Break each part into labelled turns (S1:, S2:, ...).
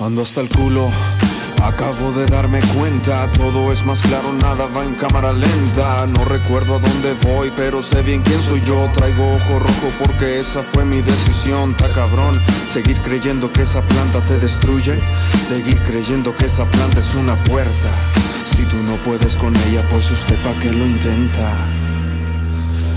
S1: Ando hasta el culo, acabo de darme cuenta, todo es más claro, nada va en cámara lenta. No recuerdo a dónde voy, pero sé bien quién soy yo. Traigo ojo rojo porque esa fue mi decisión, ta cabrón. Seguir creyendo que esa planta te destruye, seguir creyendo que esa planta es una puerta. Si tú no puedes con ella, pues usted pa' qué lo intenta.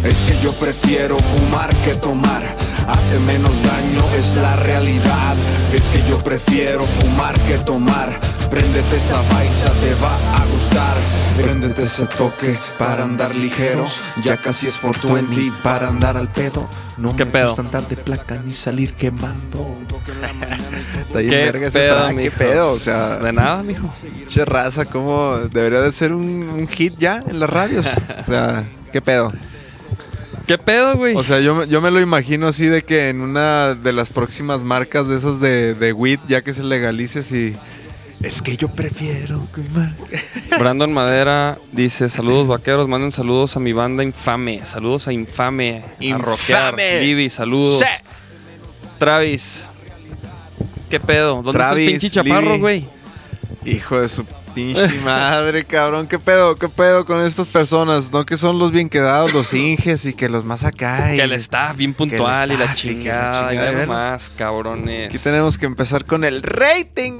S1: Es que yo prefiero fumar que tomar. Hace menos daño, es la realidad. Es que yo prefiero fumar que tomar. Préndete esa baixa, te va a gustar. Préndete ese toque para andar ligero. Ya casi es fortuente para andar al pedo. No
S2: ¿Qué
S1: me
S2: pedo?
S1: gustan tan de placa ni salir quemando.
S3: Está bien verga ese track, qué
S2: mijos?
S3: pedo, o sea,
S2: De nada, mijo.
S3: che raza, como debería de ser un, un hit ya en las radios. O sea, qué pedo.
S2: ¿Qué pedo, güey?
S3: O sea, yo, me- yo me lo imagino así de que en una de las próximas marcas de esas de, de weed, ya que se legalice, así. Es que yo prefiero quemar.
S2: Brandon Madera dice: Saludos vaqueros, manden saludos a mi banda Infame. Saludos a Infame.
S3: Infame.
S2: A Rockear. Vivi, saludos. Travis. ¿Qué pedo? ¿Dónde
S3: Travis,
S2: está el pinche chaparro,
S3: Libby.
S2: güey?
S3: Hijo de su pinche madre, cabrón. ¿Qué pedo? ¿Qué pedo con estas personas? ¿No que son los bien quedados, los inges y que los más acá? y-
S2: Que le está bien
S3: el
S2: puntual y la
S3: staff y que la
S2: chingada.
S3: chingada,
S2: Ya
S3: veros.
S2: más, cabrones.
S3: Aquí tenemos que empezar con el rating.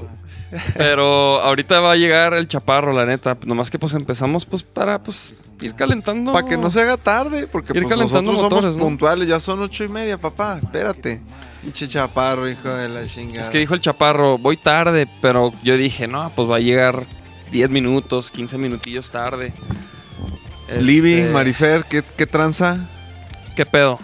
S2: Pero ahorita va a llegar el chaparro, la neta. Nomás que pues empezamos pues para pues ir calentando.
S3: Para que no se haga tarde, porque
S2: Ir
S3: pues,
S2: calentando
S3: nosotros
S2: motores,
S3: somos
S2: ¿no?
S3: puntuales. Ya son ocho y media, papá. Espérate. Pinche chaparro, hijo de la chingada.
S2: Es que dijo el chaparro, voy tarde, pero yo dije, no, pues va a llegar 10 minutos, 15 minutillos tarde. Este,
S3: Libby, Marifer, ¿qué, qué tranza?
S2: ¿Qué pedo?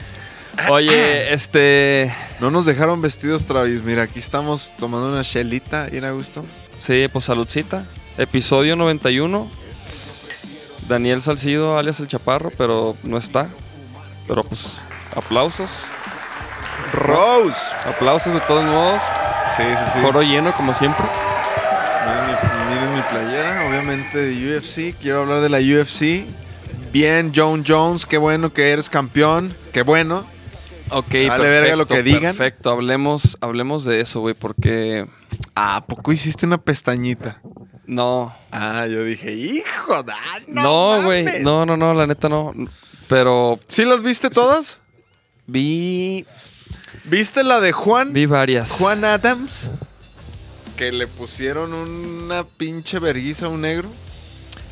S2: Oye, este...
S3: No nos dejaron vestidos, Travis. Mira, aquí estamos tomando una chelita, bien a gusto.
S2: Sí, pues saludcita. Episodio 91. Daniel Salcido, alias el chaparro, pero no está. Pero pues aplausos.
S3: Rose.
S2: Aplausos de todos modos.
S3: Sí, sí, sí.
S2: Coro lleno, como siempre.
S3: Miren mi, miren mi playera, obviamente de UFC. Quiero hablar de la UFC. Bien, John Jones, qué bueno que eres campeón. Qué bueno.
S2: Ok,
S3: Vale,
S2: perfecto,
S3: verga lo que digan.
S2: Perfecto, hablemos, hablemos de eso, güey, porque
S3: ¿A poco hiciste una pestañita?
S2: no,
S3: Ah, yo dije, hijo, da,
S2: no, güey,
S3: mames".
S2: no, no, no, la neta no, pero
S3: ¿Sí las viste todas?
S2: vi,
S3: ¿Viste la de Juan?
S2: vi varias.
S3: Juan Adams. Que le pusieron una pinche verguiza a un negro.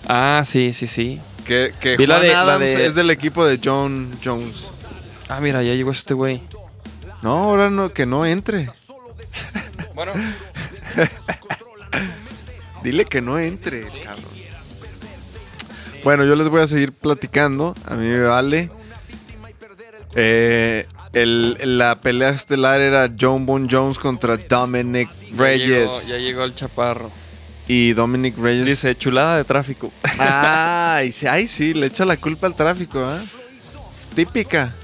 S2: Ah, sí, sí, sí.
S3: Que, que
S2: Vi
S3: Juan
S2: la de- la
S3: Adams
S2: de-
S3: es del equipo de John Jones.
S2: Ah, mira, ya llegó este güey.
S3: No, ahora no, que no entre.
S2: Bueno,
S3: Dile que no entre, cabrón. Bueno, yo les voy a seguir platicando. A mí me vale. Eh, el- la pelea estelar era John Bon Jones contra Dominic Reyes.
S2: ya llegó el chaparro.
S3: Y Dominic Reyes.
S2: Dice, chulada de tráfico.
S3: Ay, sí, ay, sí, le echa la culpa al tráfico, ¿ah? Es típica.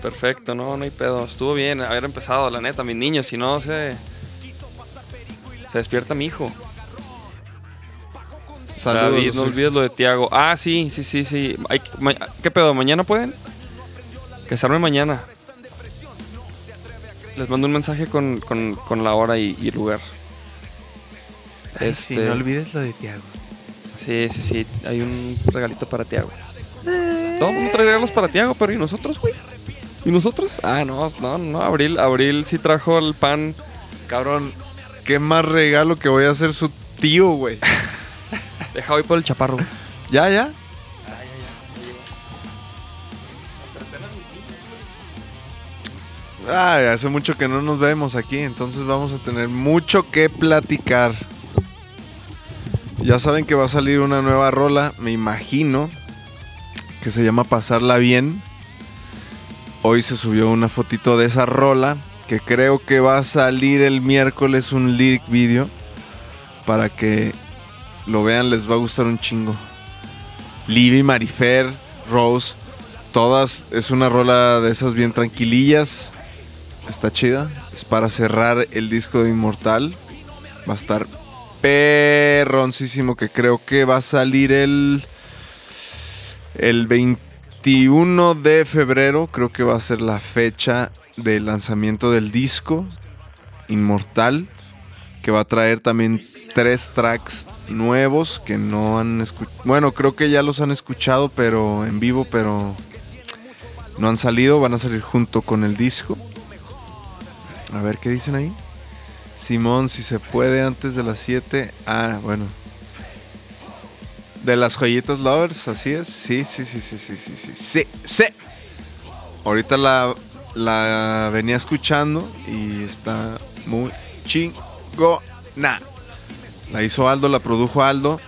S2: Perfecto, no, no hay pedo. Estuvo bien haber empezado, la neta, mis niños, si no se... Se despierta mi hijo.
S3: Saludos.
S2: David, no
S3: los-
S2: olvides lo de Tiago. Ah, sí, sí, sí, sí. Hay que- ma- ¿Qué pedo? ¿Mañana pueden? Que se arme mañana. Les mando un mensaje con, con- con la hora y, y lugar.
S3: Ay,
S2: Este,
S3: sí, no olvides lo de Tiago.
S2: sí, sí, sí. Hay un regalito para Tiago. Todo el mundo trae regalos para Tiago, pero ¿y nosotros, güey? ¿Y nosotros? Ah, no, no, no. Abril, Abril sí trajo el pan.
S3: Cabrón, qué más regalo que voy a hacer su tío, güey.
S2: Dejado ahí por el chaparro.
S3: ¿Ya, ya? Ay, hace mucho que no nos vemos aquí, entonces vamos a tener mucho que platicar. Ya saben que va a salir una nueva rola, me imagino, que se llama Pasarla Bien. Hoy se subió una fotito de esa rola, que creo que va a salir el miércoles un lyric video, para que lo vean, les va a gustar un chingo. Libby, Marifer, Rose, todas. Es una rola de esas bien tranquilillas. Está chida. Es para cerrar el disco de Inmortal. Va a estar perroncísimo que creo que va a salir el, el 21 de febrero. Creo que va a ser la fecha de lanzamiento del disco Inmortal, que va a traer también tres tracks nuevos que no han escuchado. Bueno, creo que ya los han escuchado, pero en vivo, pero no han salido, van a salir junto con el disco. A ver qué dicen ahí. Simón, si se puede antes de las 7. Ah, bueno. De las joyitas lovers, así es. Sí, sí, sí, sí, sí, sí, sí. Sí, sí. Ahorita la, la venía escuchando y está muy chingona. La hizo Aldo, la produjo Aldo.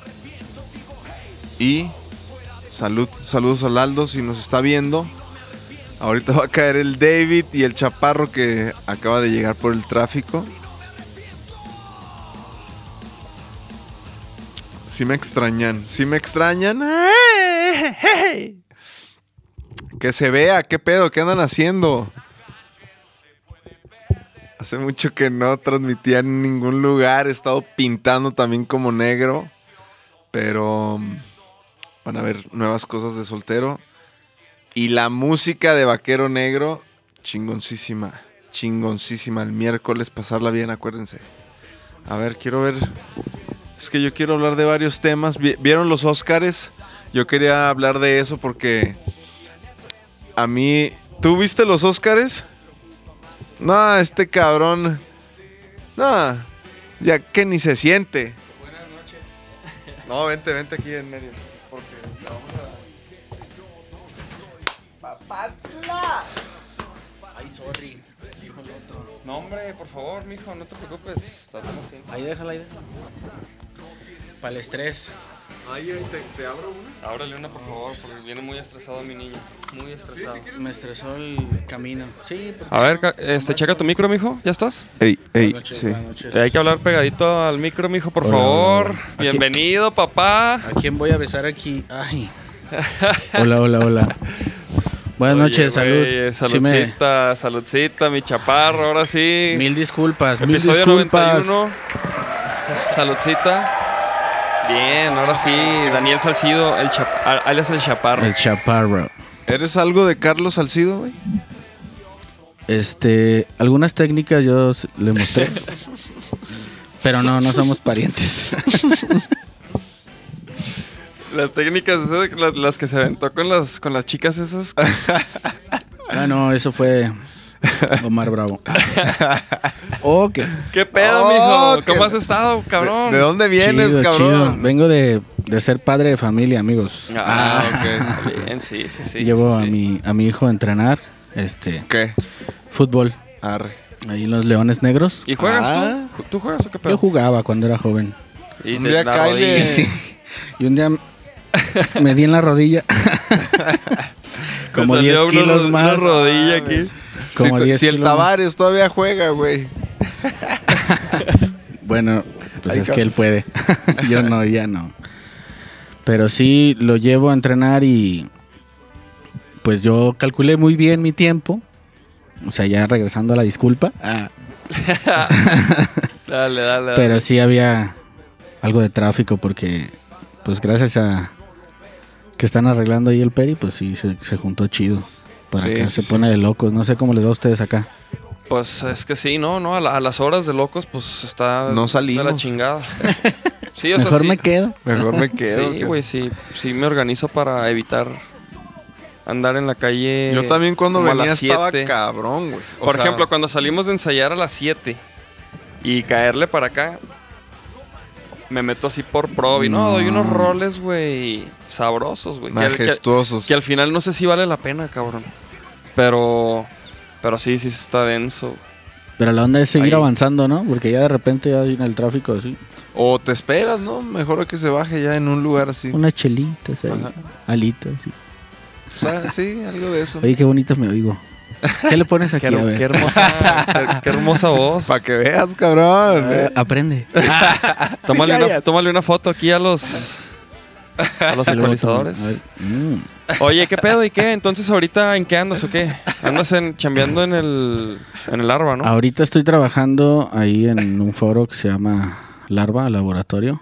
S3: Y salud, saludos al Aldo si nos está viendo. Ahorita va a caer el David y el chaparro que acaba de llegar por el tráfico. Sí me extrañan, sí me extrañan. ¡Eh, ¡Ey! Que se vea, qué pedo, qué andan haciendo. Hace mucho que no transmitía en ningún lugar, he estado pintando también como negro, pero mm, van a ver nuevas cosas de soltero. Y la música de Vaquero Negro, chingoncísima, chingoncísima. El miércoles pasarla bien, acuérdense. A ver, quiero ver es que yo quiero hablar de varios temas. Vi- ¿Vieron los Óscares? Yo quería hablar de eso porque a mí... ¿Tú viste los Óscares? No, este cabrón... No, ya que ni se siente. Buenas noches. No, vente, vente aquí en medio. Porque la vamos a... ¡Papatla!
S4: Ay, sorry, dijo el otro.
S2: No, hombre, por favor, mijo, no te preocupes. Tratamos así.
S4: Ahí déjala, ahí déjala. Para el estrés.
S3: Ay, te, te abro una.
S2: Ábrale una, por favor, porque viene muy estresado mi niño. Muy estresado.
S4: Me estresó el camino. Sí, porque
S2: A ver,
S4: no,
S2: ca-
S4: no
S2: este,
S4: manches.
S2: checa tu micro, mijo. ¿Ya estás?
S3: Ey, ey,
S4: Buenas noches,
S3: Ah, sí.
S4: buenas noches.
S2: Eh, hay que hablar pegadito al micro, mijo, por
S4: Hola,
S2: favor.
S4: hola, hola. Aquí-
S2: Bienvenido, papá.
S4: ¿A quién voy a besar aquí? Ay. Hola, hola, hola. Buenas
S2: Oye,
S4: noches, salud.
S2: güey,
S4: Sí me-
S2: saludcita, saludcita, mi chaparro, ahora sí.
S4: Mil disculpas, mil
S2: Episodio
S4: disculpas.
S2: 91. Saludcita. Bien, ahora sí, Daniel Salcido, el chap- a- alias el chaparro.
S4: El chaparro.
S3: ¿Eres algo de Carlos Salcido, güey?
S4: Este, algunas técnicas yo s- le mostré. pero no, no somos parientes.
S2: Las técnicas, esas, las, las que se aventó con las, con las chicas esas.
S4: Ah, no, eso fue Omar Bravo. ok.
S2: ¿Qué pedo,
S3: Oh,
S2: mijo? ¿Cómo
S3: qué-
S2: has estado, cabrón?
S3: ¿De, de dónde vienes,
S4: Chido,
S3: cabrón?
S4: chido. Vengo de, de ser padre de familia, amigos.
S2: Ah,
S3: Ah,
S2: ok. Bien, sí, sí, sí.
S4: Llevo
S2: sí,
S4: a
S2: sí.
S4: mi a mi hijo a entrenar este
S3: ¿Qué?
S4: fútbol
S3: Arre.
S4: ahí en los Leones Negros.
S2: ¿Y juegas
S3: Ah.
S2: tú? ¿Tú juegas o qué pedo?
S4: Yo jugaba cuando era joven.
S2: Y
S3: Un
S2: te-
S3: día
S2: la
S3: Kyle-
S2: rodilla.
S3: Sí.
S4: Y un día m- me di en la rodilla. Como
S2: Me salió una
S4: 10
S2: ro-
S4: kilos
S2: una
S4: más.
S2: rodilla
S3: Ah,
S2: aquí.
S3: ves.
S4: Como
S3: si,
S4: 10
S3: si el
S4: kilos más.
S3: Tavares todavía juega, güey.
S4: Bueno, pues
S3: Ay,
S4: es
S3: cab-
S4: que él puede. Yo no, ya no. Pero sí lo llevo a entrenar y pues yo calculé muy bien mi tiempo. O sea, ya regresando a la disculpa.
S2: Dale, dale, dale.
S4: Pero sí había algo de tráfico porque pues gracias a que están arreglando ahí el peri, pues sí se, se juntó chido. Para
S3: Sí,
S4: acá
S3: sí,
S4: se
S3: sí.
S4: pone de locos. No sé cómo les va a ustedes acá.
S2: Pues es que sí, no, no, a, la- a las horas de locos, pues está.
S3: No
S2: está
S3: salimos.
S2: la chingada. Sí, o sea,
S4: Mejor
S2: sí.
S4: me quedo.
S3: Mejor me quedo.
S2: Sí,
S3: que-
S2: güey, sí, sí me organizo para evitar andar en la calle.
S3: Yo también cuando
S2: eh, como a
S3: venía
S2: las
S3: estaba
S2: siete.
S3: cabrón, güey. O
S2: Por
S3: sea,
S2: ejemplo, cuando salimos de ensayar a las 7 y caerle para acá, me meto así por probi. No,
S4: No.
S2: doy unos roles, güey, sabrosos, güey. Que al- Que,
S3: majestuosos.
S2: que al final no sé si vale la pena, cabrón. Pero, pero sí, sí está denso.
S4: Pero la onda es seguir
S2: Ahí.
S4: avanzando, ¿no? Porque ya de repente ya en el tráfico así.
S3: O te esperas, ¿no? Mejor a que se baje ya en un lugar así.
S4: Unas chelitas ahí.
S3: Ajá.
S4: Alitas. sí.
S3: O sea, sí, algo de eso.
S4: Oye, qué bonito me oigo. ¿Qué le pones aquí?
S2: Qué,
S4: a ver.
S2: qué hermosa, qué, qué hermosa voz.
S3: Para que veas, cabrón.
S4: Eh,
S3: eh.
S4: aprende.
S2: Tómale,
S3: Sí,
S2: una,
S3: callas.
S2: tómale una foto aquí a los, a los
S4: Y luego
S2: actualizadores.
S4: tú, a ver, mm.
S2: Oye, ¿qué pedo y qué? Entonces, ¿ahorita en qué andas o qué? Andas en, chambeando en el, en el Arba, ¿no?
S4: Ah. Ahorita estoy trabajando ahí en un foro que se llama larva al laboratorio.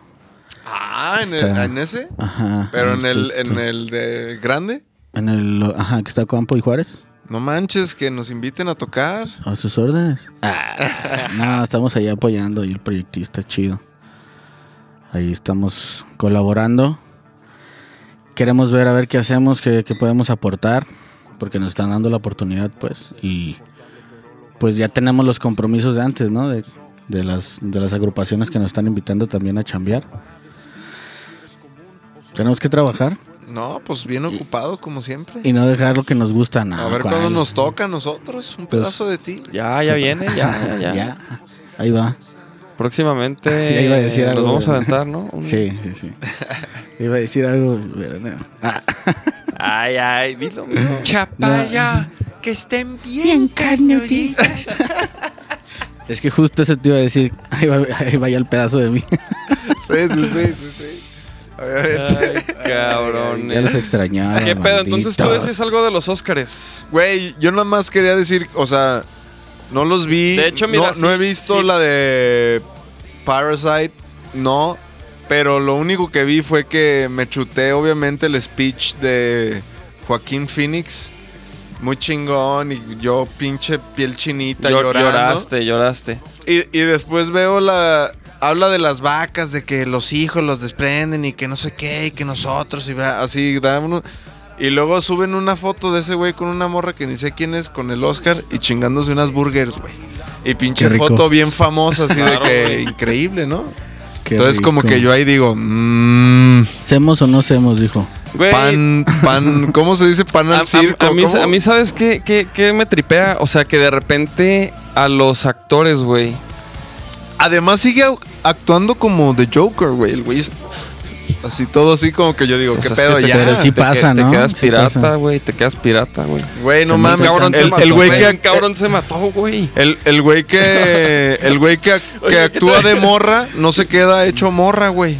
S3: Ah, en,
S4: Está-
S3: el- en ese.
S4: Ajá.
S3: Pero en el,
S4: tu-
S3: en el de grande.
S4: En el, ajá, que está Campo y Juárez.
S3: No manches, que nos inviten a tocar.
S4: A sus órdenes. no, estamos ahí apoyando ahí el proyectista chido. Ahí estamos colaborando. Queremos ver a ver qué hacemos, qué, qué podemos aportar, porque nos están dando la oportunidad, pues. Y pues ya tenemos los compromisos de antes, ¿no? De, de las, de las agrupaciones que nos están invitando también a chambear. Tenemos que trabajar
S3: No, pues bien ocupado como siempre.
S4: y no dejar lo que nos gusta nada.
S3: a ver cuándo nos toca a nosotros un
S4: Pues-
S3: pedazo de ti.
S2: Ya, ya viene, ya, ya.
S4: ya. Ahí va.
S2: Próximamente
S4: Ya iba a decir
S2: eh,
S4: algo,
S2: nos vamos a
S4: ¿verdad?
S2: aventar, ¿no? Un-
S4: Sí, sí, sí. Iba a decir algo, pero no.
S2: Ay, ay, dilo. mijo.
S5: Chapaya, que estén bien, carnuditas.
S4: Es que justo eso te iba a decir. Ahí va, ahí va ya el pedazo de mí.
S3: Sí, sí, sí, sí, sí. Obviamente.
S2: Ay,
S4: Ya los
S2: cabrones.
S4: extrañaba.
S2: ¿Qué pedo? Entonces tú
S4: malditos.
S2: decís algo de los Óscares.
S3: Güey, yo nada más quería decir, o sea, no los vi.
S2: De hecho, mira,
S3: no,
S2: sí,
S3: no he visto
S2: sí.
S3: la de Parasite, no. Pero lo único que vi fue que me chuté, obviamente, el speech de Joaquín Phoenix. Muy chingón y yo pinche piel chinita
S2: Llor-
S3: llorando.
S2: Lloraste, lloraste.
S3: Y, y después veo la. Habla de las vacas, de que los hijos los desprenden y que no sé qué, y que nosotros, y va- así, da uno- Y luego suben una foto de ese güey con una morra que ni sé quién es, con el Oscar y chingándose unas burgers, güey. Y pinche
S4: Qué rico.
S3: foto bien famosa, así de
S2: Claro,
S3: que
S2: güey.
S3: increíble, ¿no?
S4: Qué
S3: Entonces, como
S4: rico.
S3: que yo ahí digo, mmm,
S4: ¿Semos o no semos? Dijo.
S2: Güey,
S3: pan, pan, ¿cómo se dice pan
S2: a,
S3: al
S2: a-
S3: circo?
S2: a mí,
S3: ¿Cómo?
S2: a mí, ¿sabes qué, qué- qué me tripea? O sea, que de repente a los actores, güey.
S3: Además, sigue au- actuando como The Joker, güey. El güey es así, todo así, como que yo digo,
S2: O
S3: ¿qué
S2: sea, es
S3: pedo
S2: que
S3: ya?
S4: pero sí
S2: Te que-
S4: pasa,
S2: te
S4: ¿no?
S2: quedas
S4: Sí pasa.
S2: pirata, güey. Te quedas pirata, güey.
S3: Güey, no
S4: Se
S3: mames.
S4: mata
S2: Cabrón,
S3: El,
S2: se
S3: el,
S2: mató,
S3: güey que,
S2: un cabrón se mató, güey.
S3: el, el güey que. El güey que, que actúa de morra no se queda hecho morra, güey.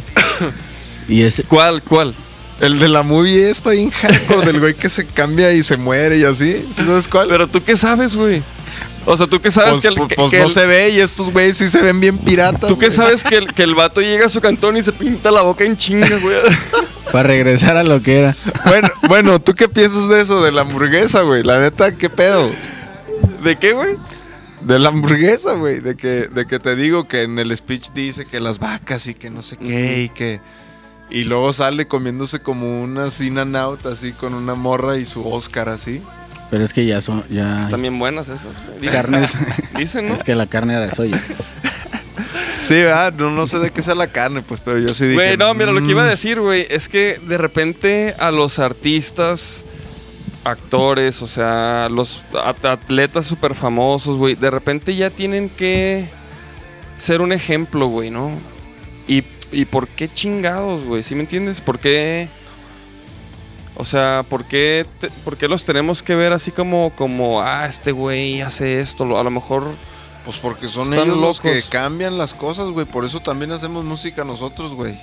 S4: Y ese.
S2: ¿Cuál, cuál?
S3: El de la movie está bien hardcore, del güey que se cambia y se muere y así. ¿Sí ¿Sabes cuál?
S2: Pero tú qué sabes, güey. O sea, tú qué sabes
S3: pues
S2: que el.
S3: pues-
S2: que-
S3: pues
S2: que
S3: no
S2: el-
S3: se ve y estos güeyes sí se ven bien piratas.
S2: ¿Tú qué
S3: güey.
S2: sabes que el, que el vato llega a su cantón y se pinta la boca en chinga, güey?
S4: Para regresar a lo que era.
S3: Bueno, bueno, ¿tú qué piensas de eso, de la hamburguesa, güey? La neta, ¿qué pedo?
S2: ¿De qué, güey?
S3: De la hamburguesa, güey. De que, de que te digo que en el speech dice que las vacas y que no sé qué y que. Y luego sale comiéndose como una sin and out así con una morra y su Oscar así.
S4: Pero es que ya son. Ya...
S2: Es que están bien buenas esas, güey. Dicen-
S4: Carnes.
S2: Dicen, ¿no?
S4: es que la carne era de soya.
S3: Sí, ¿verdad? No, no sé de qué sea la carne, pues, pero yo sí dije.
S2: Güey, no, mira, lo que iba a
S3: "Mm".
S2: decir, güey, es que de repente a los artistas, actores, o sea, los at- atletas súper famosos, güey, de repente ya tienen que ser un ejemplo, güey, ¿no? Y, y por qué chingados, güey, ¿sí me entiendes? ¿Por qué? O sea, ¿por qué, te- por qué los tenemos que ver así como, como ah, este güey hace esto? lo- A lo mejor
S3: Pues porque son
S2: Están
S3: ellos los que
S2: locos.
S3: cambian las cosas, güey. Por eso también hacemos música nosotros, güey.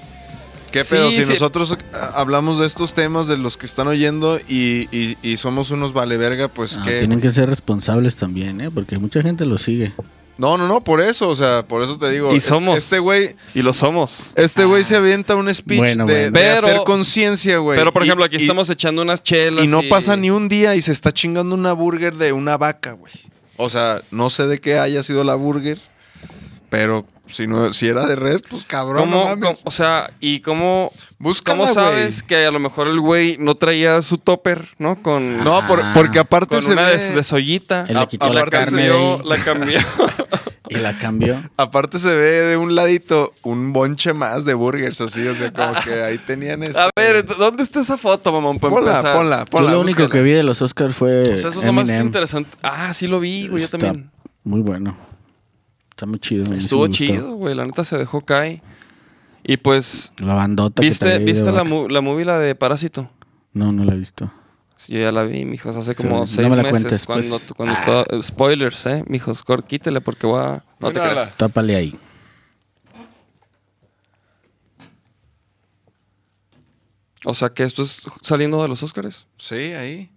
S3: ¿Qué
S2: Sí,
S3: pedo? Si
S2: sí.
S3: nosotros ah, hablamos de estos temas de los que están oyendo y, y- y somos unos vale verga, pues
S4: Ah,
S3: que.
S4: tienen que ser responsables también, ¿eh? Porque mucha gente lo sigue.
S3: No, no, no, por eso, o sea, por eso te digo.
S2: Y
S3: es-
S2: somos.
S3: Este güey.
S2: y lo somos.
S3: Este güey se avienta un speech
S4: Ah. Bueno,
S3: de,
S4: bueno.
S3: de
S2: Pero-
S3: hacer conciencia, güey.
S2: Pero por
S3: Y-
S2: ejemplo, aquí
S3: y-
S2: estamos echando unas chelas
S3: Y no pasa ni un día y se está chingando una burger de una vaca, güey. O sea, no sé de qué haya sido la burger, pero si, no, si era de res, pues cabrón,
S2: ¿Cómo-
S3: no mames.
S2: cómo- o sea, ¿y cómo,
S3: Búscala,
S2: cómo sabes
S3: güey.
S2: que a lo mejor el güey no traía su topper, ¿no? Con,
S3: No, por-
S4: Ah.
S3: porque aparte
S2: con
S3: se
S2: una
S3: ve...
S2: des- desollita.
S4: Él le
S3: A-
S4: quitó la
S3: aparte se
S4: carne. de
S2: Yo
S4: ahí
S2: la cambié.
S4: y la cambió.
S3: Aparte se ve de un ladito un bonche más de burgers así, o sea, como que ahí tenían este...
S2: a ver, ¿dónde está esa foto, mamón? para
S3: ponla,
S2: empezar?
S3: ponla,
S4: Yo
S3: ponla,
S4: lo único
S3: búscala.
S4: que vi de los Oscars fue.
S2: O sea, eso es lo más
S4: Eminem.
S2: interesante. Ah, sí lo vi, güey, yo
S4: Está
S2: también.
S4: Muy bueno. Está muy chido. a mí sí me
S2: Estuvo
S4: gustó.
S2: chido, güey, la neta se dejó caer. Y pues,
S4: La bandota. que traía
S2: ¿viste,
S4: ahí
S2: viste
S4: de
S2: la,
S4: vaca.
S2: mu- la movie, la de Parásito?
S4: No, no la he visto.
S2: Sí, Yo ya la vi, mijos, hace
S4: Sí,
S2: como
S4: no
S2: seis
S4: me la
S2: meses.
S4: cuentes,
S2: cuando,
S4: pues.
S2: cuando todo- spoilers, eh, mijos, cor, quítele porque va a. No te
S3: Mírala.
S2: creas.
S4: Tápale ahí.
S2: O sea que esto es saliendo de los Óscares.
S3: Sí, ahí.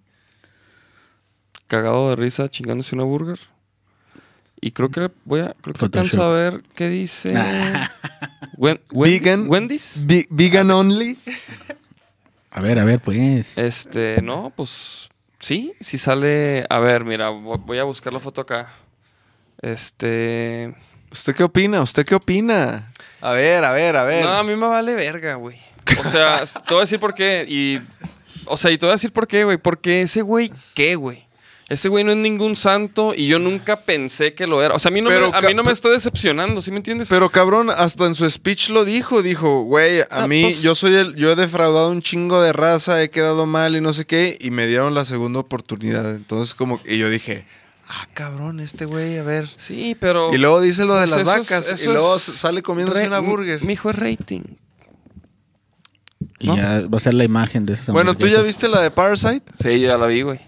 S2: Cagado de risa, chingándose una burger. Y creo que voy a. Creo que
S4: Photoshop.
S2: alcanzo a ver qué dice. Wen- Wen-
S3: Vegan.
S2: Wendy's.
S3: Vi- vegan only.
S4: A ver, a ver, pues.
S2: Este, no, pues sí, sí sale. A ver, mira, vo- voy a buscar la foto acá. Este.
S3: ¿Usted qué opina? ¿Usted qué opina? A ver, a ver, a ver.
S2: No, a mí me vale verga, güey. O sea, te voy a decir por qué. Y. O sea, y te voy a decir por qué, güey. Porque ese güey, ¿qué, güey? Ese güey no es ningún santo y yo nunca pensé que lo era. O sea, a mí no,
S3: Pero
S2: me, a
S3: ca-
S2: mí no me está decepcionando, ¿sí me entiendes?
S3: Pero cabrón, hasta en su speech lo dijo, dijo, güey, a
S2: Ah,
S3: mí
S2: pues-
S3: yo soy el, yo he defraudado un chingo de raza, he quedado mal y no sé qué, y me dieron la segunda oportunidad. Entonces como y yo dije, ah, cabrón, este güey, a ver.
S2: sí, pero.
S3: Y luego dice lo de
S2: Pues
S3: las
S2: eso es-
S3: vacas y
S2: eso
S3: luego
S2: es
S3: sale comiéndose
S2: Re-
S3: una burger.
S2: Mi hijo es rating.
S4: y
S2: ¿no?
S4: ya va a ser la imagen de esas
S3: Bueno, ¿tú ya
S4: hamburguesas.
S3: viste la de Parasite?
S2: Sí, yo ya la vi, güey.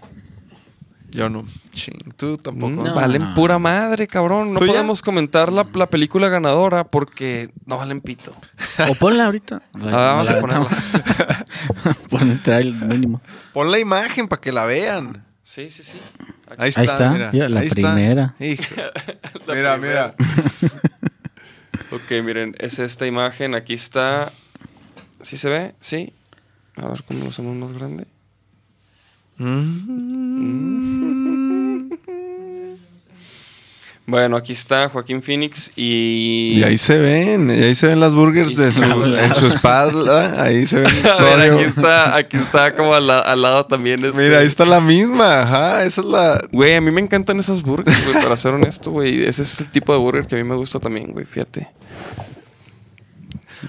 S3: Yo no. Ching, tú tampoco.
S2: Mm,
S4: No,
S2: valen
S4: no.
S2: pura madre, cabrón. No
S3: ¿Tú ya?
S2: podemos comentar la, la película ganadora porque no valen pito.
S4: O ponla ahorita.
S2: Ah, vamos a ponerla.
S4: Pon el trailer mínimo.
S3: Pon la imagen para que la vean.
S2: Sí, sí, sí.
S3: Ahí está,
S4: Ahí está,
S3: mira.
S4: mira, la
S3: ahí está.
S4: primera.
S3: Hijo. mira, mira.
S2: Ok, miren, es esta imagen. Aquí está. ¿Sí se ve? Sí. A ver cómo lo hacemos más grande.
S3: Mm.
S2: Bueno, aquí está Joaquín Phoenix y.
S3: Y ahí se ven, y ahí se ven las burgers de su, en su espalda, ahí se ven.
S2: A ver,
S3: todo.
S2: aquí está, aquí está como al, la- al lado también. este-
S3: Mira, ahí está la misma, ajá, esa es la...
S2: Güey, a mí me encantan esas burgers, güey, para ser honesto, güey. Ese es el tipo de burger que a mí me gusta también, güey, fíjate.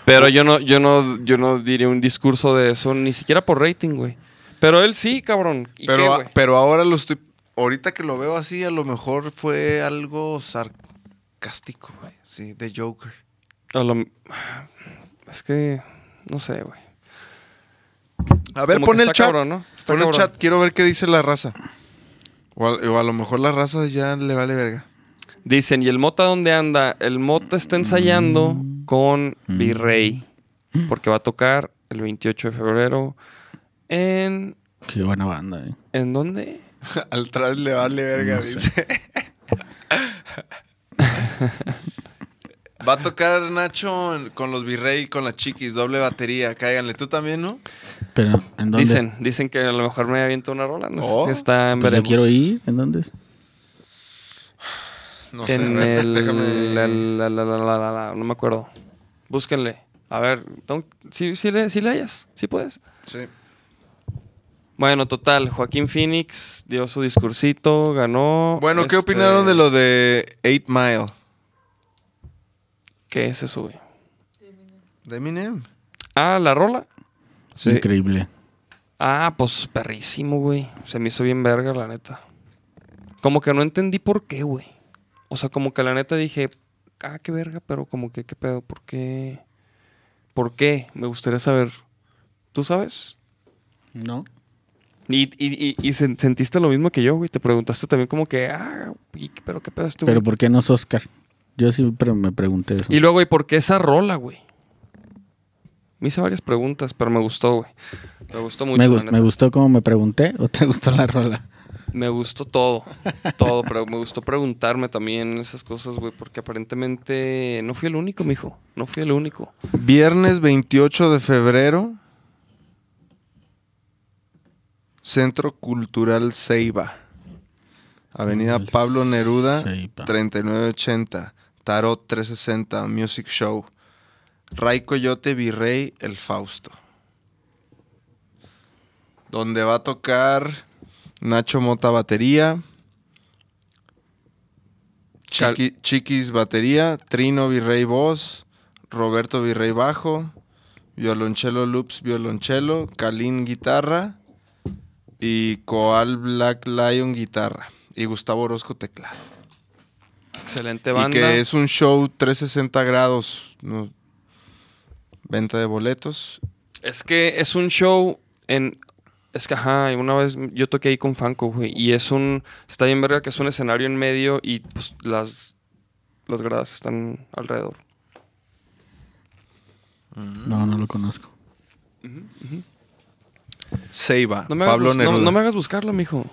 S2: Pero yo no, yo no, yo no diría un discurso de eso, ni siquiera por rating, güey. Pero él sí, cabrón. ¿Y qué,
S3: Pero,
S2: güey?
S3: pero ahora lo estoy... Ahorita que lo veo así, a lo mejor fue algo sarcástico, güey, sí, de Joker.
S2: A lo- Es que, no sé, güey.
S3: A ver,
S2: Como
S3: pon
S2: que
S3: el
S2: está
S3: chat,
S2: cabrón, ¿no? Está
S3: pon el
S2: cabrón.
S3: chat, quiero ver qué dice la raza. O a, o a lo mejor la raza ya le vale verga.
S2: Dicen, ¿y el Mota dónde anda? El Mota está ensayando
S4: Mm.
S2: con Virrey. Porque va a tocar el 28 de febrero en...
S4: Qué buena banda, eh.
S2: ¿En dónde?
S3: Al tras le vale verga, dice. Va a tocar Nacho en- con los Virrey, con las chiquis, doble batería, cáiganle. ¿Tú también, no?
S4: Pero, ¿en dónde?
S2: Dicen, dicen que a lo mejor me aviento una rola. No sé,
S3: Oh.
S2: está en
S4: Pues yo
S2: veremos.
S4: quiero ir. ¿En dónde? es?
S3: No
S2: En
S3: a ver,
S2: el...
S3: déjame-
S2: la- la- la- la- la- la- la- no me acuerdo. Búsquenle. A ver, don- si, si, le, si le hallas, si puedes.
S3: Sí.
S2: Bueno, total, Joaquín Phoenix dio su discursito, ganó.
S3: Bueno, ¿qué
S2: este,
S3: opinaron de lo de Eight Mile?
S2: ¿Qué se sube?
S3: De Eminem.
S2: Ah, la rola.
S3: Sí.
S4: Increíble.
S2: Ah, pues perrísimo, güey. Se me hizo bien verga, la neta. Como que no entendí por qué, güey. O sea, como que la neta dije, ah, qué verga, pero como que, qué pedo, ¿por qué? ¿Por qué? Me gustaría saber. ¿Tú sabes?
S4: ¿No?
S2: Y, y- y- y sen- sentiste lo mismo que yo, güey. Te preguntaste también como que, ah, y- pero qué pedo estuvo.
S4: Pero ¿por qué no es Oscar? Yo siempre me pregunté eso.
S2: Y luego, ¿y por qué esa rola, güey? Me hice varias preguntas, pero me gustó, güey. Me gustó mucho.
S4: me,
S2: la
S4: gus-
S2: neta.
S4: me gustó como me pregunté o te gustó la rola.
S2: Me gustó todo, todo, pero me gustó preguntarme también esas cosas, güey, porque aparentemente no fui el único, mijo, no fui el único.
S3: Viernes 28 de febrero. Centro Cultural Ceiba. Avenida
S4: El
S3: Pablo Neruda,
S4: Ceiba.
S3: 3980. Tarot 360, Music Show. Ray Coyote Virrey, El Fausto. Donde va a tocar Nacho Mota Batería.
S2: Cal-
S3: Chiqui- Chiquis Batería, Trino Virrey Voz, Roberto Virrey Bajo, Violonchelo Loops Violonchelo, Kalin Guitarra y Coal Black Lion Guitarra y Gustavo Orozco Teclado.
S2: Excelente
S3: Y
S2: banda.
S3: que es un show 360 grados, ¿no? venta de boletos.
S2: Es que es un show en. Es que, ajá, una vez yo toqué ahí con Fanco, güey. Y es un. Está bien verga que es un escenario en medio y pues las. Las gradas están alrededor.
S4: No, no lo conozco.
S3: Seiba,
S2: No me, hagas
S3: Pablo
S2: bus- no-
S3: Neruda.
S2: no me hagas buscarlo, mijo.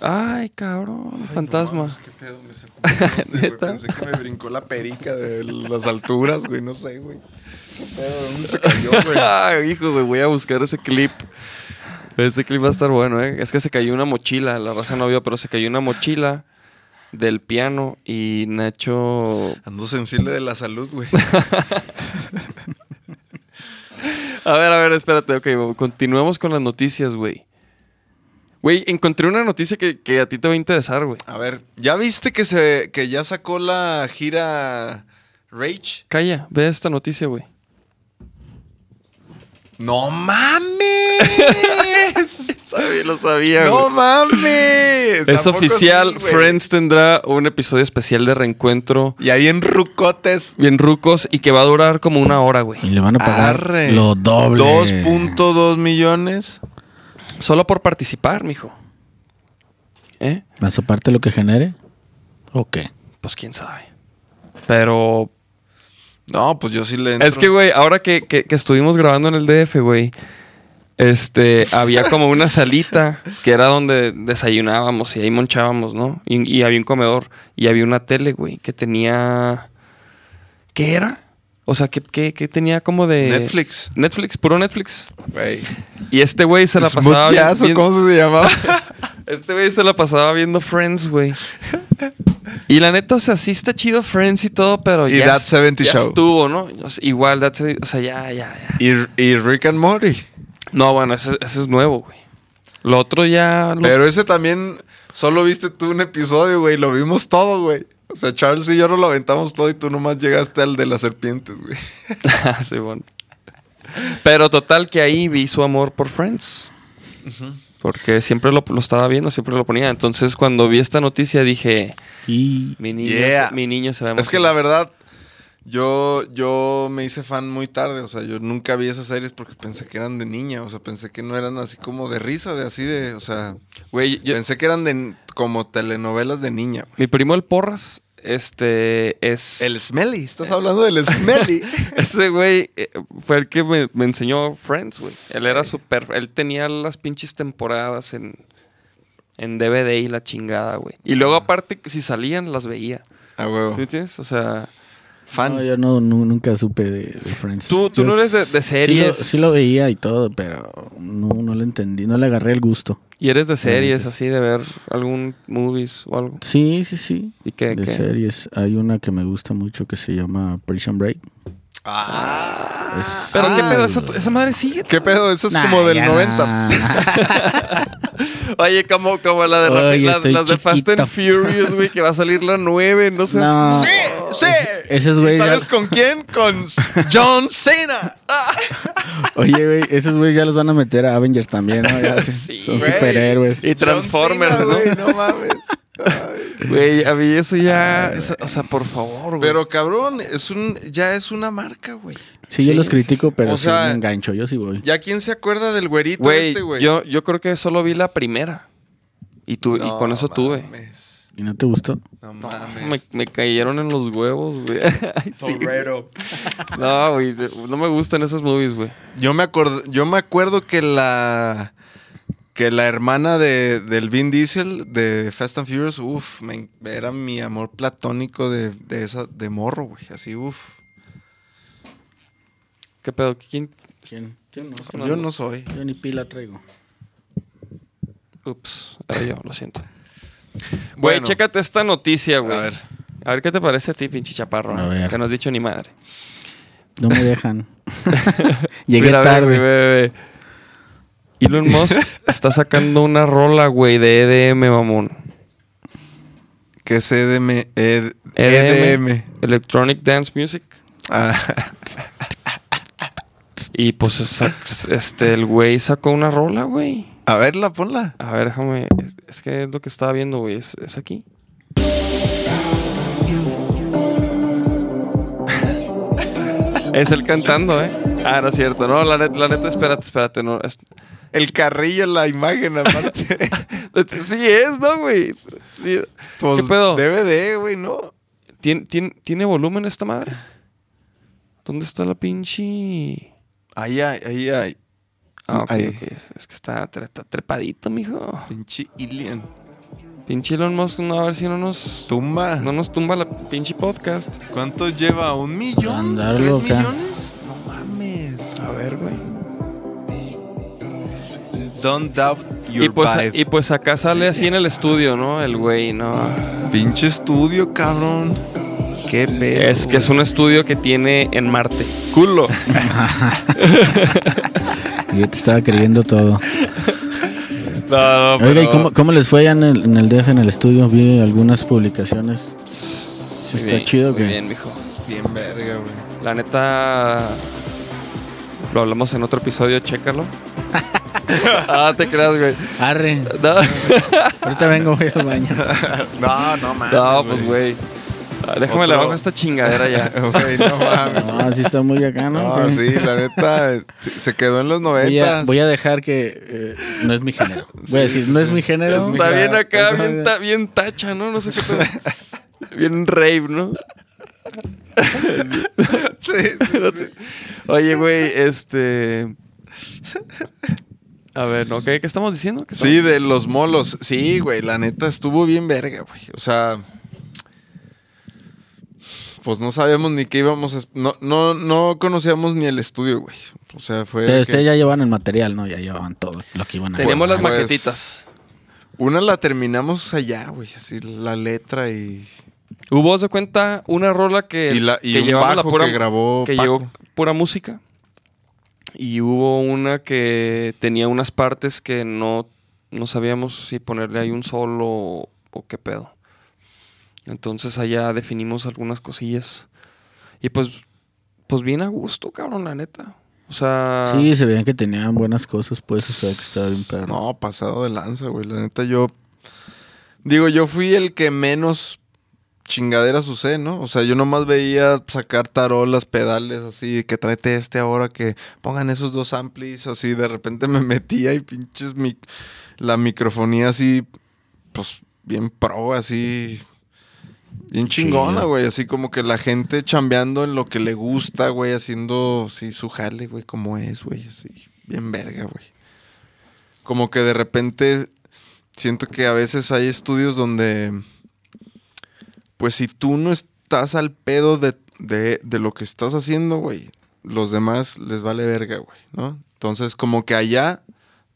S2: Ay, cabrón, fantasma.
S3: qué pedo, me sacó un pedote, güey.
S2: ¿Neta?
S3: Pensé que me brincó la perica de las alturas, güey. No sé, güey. Qué pedo, ¿dónde se cayó, güey?
S2: Ay, hijo, güey, voy a buscar ese clip. Ese clip va a estar bueno, ¿eh? Es que se cayó una mochila, la raza no vio, pero se cayó una mochila del piano y Nacho...
S3: Ando sensible de la salud, güey.
S2: A ver, a ver, espérate, ok, continuemos con las noticias, güey. Güey, encontré una noticia que, que a ti te va a interesar, güey.
S3: A ver, ¿ya viste que, se, que ya sacó la gira Rage?
S2: Calla, ve esta noticia, güey.
S3: ¡No mames!
S2: Sabía, lo sabía,
S3: ¡No mames!
S2: Es
S3: Tampoco
S2: oficial,
S3: sí, güey.
S2: Friends tendrá un episodio especial de reencuentro
S3: Y ahí en Rucotes.
S2: bien rucos y que va a durar como una hora, güey.
S4: Y
S3: Mm.
S4: le van a pagar
S3: Arre.
S4: lo doble.
S3: 2.2 millones.
S2: Solo por participar, mijo. ¿Eh?
S4: Más aparte lo que genere. ¿O qué?
S2: Pues quién sabe. Pero.
S3: No, pues yo sí le entro.
S2: Es que, güey, ahora que, que- que estuvimos grabando en el DF, güey. Este, había como una salita que era donde desayunábamos y ahí monchábamos, ¿no? Y, y había un comedor y había una tele, güey, que tenía. ¿Qué era? O sea, ¿qué, qué, qué tenía como de.
S3: Netflix.
S2: Netflix, puro Netflix.
S3: Güey.
S2: Y este güey se la
S3: Smooth
S2: pasaba. bien-
S3: Jazz, ¿o
S2: bien-
S3: ¿Cómo se llamaba?
S2: Este güey se la pasaba viendo Friends, güey. Y la neta, o sea, sí está chido Friends y todo, pero
S3: Y
S2: ya.
S3: That
S2: es-
S3: 70
S2: ya
S3: Show.
S2: estuvo, ¿no? O sea, igual, That 70 O sea, ya, ya, ya.
S3: y, y Rick and Morty.
S2: No, bueno, ese, ese es nuevo, güey. Lo otro ya. lo-
S3: Pero ese también solo viste tú un episodio, güey. Lo vimos todo, güey. O sea, Charles y yo nos lo aventamos todo y tú nomás llegaste al de las serpientes, güey.
S2: Ah, Sí, bueno. Pero total, que ahí vi su amor por Friends. Porque siempre lo, lo estaba viendo, siempre lo ponía. Entonces, cuando vi esta noticia, dije:
S4: Y
S2: Mi niño,
S3: Yeah.
S2: mi niño se va a
S3: Es que
S2: emocionar".
S3: la verdad, yo, yo me hice fan muy tarde. O sea, yo nunca vi esas series porque pensé que eran de niña. O sea, pensé que no eran así como de risa, de así de. O sea,
S2: Güey, yo-
S3: pensé que eran de, como telenovelas de niña. güey.
S2: mi primo el Porras, este es.
S3: El Smelly, estás hablando del Smelly.
S2: Ese güey eh, fue el que me, me enseñó Friends, güey. Él era súper. Él tenía las pinches temporadas en, en DVD y la chingada, güey. Y luego, aparte, si salían, las veía.
S3: ah, huevo.
S2: ¿Sí me entiendes? O sea,
S3: Fan.
S4: No, yo no, nu- nunca supe de, de Friends.
S2: Tú- tú
S4: Yo
S2: no eres de- de
S4: sí lo-
S2: series.
S4: Sí lo, veía y todo, pero no, no lo entendí, no le agarré el gusto.
S2: y eres de series así, de ver algún movies o algo.
S4: Sí, sí, sí.
S2: ¿Y qué?
S4: de
S2: qué?
S4: series. Hay una que me gusta mucho que se llama Prison Break.
S3: Ah.
S2: Pero qué
S3: Ah.
S2: pedo, esa, esa madre sigue.
S3: ¿Qué pedo? Eso es
S4: Nah,
S3: como del
S4: ya
S3: 90.
S2: Oye, como, como la de,
S4: Ay,
S2: las,
S4: estoy
S2: las de Fast and
S4: chiquito.
S2: Furious, güey, que va a salir la 9, no sé.
S4: No.
S3: ¡Sí! ¡Sí!
S4: Esos
S3: ¿Y
S4: güeyes ya-
S3: ¿Sabes con quién? Con John Cena.
S4: Oye, güey, esos güeyes ya los van a meter a Avengers también, ¿no? Ya,
S2: Sí,
S4: son
S3: güey.
S4: superhéroes.
S2: Y Transformers,
S3: John
S2: ¿no?
S3: Cena, güey, no mames. Ay.
S2: Güey, a mí eso ya. eso- o sea, por favor, güey.
S3: Pero cabrón, es un, ya es una marca, güey.
S4: Sí,
S2: Sí,
S4: yo los
S2: sí,
S4: critico,
S2: sí.
S4: pero
S3: O
S4: sí
S3: sea,
S4: me engancho, yo sí voy.
S3: ¿Ya quién se acuerda del güerito
S2: Güey,
S3: este, güey?
S2: yo, yo creo que solo vi la primera. Y, tu, y
S3: No
S2: con eso tuve.
S3: mames,
S4: ¿Y no te gustó?
S3: No
S2: Me,
S3: mames.
S2: me cayeron en los huevos, güey. Ay, sí.
S3: Torero.
S2: No, güey. se- No me gustan esas movies, güey.
S3: Yo me acuerdo, yo me acuerdo que la que la hermana de, del Vin Diesel de Fast and Furious, uff, era mi amor platónico de, de esa de morro, güey, así uff.
S2: ¿Qué pedo? ¿Quién?
S4: ¿Quién? Yo no.
S3: Yo no soy.
S4: Yo ni pila traigo.
S2: Ups, era yo, lo siento. Güey,
S3: Bueno,
S2: chécate esta noticia, güey.
S3: A ver.
S2: A ver qué te parece a ti, pinche chaparro.
S4: A ver.
S2: Que no has dicho ni madre.
S4: No me dejan. Llegué
S2: Mira, a ver,
S4: tarde.
S2: güey, ve, ve, ve. Elon Musk está sacando una rola, güey, de EDM, mamón.
S3: que es E EDM, ed- E
S2: EDM.
S3: EDM.
S2: E Electronic Dance Music.
S3: Ah,
S2: Y pues sac- este, el güey sacó una rola, güey.
S3: a verla, ponla.
S2: A ver, déjame. Es, es que es lo que estaba viendo, güey. Es, es aquí. es el cantando, ¿eh? Ah, no es cierto. No, la, net- la neta, espérate, espérate. No, es-
S3: El carrillo en la imagen aparte.
S2: sí es, ¿no, güey? Sí.
S3: Pues,
S2: ¿Qué pedo?
S3: DVD, güey, no.
S2: ¿Tien- tien- tiene volumen esta madre? ¿Dónde está la pinche...?
S3: Ay, ay, ay, ay.
S2: Ah, ok,
S3: Ahí.
S2: ok, Es, es que está, tre- está trepadito, mijo.
S3: Pinche alien.
S2: Pinche Elon Musk, no, a ver si no nos,
S3: Tumba.
S2: no nos tumba la pinche podcast.
S3: ¿Cuánto lleva? ¿Un millón? ¿Tres
S4: Andarlo acá.
S3: millones? No mames.
S2: A ver, güey.
S3: Don't doubt your
S2: Y pues,
S3: vibe.
S2: y pues acá sale así en el estudio, ¿no? El güey, no.
S4: Ah,
S3: Pinche estudio, cabrón. Qué pedo.
S2: Es que es un estudio que tiene en Marte. Culo.
S4: Yo te estaba creyendo todo.
S2: No, no,
S4: Oiga, ¿y
S2: pero-
S4: cómo, cómo les fue allá en el, en el DF, en el estudio? Vi algunas publicaciones.
S2: Muy
S4: Está
S2: bien,
S4: chido,
S2: Muy
S4: güey.
S2: bien, mijo.
S3: Bien verga, güey.
S2: La neta. Lo hablamos en otro episodio, chécalo. ah, te creas, güey.
S4: Arre,
S2: No,
S4: ahorita vengo, voy al baño.
S3: No, no mames.
S2: no, pues, güey. Ah, Déjame le
S3: Otro-
S2: bajo esta chingadera ya.
S3: Güey, no mames.
S4: No, sí está muy acá, ¿no?
S3: No, sí, la neta, eh, se- se quedó en los
S4: Voy a,
S3: noventas.
S4: voy a dejar que eh, no es mi género. Voy a decir, no es mi género.
S2: Está bien acá,
S4: Ajá.
S2: bien, ta- bien tacha, ¿no? No sé qué. te- bien rave, ¿no?
S3: Sí, sí.
S2: No sé. Oye, güey, este. A ver, ¿no? ¿Qué, qué estamos diciendo? ¿Qué
S3: Sí, de los molos. Sí, güey, la neta estuvo bien verga, güey. O sea, pues no sabíamos ni qué íbamos a... No, no, no conocíamos ni el estudio, güey. O sea, fue... de
S4: Ustedes,
S3: que-
S4: ustedes ya llevan el material, ¿no? Ya llevaban todo lo que iban a
S2: Teníamos las
S3: Pues-
S2: maquetitas.
S3: Una la terminamos allá, güey. Así, la letra y...
S2: Hubo, haz de cuenta, una rola que,
S3: Y, la, y
S2: que
S3: un
S2: llevamos
S3: bajo que grabó
S2: que
S3: Paco.
S2: llevó pura música. Y hubo una que tenía unas partes que no, no sabíamos si ponerle ahí un solo o, o qué pedo. Entonces allá definimos algunas cosillas. Y pues, pues bien a gusto, cabrón, la neta. O sea,
S4: Sí, se veían que tenían buenas cosas, pues, o sea, que estaba bien perro.
S3: No, pasado de lanza, güey. La neta, yo. Digo, yo fui el que menos chingaderas usé, ¿no? O sea, yo nomás veía sacar tarolas, pedales, así, que tráete este ahora, que pongan esos dos amplis, así. De repente me metía y pinches mi- la microfonía así, pues, bien pro, así. Bien chingona,
S4: Chido.
S3: güey. Así como que la gente chambeando en lo que le gusta, güey, haciendo, sí, su jale, güey, como es, güey, así. Bien verga, güey como que de repente siento que a veces hay estudios donde, pues si tú no estás al pedo de, de- de lo que estás haciendo, güey, los demás les vale verga, güey, ¿no? Entonces como que allá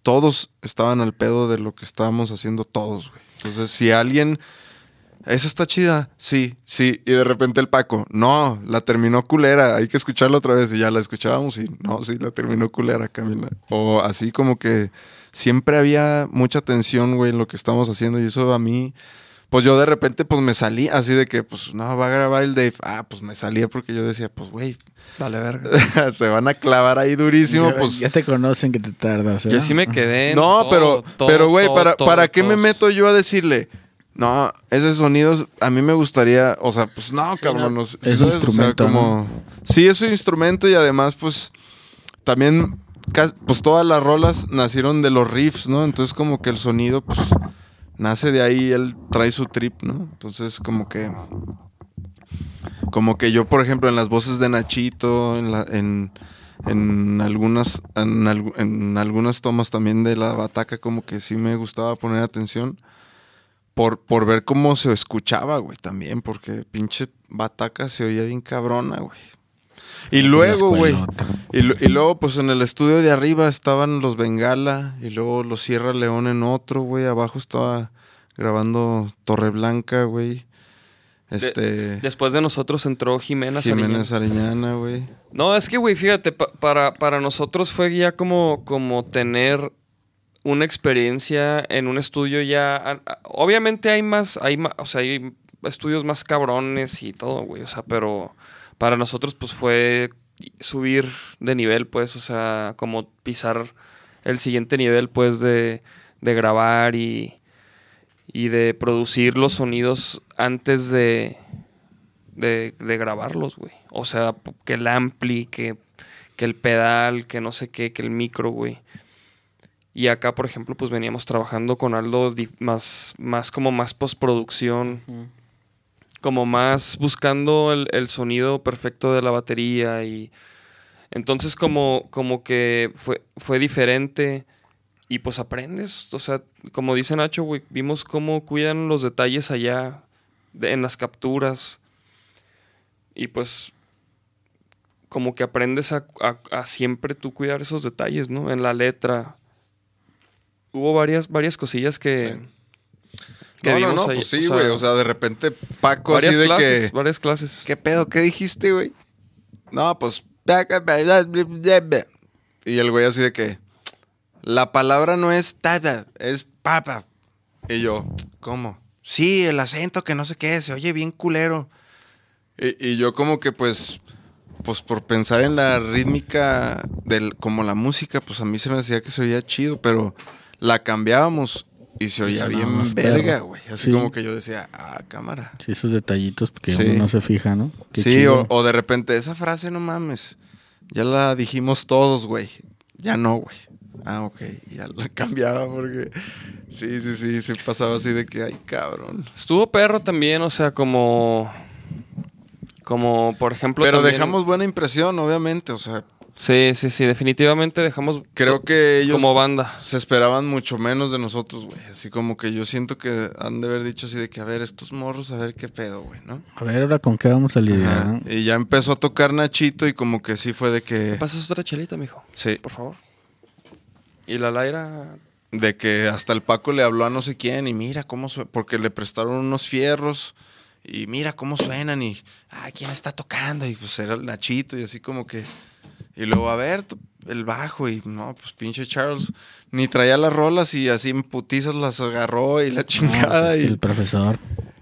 S3: todos estaban al pedo de lo que estábamos haciendo todos, güey. Entonces si alguien... Esa está chida, sí, sí. Y de repente el Paco, no, la terminó culera, hay que escucharla otra vez. Y ya la escuchábamos y no, sí, la terminó culera, Camila. O así como que siempre había mucha tensión, güey, en lo que estamos haciendo. Y eso a mí, pues yo de repente, pues me salí así de que, pues no, va a grabar el Dave. Ah, pues me salía porque yo decía, pues güey,
S2: dale verga.
S3: se van a clavar ahí durísimo,
S4: ya,
S3: pues.
S4: ya te conocen que te tardas. ¿eh?
S2: Yo sí me quedé. en
S3: No,
S2: todo,
S3: pero,
S2: todo,
S3: pero güey,
S2: todo,
S3: ¿para,
S2: todo,
S3: ¿para qué me
S2: todo.
S3: meto yo a decirle? No, esos sonidos a mí me gustaría, o sea, pues no, cabrón,
S4: no,
S3: no sé,
S4: es un
S3: ¿sabes? O sea,
S4: instrumento,
S3: como- sí es un instrumento y además, pues, también, ca- pues todas las rolas nacieron de los riffs, ¿no? Entonces como que el sonido, pues, nace de ahí, él trae su trip, ¿no? Entonces como que, como que yo, por ejemplo, en las voces de Nachito, en la, en, en algunas en, algu- en algunas tomas también de la bataca como que sí me gustaba poner atención por, por ver cómo se escuchaba, güey, también, porque pinche bataca se oía bien cabrona, güey. Y luego, güey,
S4: escuelota.
S3: y, lu- y luego, pues en el estudio de arriba estaban los Bengala, y luego los Sierra León en otro, güey, abajo estaba grabando Torreblanca, güey. Este...
S2: Después de nosotros entró Jimena Sariñán.
S3: Jiménez Ariñana, güey.
S2: No, es que, güey, fíjate, pa- para, para nosotros fue ya como, como tener una experiencia en un estudio ya... a- a- Obviamente hay más, hay ma- o sea, hay estudios más cabrones y todo, güey, o sea, pero para nosotros pues fue subir de nivel, pues, o sea, como pisar el siguiente nivel, pues, de, de grabar y, y de producir los sonidos antes de, de, de grabarlos, güey. O sea, p- que el ampli, que, que el pedal, que no sé qué, que el micro, güey. Y acá, por ejemplo, pues veníamos trabajando con algo dif- más, más como más postproducción. Como más buscando el, el sonido perfecto de la batería y... Entonces como, como que fue, fue diferente Y pues aprendes, o sea, como dice Nacho, güey, vimos cómo cuidan los detalles allá, de- en las capturas. Y pues, como que aprendes a, a- a siempre tú cuidar esos detalles, ¿no? En la letra. Hubo varias, varias cosillas que... que
S3: No, no,
S2: vimos
S3: no,
S2: ahí,
S3: pues sí, güey. O sea, de repente Paco así
S2: varias
S3: de
S2: clases,
S3: que.
S2: varias clases.
S3: ¿Qué pedo? ¿Qué dijiste, güey? No, pues. Y el güey así de que. La palabra no es tata, es papa. Y yo, ¿cómo? Sí, el acento que no sé qué, se oye bien culero. Y, y yo como que pues. Pues por pensar en la rítmica del, como la música, pues a mí se me decía que se oía chido, pero la cambiábamos y se oía
S4: Sonaba
S3: bien
S4: más
S3: verga,
S4: perro.
S3: güey. Así
S4: Sí.
S3: como que yo decía, ah, cámara.
S4: Sí, esos detallitos porque
S3: Sí.
S4: uno no se fija, ¿no? Qué
S3: sí,
S4: chido.
S3: o, o de repente, esa frase no mames. Ya la dijimos todos, güey. Ya no, güey. Ah, ok. Ya la cambiaba porque. Sí, sí, sí. Se pasaba así de que, ay, cabrón.
S2: Estuvo perro también, o sea, como... Como, por ejemplo...
S3: Pero
S2: también-
S3: dejamos buena impresión, obviamente. O sea,
S2: Sí, sí, sí, definitivamente dejamos...
S3: creo que ellos.
S2: Como banda.
S3: Se esperaban mucho menos de nosotros, güey. Así como que yo siento que han de haber dicho así de que, a ver, estos morros, a ver qué pedo, güey, ¿no?
S4: A ver, ahora con qué vamos a lidiar.
S3: Ajá.
S4: ¿no?
S3: Y ya empezó a tocar Nachito y como que sí fue de que.
S2: ¿Pasas otra chelita, mijo?
S3: Sí.
S2: Por favor. Y la Laira...
S3: De que hasta el Paco le habló a no sé quién y mira cómo suena, porque le prestaron unos fierros y mira cómo suenan y, ah, ¿quién está tocando? Y pues era el Nachito y así como que, y luego a ver tú, el bajo y no, pues pinche Charles, ni traía las rolas y así en putizas las agarró y la
S4: No,
S3: chingada
S4: pues,
S3: y,
S4: El profesor.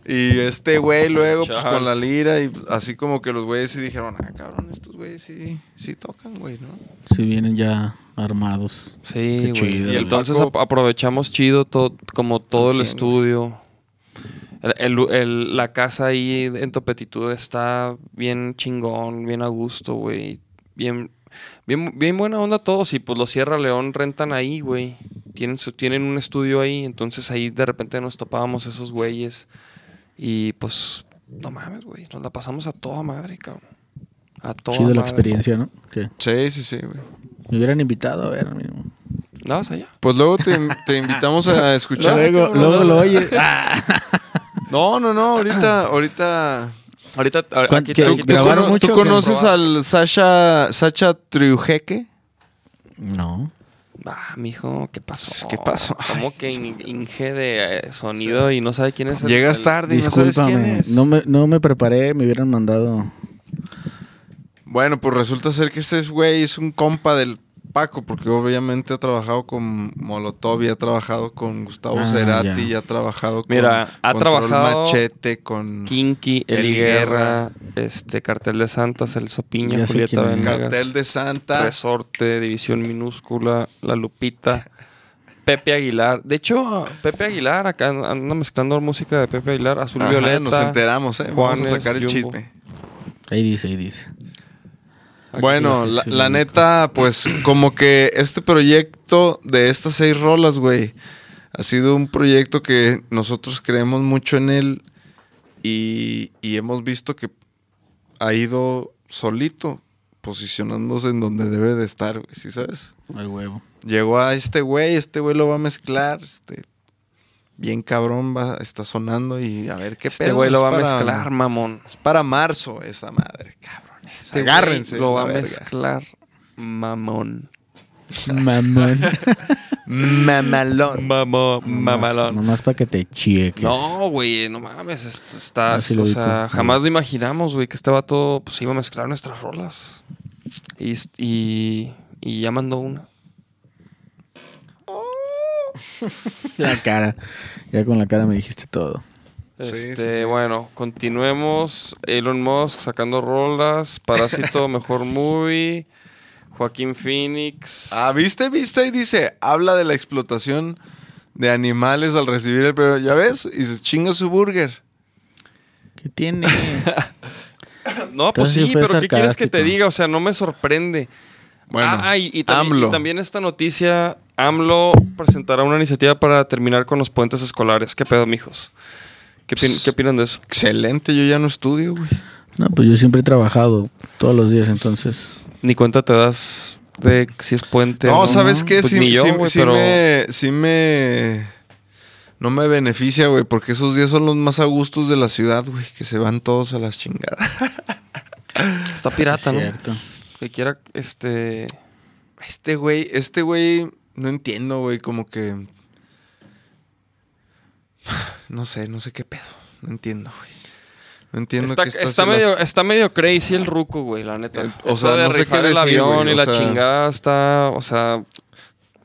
S3: y este güey luego pues
S2: Charles.
S3: con la lira y así como que los güeyes sí dijeron, ah, cabrón, estos güeyes sí, sí tocan, güey, ¿no?
S4: Si vienen ya armados.
S2: Sí,
S4: Qué
S2: güey. Y
S4: chido, güey.
S2: entonces
S3: Paco-
S2: ap- aprovechamos chido todo, como todo el
S3: Sí,
S2: estudio. El- el- el- la casa ahí en Topetitud está bien chingón, bien a gusto, güey. Bien, bien, bien buena onda todos. Y pues los Sierra León rentan ahí, güey. Tienen, su, tienen un estudio ahí. Entonces ahí de repente nos topábamos esos güeyes. Y pues, no mames, güey. Nos la pasamos a toda madre, cabrón. A toda
S4: Chido
S2: madre.
S4: la experiencia, ¿no? Que
S3: Sí, sí, sí, güey.
S4: me hubieran invitado a ver. mínimo.
S2: ¿Dabas allá?
S3: Pues luego te, te invitamos a escuchar.
S4: Luego, luego lo Ah. oye.
S3: No, no, no, ahorita, ahorita.
S2: Ahorita, a-
S4: ¿Cuán-
S2: aquí,
S4: qué-
S2: aquí-
S3: ¿Tú, tú
S4: grabaron
S3: cono-
S4: mucho
S3: tú
S4: o qué?
S3: conoces al Sasha, Sasha Triujeque?
S4: No.
S2: Ah, mijo, ¿qué
S3: Pues,
S2: pasó?
S3: ¿Qué pasó?
S2: ¿Cómo que in- inge de eh, sonido y no sabe quién es el-
S3: Llegas
S2: el-
S3: tarde y no sabes quién
S4: Discúlpame.
S3: es.
S4: No me, no me preparé, me hubieran mandado.
S3: Bueno, pues resulta ser que este es, güey es un compa del Paco, porque obviamente ha trabajado con Molotov y ha trabajado con Gustavo
S4: Ah,
S3: Cerati
S4: ya.
S3: y ha trabajado con.
S2: Mira, ha
S3: Control
S2: trabajado-
S3: Machete, con.
S2: Kinky, El
S3: El
S2: Guerra, este, Cartel de Santas, El Sopiña,
S4: Ya sé
S2: Julieta
S4: quién es.
S2: Venegas,
S3: Cartel de Santa.
S2: Resorte, División Minúscula, La Lupita, Pepe Aguilar. De hecho, Pepe Aguilar, acá an- anda mezclando música de Pepe Aguilar, Azul
S3: Ajá,
S2: Violeta.
S3: nos enteramos, ¿eh? Vamos
S2: Juanes,
S3: a sacar el
S2: Jumbo.
S3: chisme.
S4: Ahí dice, ahí dice.
S3: Bueno,
S2: Ah,
S4: sí,
S3: la,
S4: sí,
S3: la
S4: sí.
S3: neta, pues como que este proyecto de estas seis rolas, güey, ha sido un proyecto que nosotros creemos mucho en él y, y hemos visto que ha ido solito, posicionándose en donde debe de estar, güey, ¿sí sabes?
S4: Ay, huevo.
S3: Llegó a este güey, este güey lo va a mezclar, este... Bien cabrón, va, está sonando y a ver qué
S2: Este
S3: pedo,
S2: güey lo
S3: es
S2: va a
S3: para-
S2: mezclar, mamón.
S3: Es para marzo esa madre, cabrón.
S2: Este güey
S3: Agárrense.
S2: Lo
S3: la
S2: va a
S3: verga.
S2: mezclar, mamón.
S4: Mamón.
S3: Mamalón.
S2: Mamón,
S4: Nomás, nomás para que te chieques.
S2: No, güey, no mames, est- estás,
S4: Así lo
S2: o
S4: ubico.
S2: sea, jamás lo imaginamos, güey, que este vato pues iba a mezclar nuestras rolas. Y, s- y, y ya mandó una.
S4: La cara. Ya con la cara me dijiste todo.
S3: Sí,
S2: Este,
S3: sí, sí.
S2: bueno, continuemos. Elon Musk sacando rolas, Parásito Mejor Movie, Joaquín Phoenix.
S3: Ah, viste, viste, y dice, habla de la explotación de animales al recibir el premio. ¿Ya ves? Y se chinga su burger.
S4: ¿Qué tiene?
S2: no, pues
S4: entonces sí
S2: sí,
S4: fue
S2: pero ¿qué quieres que te
S4: sarcástico.
S2: diga? O sea, no me sorprende.
S3: Bueno,
S2: Ah, ah, y, y también,
S3: AMLO.
S2: y también esta noticia, AMLO presentará una iniciativa para terminar con los puentes escolares. ¿Qué pedo, mijos? ¿Qué, opin-
S3: Pss.
S2: qué opinan de eso?
S3: Excelente, yo ya no estudio, güey.
S4: No, pues yo siempre he trabajado todos los días, entonces.
S2: Ni cuenta te das de si es puente.
S3: No, ¿sabes qué?
S2: Pues
S3: sí,
S2: ni yo,
S3: sí-
S2: güey,
S3: sí
S2: pero-
S3: me, sí me- No me beneficia, güey, porque esos días son los más a gustos de la ciudad, güey, que se van todos a las chingadas.
S2: Está pirata, ¿no?
S4: Cierto.
S2: Que quiera, este...
S3: Este güey, este güey, no entiendo, güey, como que... No sé, no sé qué pedo. No entiendo, güey. No entiendo
S2: Está,
S3: qué está,
S2: está
S3: haciendo
S2: medio, está medio crazy el ruco, güey, la neta.
S3: Eh, o
S2: o
S3: sea,
S2: sea, de
S3: no sé qué
S2: rifar el
S3: decir,
S2: avión
S3: güey,
S2: y
S3: o
S2: la
S3: sea-
S2: chingada está... O sea,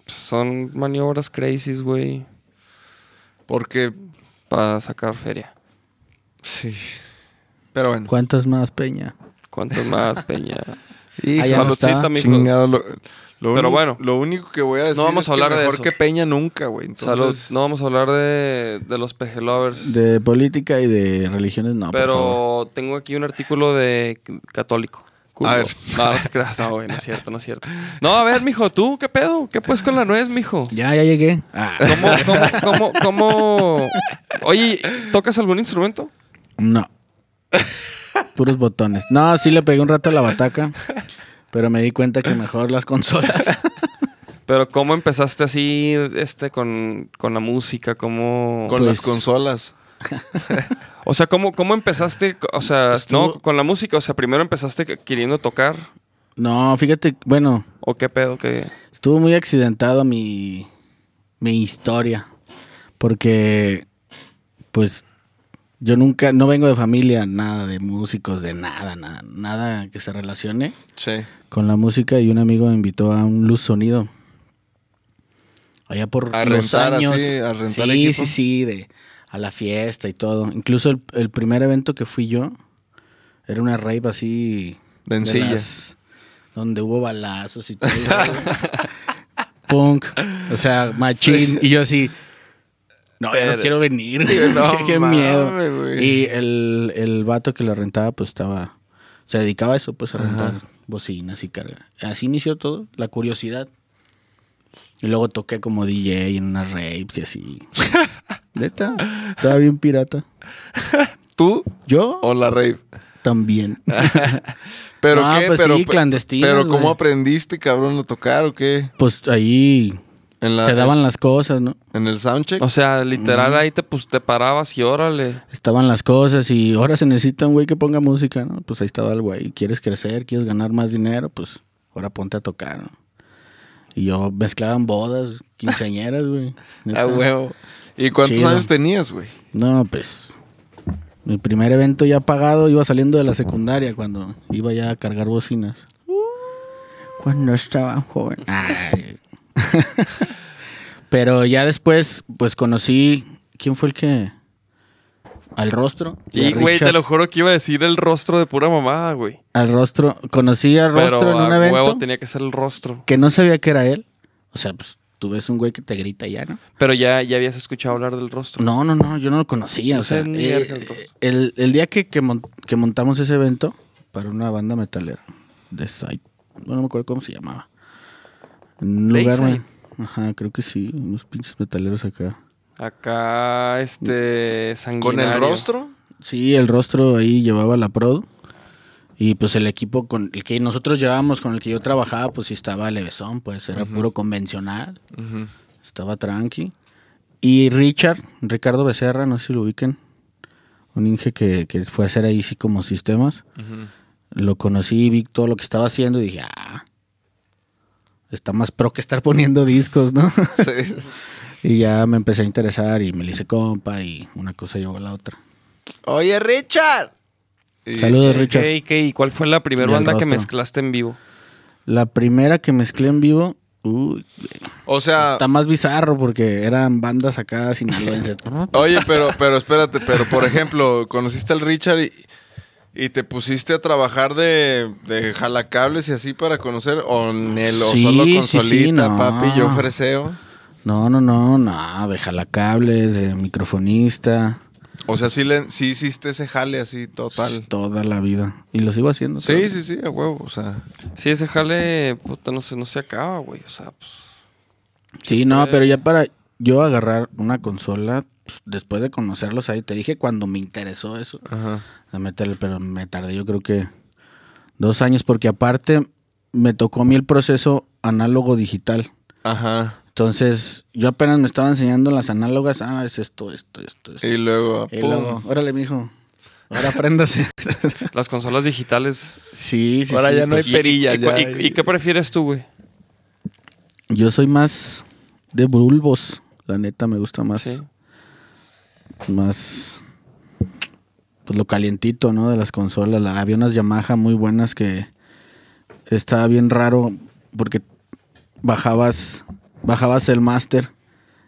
S2: son maniobras crazy, güey,
S3: Porque,
S2: para sacar feria.
S3: sí. Pero bueno.
S4: ¿Cuántas más, Peña?
S2: ¿Cuántos más, Peña?
S4: Ah, ya no
S2: Saludcita,
S4: está.
S2: mijos.
S3: Chingado, lo, lo
S2: Pero
S3: único,
S2: bueno.
S3: lo único que voy a decir
S2: vamos
S3: es
S2: a hablar
S3: que
S2: de
S3: mejor
S2: eso.
S3: que Peña nunca, güey.
S2: Salud.
S3: Entonces,
S2: No vamos a hablar de, de los pejelovers.
S4: De política y de religiones, no. por favor.
S2: pero tengo aquí un artículo de católico. Culo.
S3: A ver.
S2: No, no te creas. No, güey, no es cierto, no es cierto. No, a ver, mijo, ¿tú qué pedo? ¿Qué pues con la nuez, mijo?
S4: Ya, ya llegué. Ah,
S2: ¿Cómo, cómo, cómo, cómo? Oye, ¿tocas algún instrumento?
S4: no. Puros botones. No, sí le pegué un rato a la bataca, pero me di cuenta que mejor las consolas.
S2: Pero ¿cómo empezaste así este, con, con la música? ¿Cómo...
S3: Con
S4: Pues-
S3: las consolas.
S2: O sea, ¿cómo, cómo empezaste? O sea,
S4: Estuvo-
S2: ¿no? Con la música. O sea, primero empezaste queriendo tocar.
S4: No, fíjate, bueno,
S2: ¿O qué pedo? que
S4: Estuvo muy accidentado mi, mi historia. Porque, pues, yo nunca, no vengo de familia, nada de músicos, de nada, nada, nada que se relacione
S3: Sí.
S4: con la música. Y un amigo me invitó a un luz sonido. Allá por
S3: A
S4: los
S3: rentar
S4: años.
S3: así, a rentar
S4: sí,
S3: equipo.
S4: sí, sí, de, a la fiesta y todo. Incluso el, el primer evento que fui yo era una rave así
S3: De
S4: de
S3: encilla.
S4: las- donde hubo balazos y todo. Punk. O sea, machín. Y yo así. No, yo no
S2: Pero-
S4: quiero venir.
S3: no
S4: Qué- Qué
S3: mames,
S4: miedo.
S3: güey.
S4: Y el, el vato que la rentaba, pues estaba. Se dedicaba a eso, pues a rentar bocinas y carga. Así inició todo, la curiosidad. Y luego toqué como DJ en unas rapes y así. Neta, estaba bien pirata.
S3: ¿Tú
S4: Yo
S3: o la rave?
S4: también.
S3: ¿Pero
S4: No,
S3: qué?
S4: pues
S3: pero,
S4: sí, clandestinas,
S3: ¿Pero cómo
S4: güey.
S3: aprendiste, cabrón, a tocar o qué?
S4: Pues ahí
S3: ¿En, la,
S4: te daban las cosas, ¿no?
S3: en el soundcheck?
S2: O sea, literal ahí te, pues, te parabas y órale.
S4: Estaban las cosas y ahora se necesita un güey que ponga música, ¿no? Pues ahí estaba el güey. ¿Quieres crecer? ¿Quieres ganar más dinero? Pues ahora ponte a tocar, ¿no? Y yo mezclaban bodas, quinceañeras, güey.
S3: a
S4: Neta.
S3: Ah, huevo. ¿Y cuántos
S4: Chido.
S3: años tenías, güey?
S4: No, pues. Mi primer evento ya pagado iba saliendo de la secundaria cuando iba ya a cargar bocinas.
S2: Uh.
S4: Cuando estaba joven. Ay. Pero ya después, pues conocí. ¿Quién fue el que.? Al rostro.
S2: Y,
S4: a
S2: güey, te
S4: Richards.
S2: lo juro que iba a decir el rostro de pura mamada, güey.
S4: Al rostro. Conocí al rostro
S2: Pero
S4: en un
S2: a
S4: evento
S2: huevo tenía que ser el rostro.
S4: que no sabía que era él. O sea, pues tú ves un güey que te grita y ya, ¿no?
S2: Pero ya, ya habías escuchado hablar del rostro.
S4: No, no, no, yo no lo conocía.
S2: No
S4: o sea,
S2: sé ni
S4: eh,
S2: verga el rostro.
S4: el, el día que, que, mon- que montamos ese evento para una banda metalera de Side, bueno, no me acuerdo cómo se llamaba. En un lugar,
S2: Dayside.
S4: güey, Ajá, creo que sí, unos pinches metaleros acá.
S2: Acá, este,
S3: ¿Con
S2: sanguinario.
S3: el rostro?
S4: Sí, el rostro ahí llevaba la prod. Y pues el equipo con el que nosotros llevábamos, con el que yo trabajaba, pues sí estaba levesón, pues era puro convencional.
S3: Ujú.
S4: Estaba tranqui. Y Richard, Ricardo Becerra, no sé si lo ubiquen. Un inge que, que fue a hacer ahí sí como sistemas. Lo conocí, vi todo lo que estaba haciendo y dije, ah, está más pro que estar poniendo discos, ¿no?
S3: Sí.
S4: y ya me empecé a interesar y me le hice compa y una cosa llevó a la otra.
S3: Oye, Richard. Y-
S4: Saludos,
S2: ¿Qué,
S4: Richard.
S2: qué, qué? ¿Y cuál fue la primera
S4: Y el
S2: banda que
S4: rostro.
S2: mezclaste en vivo?
S4: La primera que mezclé en vivo, uy,
S3: O sea,
S4: está más bizarro porque eran bandas acá sinaloenses.
S3: oye, pero, pero espérate, pero por ejemplo, conociste al Richard y, y te pusiste a trabajar de, de jalacables y así para conocer, o, en el- o
S4: Sí,
S3: solo
S4: sí,
S3: con
S4: sí,
S3: solita,
S4: no.
S3: papi, yo freseo.
S4: No, no, no, no, de jalacables, de microfonista.
S3: O sea, sí, le, sí hiciste ese jale así total.
S4: Toda la vida. Y lo sigo haciendo.
S3: Sí,
S4: todavía.
S3: sí, sí, a huevo, o sea.
S2: Sí, ese jale, puta, no se, no se acaba, güey. O sea, pues...
S4: Sí, no,
S3: Eh.
S4: pero ya para yo agarrar una consola, pues, después de conocerlos ahí, te dije cuando me interesó eso,
S3: Ajá.
S4: a meterle, pero me tardé yo creo que dos años, porque aparte me tocó a mí el proceso análogo digital.
S3: Ajá.
S4: Entonces, yo apenas me estaba enseñando las análogas. Ah, es esto, esto, esto, esto.
S3: Y luego,
S4: Pues, Y
S3: pum.
S4: luego, órale, mijo. Ahora apréndase.
S2: Las consolas digitales.
S4: sí, sí.
S3: Ahora
S4: sí,
S3: ya no hay
S4: pues,
S3: perilla.
S2: ¿Y, cu-
S3: ya
S2: y-
S3: hay-
S2: y qué prefieres tú, güey?
S4: Yo soy más de bulbos. La neta me gusta más.
S2: Sí.
S4: Más. Pues lo calientito, ¿no? De las consolas. La- había unas Yamaha muy buenas que. Estaba bien raro porque bajabas. Bajabas el máster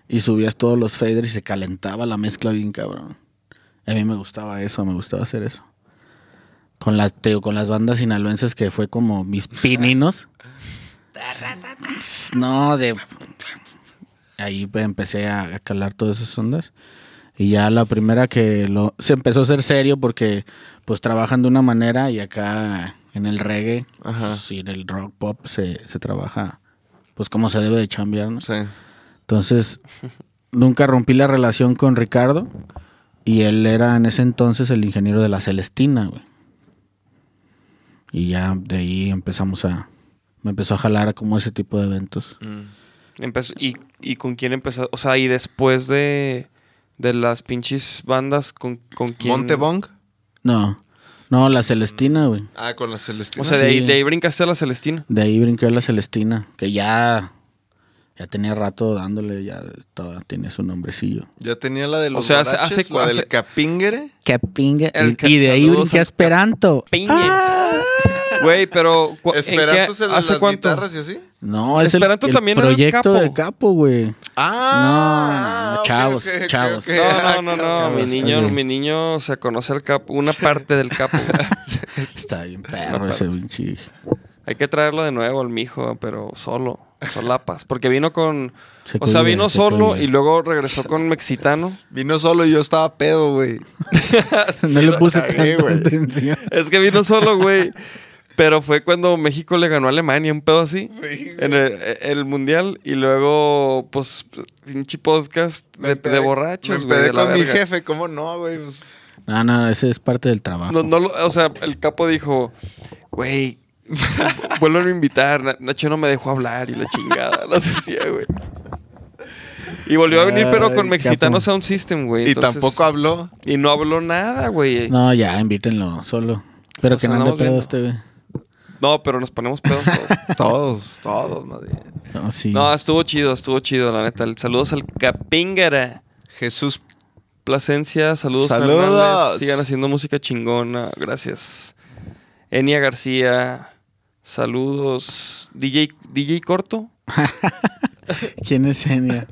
S4: y subías todos los faders y se calentaba la mezcla bien cabrón. A mí me gustaba eso, me gustaba hacer eso. Con las, te digo, con las bandas sinaloenses que fue como mis pininos. No, de. Ahí pues, empecé a, a calar todas esas ondas. Y ya la primera que lo. Se empezó a ser serio porque, pues, trabajan de una manera y acá en el reggae
S3: Ajá.
S4: pues, y en el rock pop se, se trabaja, pues, como se debe de chambear, ¿no?
S3: Sí.
S4: Entonces, nunca rompí la relación con Ricardo. Y él era en ese entonces el ingeniero de la Celestina, güey. Y ya de ahí empezamos a. Me empezó a jalar a como ese tipo de eventos.
S2: Mm. Empezó- y, ¿Y con quién empezaste? O sea, y después de, de las pinches bandas, ¿con, con quién?
S3: ¿Montebong?
S4: No, no, la Celestina, güey.
S3: Ah, con la Celestina.
S2: O sea, de ahí,
S4: Sí.
S2: de ahí brincaste a la Celestina.
S4: De ahí brinqué a la Celestina, que ya. Ya tenía rato dándole, ya estaba- tenía su nombrecillo.
S3: ya tenía la de los
S2: O sea, hace-
S3: guaraches,
S2: hace-
S3: la
S2: hace-
S3: del capíngere.
S4: Que pingue.
S2: El
S4: y-
S2: que
S4: y de ahí
S2: saludos
S4: brinqué
S2: al
S4: a Esperanto. Ah.
S2: Güey, pero. cu- ¿en
S3: Esperanto
S2: qué-
S3: se las
S2: ¿Hace cuánto?
S3: guitarras y así.
S4: No, es el-
S2: Esperanto
S4: el,
S2: también era el
S4: proyecto
S2: capo.
S4: de capo, güey.
S3: Ah,
S4: No,
S3: ok,
S4: chavos,
S3: ok, ok,
S4: chavos.
S3: ok.
S2: No, no, no, no. mi
S4: Chavos,
S2: niño,
S4: ok.
S2: mi niño se conoce al capo, una parte del capo. güey.
S4: Está bien perro ese pinche.
S2: Hay que traerlo de nuevo al mijo, pero solo, solapas. Porque vino con.
S4: Se
S2: o sea,
S4: cuelga,
S2: vino
S4: se
S2: solo
S4: cuelga.
S2: y luego regresó con Mexitano.
S3: Vino solo y yo estaba pedo, güey.
S4: no le puse
S3: cagué,
S4: tanta
S3: güey.
S4: atención.
S2: Es que vino solo, güey. Pero fue cuando México le ganó a Alemania, un pedo así. en el, el mundial. Y luego, pues, pinche podcast de,
S3: empedé-
S2: de borrachos,
S3: Me
S2: güey.
S3: empedé
S2: de la
S3: con mi
S2: verga.
S3: jefe, ¿cómo no, güey? Pues,
S4: No, Ah, no, ese es parte del trabajo.
S2: No, no lo- o sea, el capo dijo, güey, vuelvo a invitar. Na- Nacho no me dejó hablar y la chingada. No sé si, güey. Y volvió a venir, pero con
S4: Ay,
S2: Mexicano
S4: capo.
S2: Sound System, güey.
S3: y
S2: Entonces-
S3: tampoco habló.
S2: Y no habló nada, güey. No.
S4: No, ya, invítenlo solo. Pero
S2: Nos
S4: que no ande
S2: andamos
S4: pedo
S2: viendo.
S4: este, güey.
S2: pero nos ponemos pedos todos.
S3: Todos, todos, más bien.
S4: No, sí.
S2: No, estuvo chido, estuvo chido, la neta. Saludos al Capíngara.
S3: Jesús.
S2: Plasencia, saludos.
S3: Saludos.
S2: Hernández. Sigan haciendo música chingona, gracias. Enia García, saludos. DJ, DJ Corto.
S4: ¿Quién es Enya?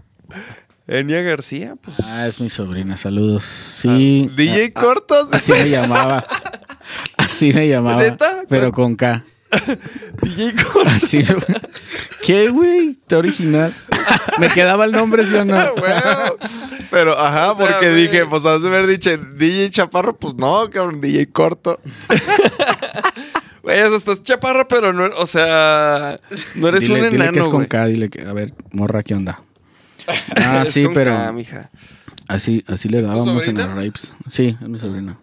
S2: Enia García, pues.
S4: Ah, es mi sobrina, saludos.
S2: Ah,
S4: Sí. Ah,
S3: DJ Cortos.
S4: Así me llamaba. Así me llamaba.
S2: ¿Neta?
S4: Pero con K.
S2: DJ Corto.
S4: Así. güey. ¿Qué, güey? Está original. ¿Me quedaba el nombre, sí o no?
S3: Huevo. Pero, ajá,
S2: O sea,
S3: porque
S2: güey.
S3: dije, pues has de haber dicho DJ Chaparro, pues no, cabrón, DJ Corto.
S2: Güey, o sea, estás chaparra, pero no, o sea, no eres
S4: dile,
S2: un
S4: dile que es
S2: enano,
S4: con
S2: güey.
S4: K, dile que, a ver, morra, ¿qué onda? Ah,
S2: Es
S4: sí,
S2: con
S4: pero
S2: K, mija.
S4: así, así le
S3: tu
S4: dábamos en
S3: sobrina?
S4: las rapes. Sí, es mi sobrina.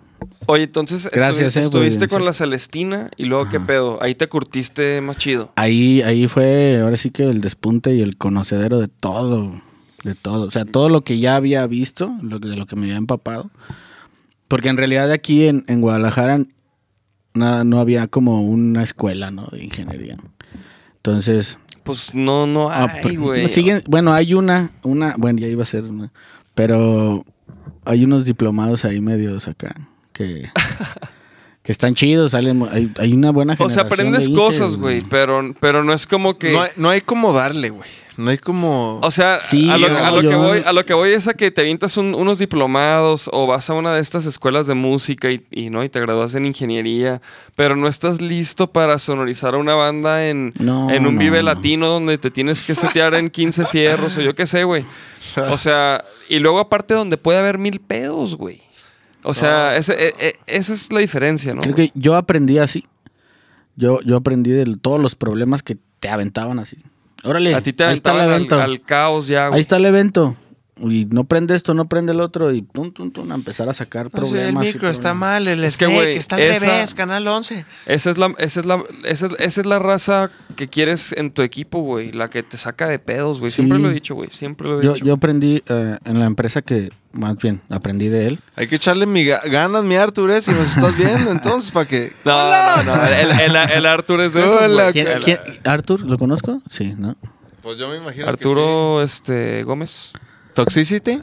S2: Oye, entonces estu-
S4: Gracias, eh, por
S2: estuviste con
S4: evidenciar.
S2: la Celestina y luego, ¿qué pedo? Ahí te curtiste más chido.
S4: Ahí, ahí fue, ahora sí que el despunte y el conocedero de todo, de todo. O sea, todo lo que ya había visto, lo que- de lo que me había empapado. Porque en realidad aquí en, en Guadalajara nada, no había como una escuela, ¿no? De ingeniería. Entonces,
S2: Pues no, no
S4: Ah,
S2: hay,
S4: pero-
S2: güey.
S4: siguen- bueno, hay una, una, bueno, ya iba a ser una, pero hay unos diplomados ahí medios acá que, que están chidos, salen, mu- hay, hay una buena
S2: O sea,
S4: generación
S2: aprendes
S4: de inges,
S2: cosas, güey, pero, pero no es como que...
S3: No hay, no hay como darle, güey. No hay como.
S2: O sea,
S4: Sí,
S2: a, lo, a lo
S4: yo-
S2: que voy, a lo que voy es a que te avientas un- unos diplomados o vas a una de estas escuelas de música y, y, no y te gradúas en ingeniería, pero no estás listo para sonorizar a una banda en,
S4: No,
S2: en un
S4: no,
S2: vive
S4: no.
S2: latino donde te tienes que setear en 15 fierros o yo qué sé, güey. O sea, y luego aparte donde puede haber mil pedos, güey. O sea, ese- e- e- esa es la diferencia, ¿no?
S4: Creo que yo aprendí así. Yo, yo aprendí de todos los problemas que te aventaban así. Órale,
S2: a ti te
S4: ahí está el
S2: aventaban al,
S4: evento.
S2: al caos ya,
S4: ahí
S2: güey.
S4: está el evento. Y no prende esto, no prende el otro. Y tum, tum, tum, a empezar a sacar
S5: No sé,
S4: problemas.
S5: el
S4: y
S5: micro está
S4: problemas.
S5: mal, el
S2: Es que,
S5: steak
S2: güey,
S5: está al
S2: esa-
S5: revés, canal 11.
S2: Esa es la, esa es la, esa es, esa es la raza que quieres en tu equipo, güey. La que te saca de pedos, güey.
S4: Sí.
S2: Siempre lo he dicho, güey. Siempre lo he
S4: Yo,
S2: dicho.
S4: yo aprendí eh, en la empresa que, más bien, aprendí de él.
S3: Hay que echarle mi ga- ganas, mi Artur, eh, si nos estás viendo, entonces, para que.
S2: No, no, no, El, el- el Arthur es de esos, güey.
S3: Hola,
S4: ¿Quién,
S2: El-
S4: quién- ¿Arthur? ¿Lo conozco? Sí, ¿no?
S3: Pues yo me imagino
S2: Arturo este, Gómez.
S4: Ah,
S3: ¿Toxicity?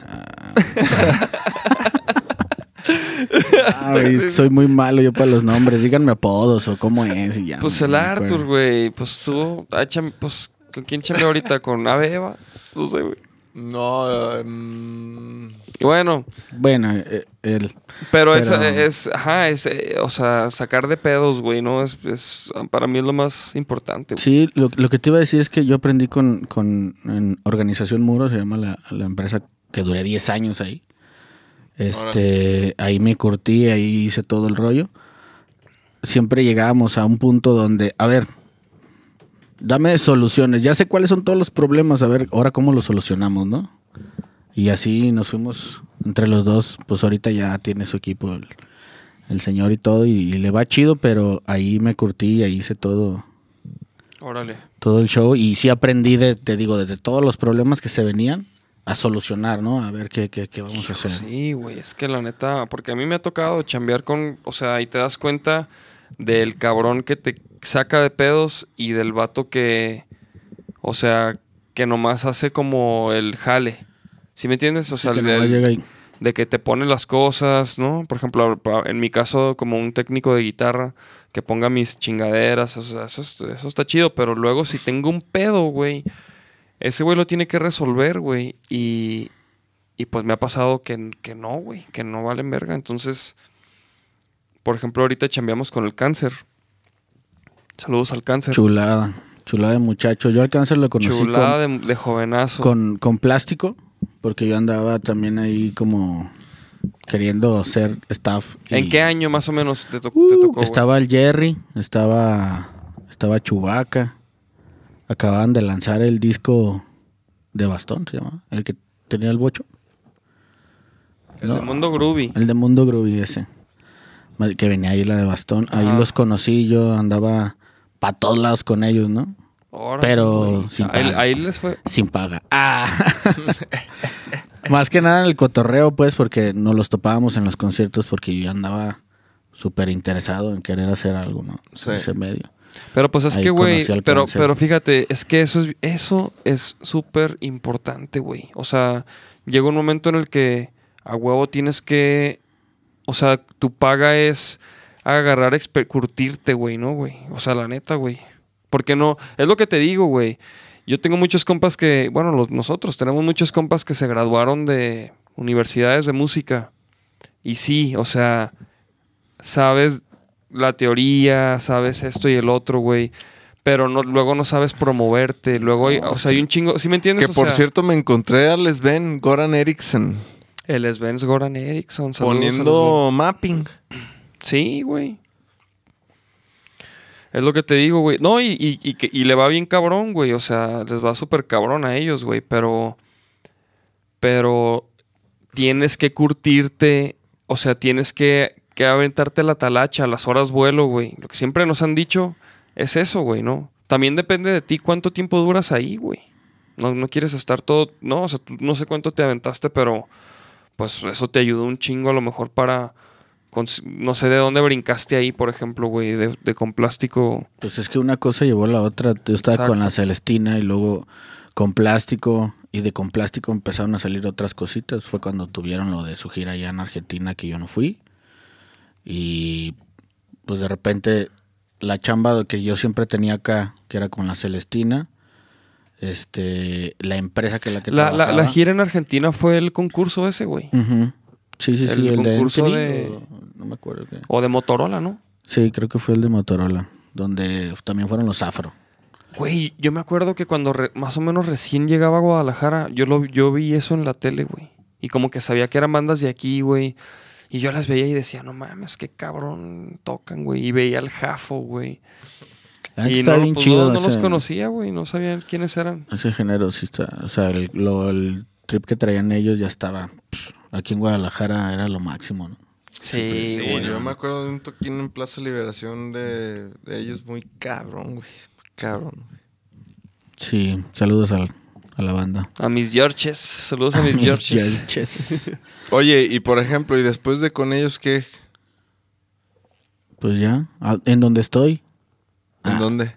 S2: Ah,
S4: Ay, es que soy muy malo yo para los nombres. Díganme apodos o cómo es y ya.
S2: Pues
S4: no
S2: el
S4: me
S2: Arthur,
S4: acuerdo.
S2: güey. Pues tú, ah, chame- pues, ¿con quién chame ahorita? ¿Con Abeba? No sé, güey.
S3: No. eh, mm,
S2: Y Bueno,
S4: Bueno, eh, él.
S2: pero, es,
S4: Pero-
S2: es, ajá, es, eh, o sea, sacar de pedos, güey, ¿no? Es, es- para mí es lo más importante, güey.
S4: Sí, lo, lo que te iba a decir es que yo aprendí con, con en Organización Muro, se llama la, la empresa que duré 10 años ahí. Este, ahí me curtí, ahí hice todo el rollo. Siempre llegábamos a un punto donde, a ver, dame soluciones. Ya sé cuáles son todos los problemas, a ver, ahora cómo los solucionamos, ¿no? Y así nos fuimos entre los dos. Pues ahorita ya tiene su equipo el, el señor y todo, y, y le va chido, pero ahí me curtí, ahí hice todo
S2: Órale.
S4: todo el show y sí aprendí, de, te digo, desde todos los problemas que se venían a solucionar, ¿no? A ver qué, qué, qué vamos a hacer.
S2: Pues Sí, güey, es que la neta, porque a mí me ha tocado chambear con, o sea, y te das cuenta del cabrón que te saca de pedos y del vato que, o sea, que nomás hace como el jale. ¿Sí me entiendes? O sea,
S4: Que
S2: el-
S4: nomás
S2: el-
S4: llega ahí.
S2: de que te pone las cosas, ¿no? Por ejemplo, pa- en mi caso, como un técnico de guitarra, que ponga mis chingaderas, o sea, eso, es- eso está chido, pero luego si tengo un pedo, güey, ese güey lo tiene que resolver, güey, y, y pues me ha pasado que, que no, güey, que no valen verga. Entonces, por ejemplo, ahorita chambeamos con el cáncer. Saludos al cáncer.
S4: Chulada, chulada de muchacho. Yo al cáncer lo conocí
S2: Chulada
S4: con,
S2: de, de jovenazo.
S4: con, con plástico, porque yo andaba también ahí como queriendo ser staff. y-
S2: ¿En qué año más o menos te, to- te
S4: Uh,
S2: tocó? güey?
S4: estaba el Jerry, estaba, estaba Chubaca. Acababan de lanzar el disco de bastón, se llama, el que tenía el bocho.
S2: El
S4: no.
S2: de Mundo Groovy.
S4: El de Mundo Groovy ese. Mal- Que venía ahí la de bastón. Ahí
S2: Ajá.
S4: los conocí, yo andaba para todos lados con ellos, ¿no?
S2: Órale,
S4: Pero
S2: güey.
S4: sin
S2: ahí,
S4: pagar.
S2: ahí les fue.
S4: Sin paga. Ah. Más que nada en el cotorreo, pues, porque nos los topábamos en los conciertos porque yo andaba súper interesado en querer hacer algo, ¿no?
S3: Sí.
S4: En ese medio.
S2: Pero pues es
S4: Ahí
S2: que, güey,
S4: conocí al
S2: pero,
S4: cáncer.
S2: pero fíjate, es que eso es eso es súper importante, güey. O sea, llega un momento en el que a huevo tienes que, o sea, tu paga es agarrar, exper- curtirte, güey, ¿no, güey? O sea, la neta, güey. Porque no, es lo que te digo, güey. Yo tengo muchos compas que, bueno, los- nosotros tenemos muchos compas que se graduaron de universidades de música. Y sí, o sea, sabes la teoría, sabes esto y el otro, güey. Pero no, luego no sabes promoverte. Luego hay, o sea, hay un chingo. ¿Sí me entiendes?
S3: Que
S2: O
S3: por
S2: sea,
S3: cierto me encontré a Les Ben Goran Erickson
S2: El Svens Goran Eriksson. saludos a los
S3: poniendo mapping.
S2: Sí, güey. Es lo que te digo, güey. No, y, y- y que- y le va bien cabrón, güey. O sea, les va súper cabrón a ellos, güey. Pero. Pero. Tienes que curtirte. O sea, tienes que, que aventarte la talacha, las horas vuelo, güey. Lo que siempre nos han dicho es eso, güey, ¿no? También depende de ti cuánto tiempo duras ahí, güey. No, no quieres estar todo. No, o sea, tú no sé cuánto te aventaste, pero. Pues eso te ayudó un chingo a lo mejor para cons- no sé de dónde brincaste ahí, por ejemplo, güey, de, de con plástico.
S4: Pues es que una cosa llevó a la otra. Yo estaba
S2: Exacto.
S4: con la Celestina y luego con plástico. Y de con plástico empezaron a salir otras cositas. Fue cuando tuvieron lo de su gira allá en Argentina que yo no fui. Y pues de repente la chamba que yo siempre tenía acá, que era con la Celestina, este, la empresa que la que
S2: La, la- la
S4: trabajaba. Mm.
S2: gira en Argentina fue el concurso ese, güey.
S4: Ujú. Sí, sí, sí,
S2: El
S4: el, de
S2: concurso
S4: MTV,
S2: de-
S4: o- no me acuerdo qué.
S2: O de Motorola, ¿no?
S4: Sí, creo que fue el de Motorola, donde también fueron los afro.
S2: Güey, yo me acuerdo que cuando re- más o menos recién llegaba a Guadalajara, yo, lo, yo vi eso en la tele, güey. Y como que sabía que eran bandas de aquí, güey. Y yo las veía y decía, no mames, qué cabrón tocan, güey. Y veía al Jafo, güey.
S4: La neta
S2: y
S4: está
S2: no,
S4: Ah, bien
S2: pues,
S4: chido
S2: no, no los
S4: ese-
S2: conocía, güey. No sabían quiénes eran.
S4: Ese género sí está. O sea, el, lo- el trip que traían ellos ya estaba. pff, Aquí en Guadalajara era lo máximo, ¿no?
S2: Sí,
S3: Sí,
S2: güey.
S3: yo me acuerdo de un toquín en Plaza Liberación de, de ellos muy cabrón, güey. Muy Cabrón.
S4: Sí, saludos al- a la banda.
S2: A mis Georges. Saludos a mis Georges.
S4: Georges.
S3: Oye, y por ejemplo, y después de con ellos, ¿qué? ¿En
S4: Pues ya, ah, en donde estoy, Ah.
S3: dónde?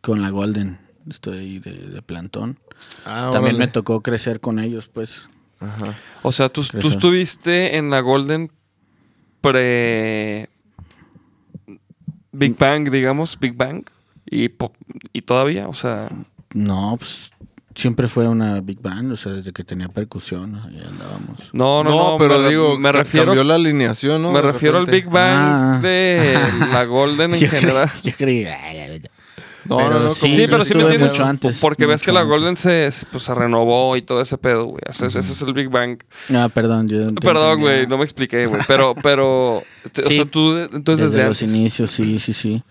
S4: con la Golden. Estoy de, de plantón.
S3: Ah,
S4: También me
S3: órale.
S4: tocó crecer con ellos, pues.
S3: Ajá.
S2: O sea, tú, tú
S4: Crecer.
S2: estuviste en la Golden pre.
S4: Mm.
S2: Big Bang, digamos, Big Bang. Y, po- y todavía, o sea.
S4: No, pues siempre fue una big band, o sea, desde que tenía percusión, ¿no? ahí andábamos.
S2: No,
S3: No,
S2: no, no.
S3: pero
S2: me,
S3: digo,
S2: me
S3: ca-
S2: refiero,
S3: cambió la alineación, ¿no?
S2: me
S3: De
S2: refiero al
S3: repente.
S2: Big Bang
S4: Ah.
S2: de la Golden en
S4: Yo creí-
S2: general.
S4: yo creí, ay, ay, ay.
S3: No,
S4: Pero
S3: no, no,
S4: sí,
S3: como
S2: Sí,
S3: que
S2: pero
S4: yo
S2: sí me
S4: estuve
S2: entiendes.
S4: mucho antes,
S2: porque ves
S4: mucho
S2: que la
S4: antes.
S2: Golden se, se- pues, se renovó y todo ese pedo, güey. Ese, ese es el Big Bang.
S4: No, perdón, yo te
S2: Perdón,
S4: entendí.
S2: güey, no me expliqué, güey. Pero, pero. te- O
S4: Sí.
S2: sea, tú, de- entonces, desde,
S4: desde, los
S2: antes.
S4: inicios, sí, sí, sí.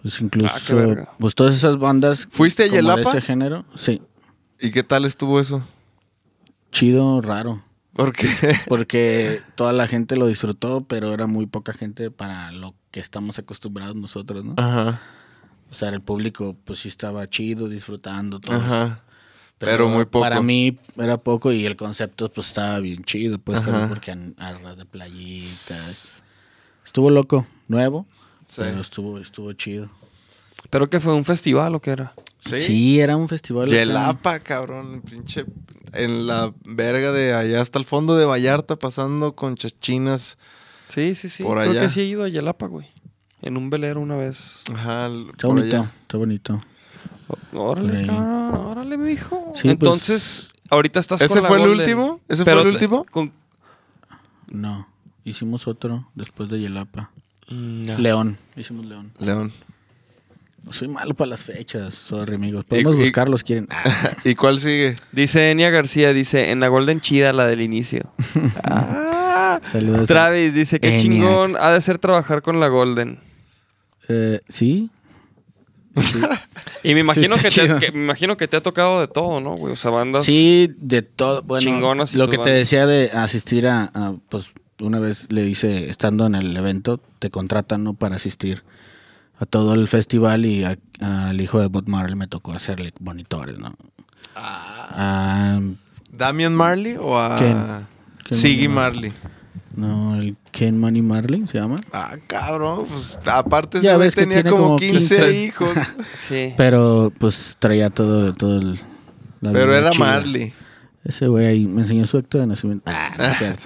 S4: Pues incluso,
S2: Ah, qué verga.
S4: pues todas esas bandas.
S3: ¿Fuiste a
S4: como de
S3: Yelapa?
S4: ese género, sí.
S3: ¿Y qué tal estuvo eso?
S4: Chido, raro.
S3: Porque
S4: Porque toda la gente lo disfrutó, pero era muy poca gente para lo que estamos acostumbrados nosotros, ¿no?
S3: Ajá.
S4: O sea, el público, pues sí estaba chido, disfrutando todo.
S3: Ajá. pero muy poco.
S4: Para mí era poco y el concepto, pues estaba bien chido, pues
S3: Ajá.
S4: también porque an- a ras de playitas. Estuvo loco, nuevo,
S3: Sí.
S4: pero estuvo, estuvo chido.
S2: ¿Pero que fue? ¿Un festival o qué era?
S3: Sí.
S4: era un festival. acá.
S3: Yelapa, cabrón, pinche en la verga de allá hasta el fondo de Vallarta pasando con chachinas.
S2: Sí, sí, sí.
S3: Por
S2: Creo
S3: allá.
S2: que sí he ido a Yalapa, güey. En un velero una vez.
S3: Ajá, l-
S4: Está
S3: por
S4: bonito,
S3: allá.
S4: está bonito.
S2: Ó-
S4: Por
S2: Órale,
S4: ahí.
S2: cabrón, órale, mijo.
S4: Sí, pues.
S2: Entonces, ahorita estás
S3: ¿Ese
S2: con la
S3: fue el
S2: Golden.
S3: último? ¿Ese fue el último?
S2: con-
S4: No, hicimos otro después de Yelapa. Mm,
S2: No.
S4: León, hicimos León.
S3: León.
S4: Soy malo para las fechas, sorry amigos. Podemos
S3: Y- y-
S4: buscarlos, quieren. Ah,
S3: ¿Y cuál sigue?
S2: Dice Enia García, dice, en la Golden chida la del inicio. Ah.
S4: saludos.
S2: Travis dice, qué
S4: Eniac.
S2: chingón ha de ser trabajar con la Golden.
S4: Eh, sí,
S2: Y me imagino,
S4: está
S2: que, te,
S4: chido.
S2: que- me imagino que te ha tocado de todo, ¿no, güey? O sea, bandas...
S4: Sí, de todo. Bueno,
S2: Chingonas y
S4: lo que te
S2: turbantes.
S4: decía de asistir a, a, pues una vez le hice, estando en el evento, te contratan ¿no? para asistir a todo el festival y a- al hijo de Bob Marley me tocó hacerle monitores, ¿no? Ah,
S3: ¿Damian Marley o a
S4: Ken. Ken
S3: Siggy
S4: Marley.
S3: Marley?
S4: no, el Ken Money Marley se llama.
S3: Ah, cabrón, pues aparte
S4: Ya
S3: ese güey
S4: ves que
S3: tenía
S4: tiene
S3: como,
S4: como
S3: 15,
S4: 15.
S3: hijos,
S2: Sí.
S4: Pero pues traía todo, todo el... la
S3: pero
S4: vida
S3: era
S4: chida.
S3: Marley.
S4: Ese güey ahí me enseñó su acto de nacimiento. Ah, no es cierto.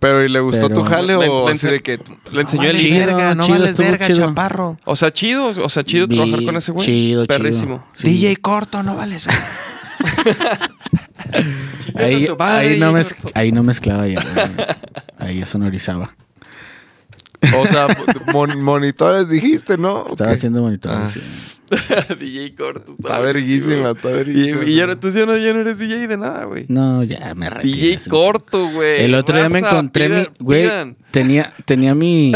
S3: Pero ¿y le gustó
S4: Pero-
S3: tu jale
S2: Le-
S3: o
S2: le
S3: así
S2: ense-
S3: de que
S2: Le enseñó
S4: vale,
S2: el
S4: sí.
S2: link.
S4: Chido,
S5: verga, no
S4: chido,
S5: vales
S4: estuvo
S5: verga,
S4: chido.
S5: chaparro.
S2: O sea, chido, o sea, chido
S4: Vi-
S2: trabajar con ese güey.
S4: Chido, chido.
S2: Perrísimo.
S4: Sí.
S5: DJ corto, no vales verga.
S4: Ahí,
S2: a tu madre,
S4: ahí no
S2: Igor.
S4: mez- ahí no mezclaba ya. ahí ya sonorizaba.
S3: o sea, mon- monitores dijiste, ¿no?
S4: Estaba
S3: Ok.
S4: haciendo monitores.
S3: Ah.
S4: sí.
S2: DJ corto.
S3: Está verguísima, está
S2: Y,
S3: verguísima.
S2: y ahora tú ya no, ya no eres DJ de nada, güey.
S4: No, ya me retiré.
S2: DJ
S4: hace un
S2: corto, güey.
S4: chingo. El otro día me
S2: Raza,
S4: encontré
S2: pidan-
S4: mi. Güey,
S2: pidan.
S4: tenía, tenía mi,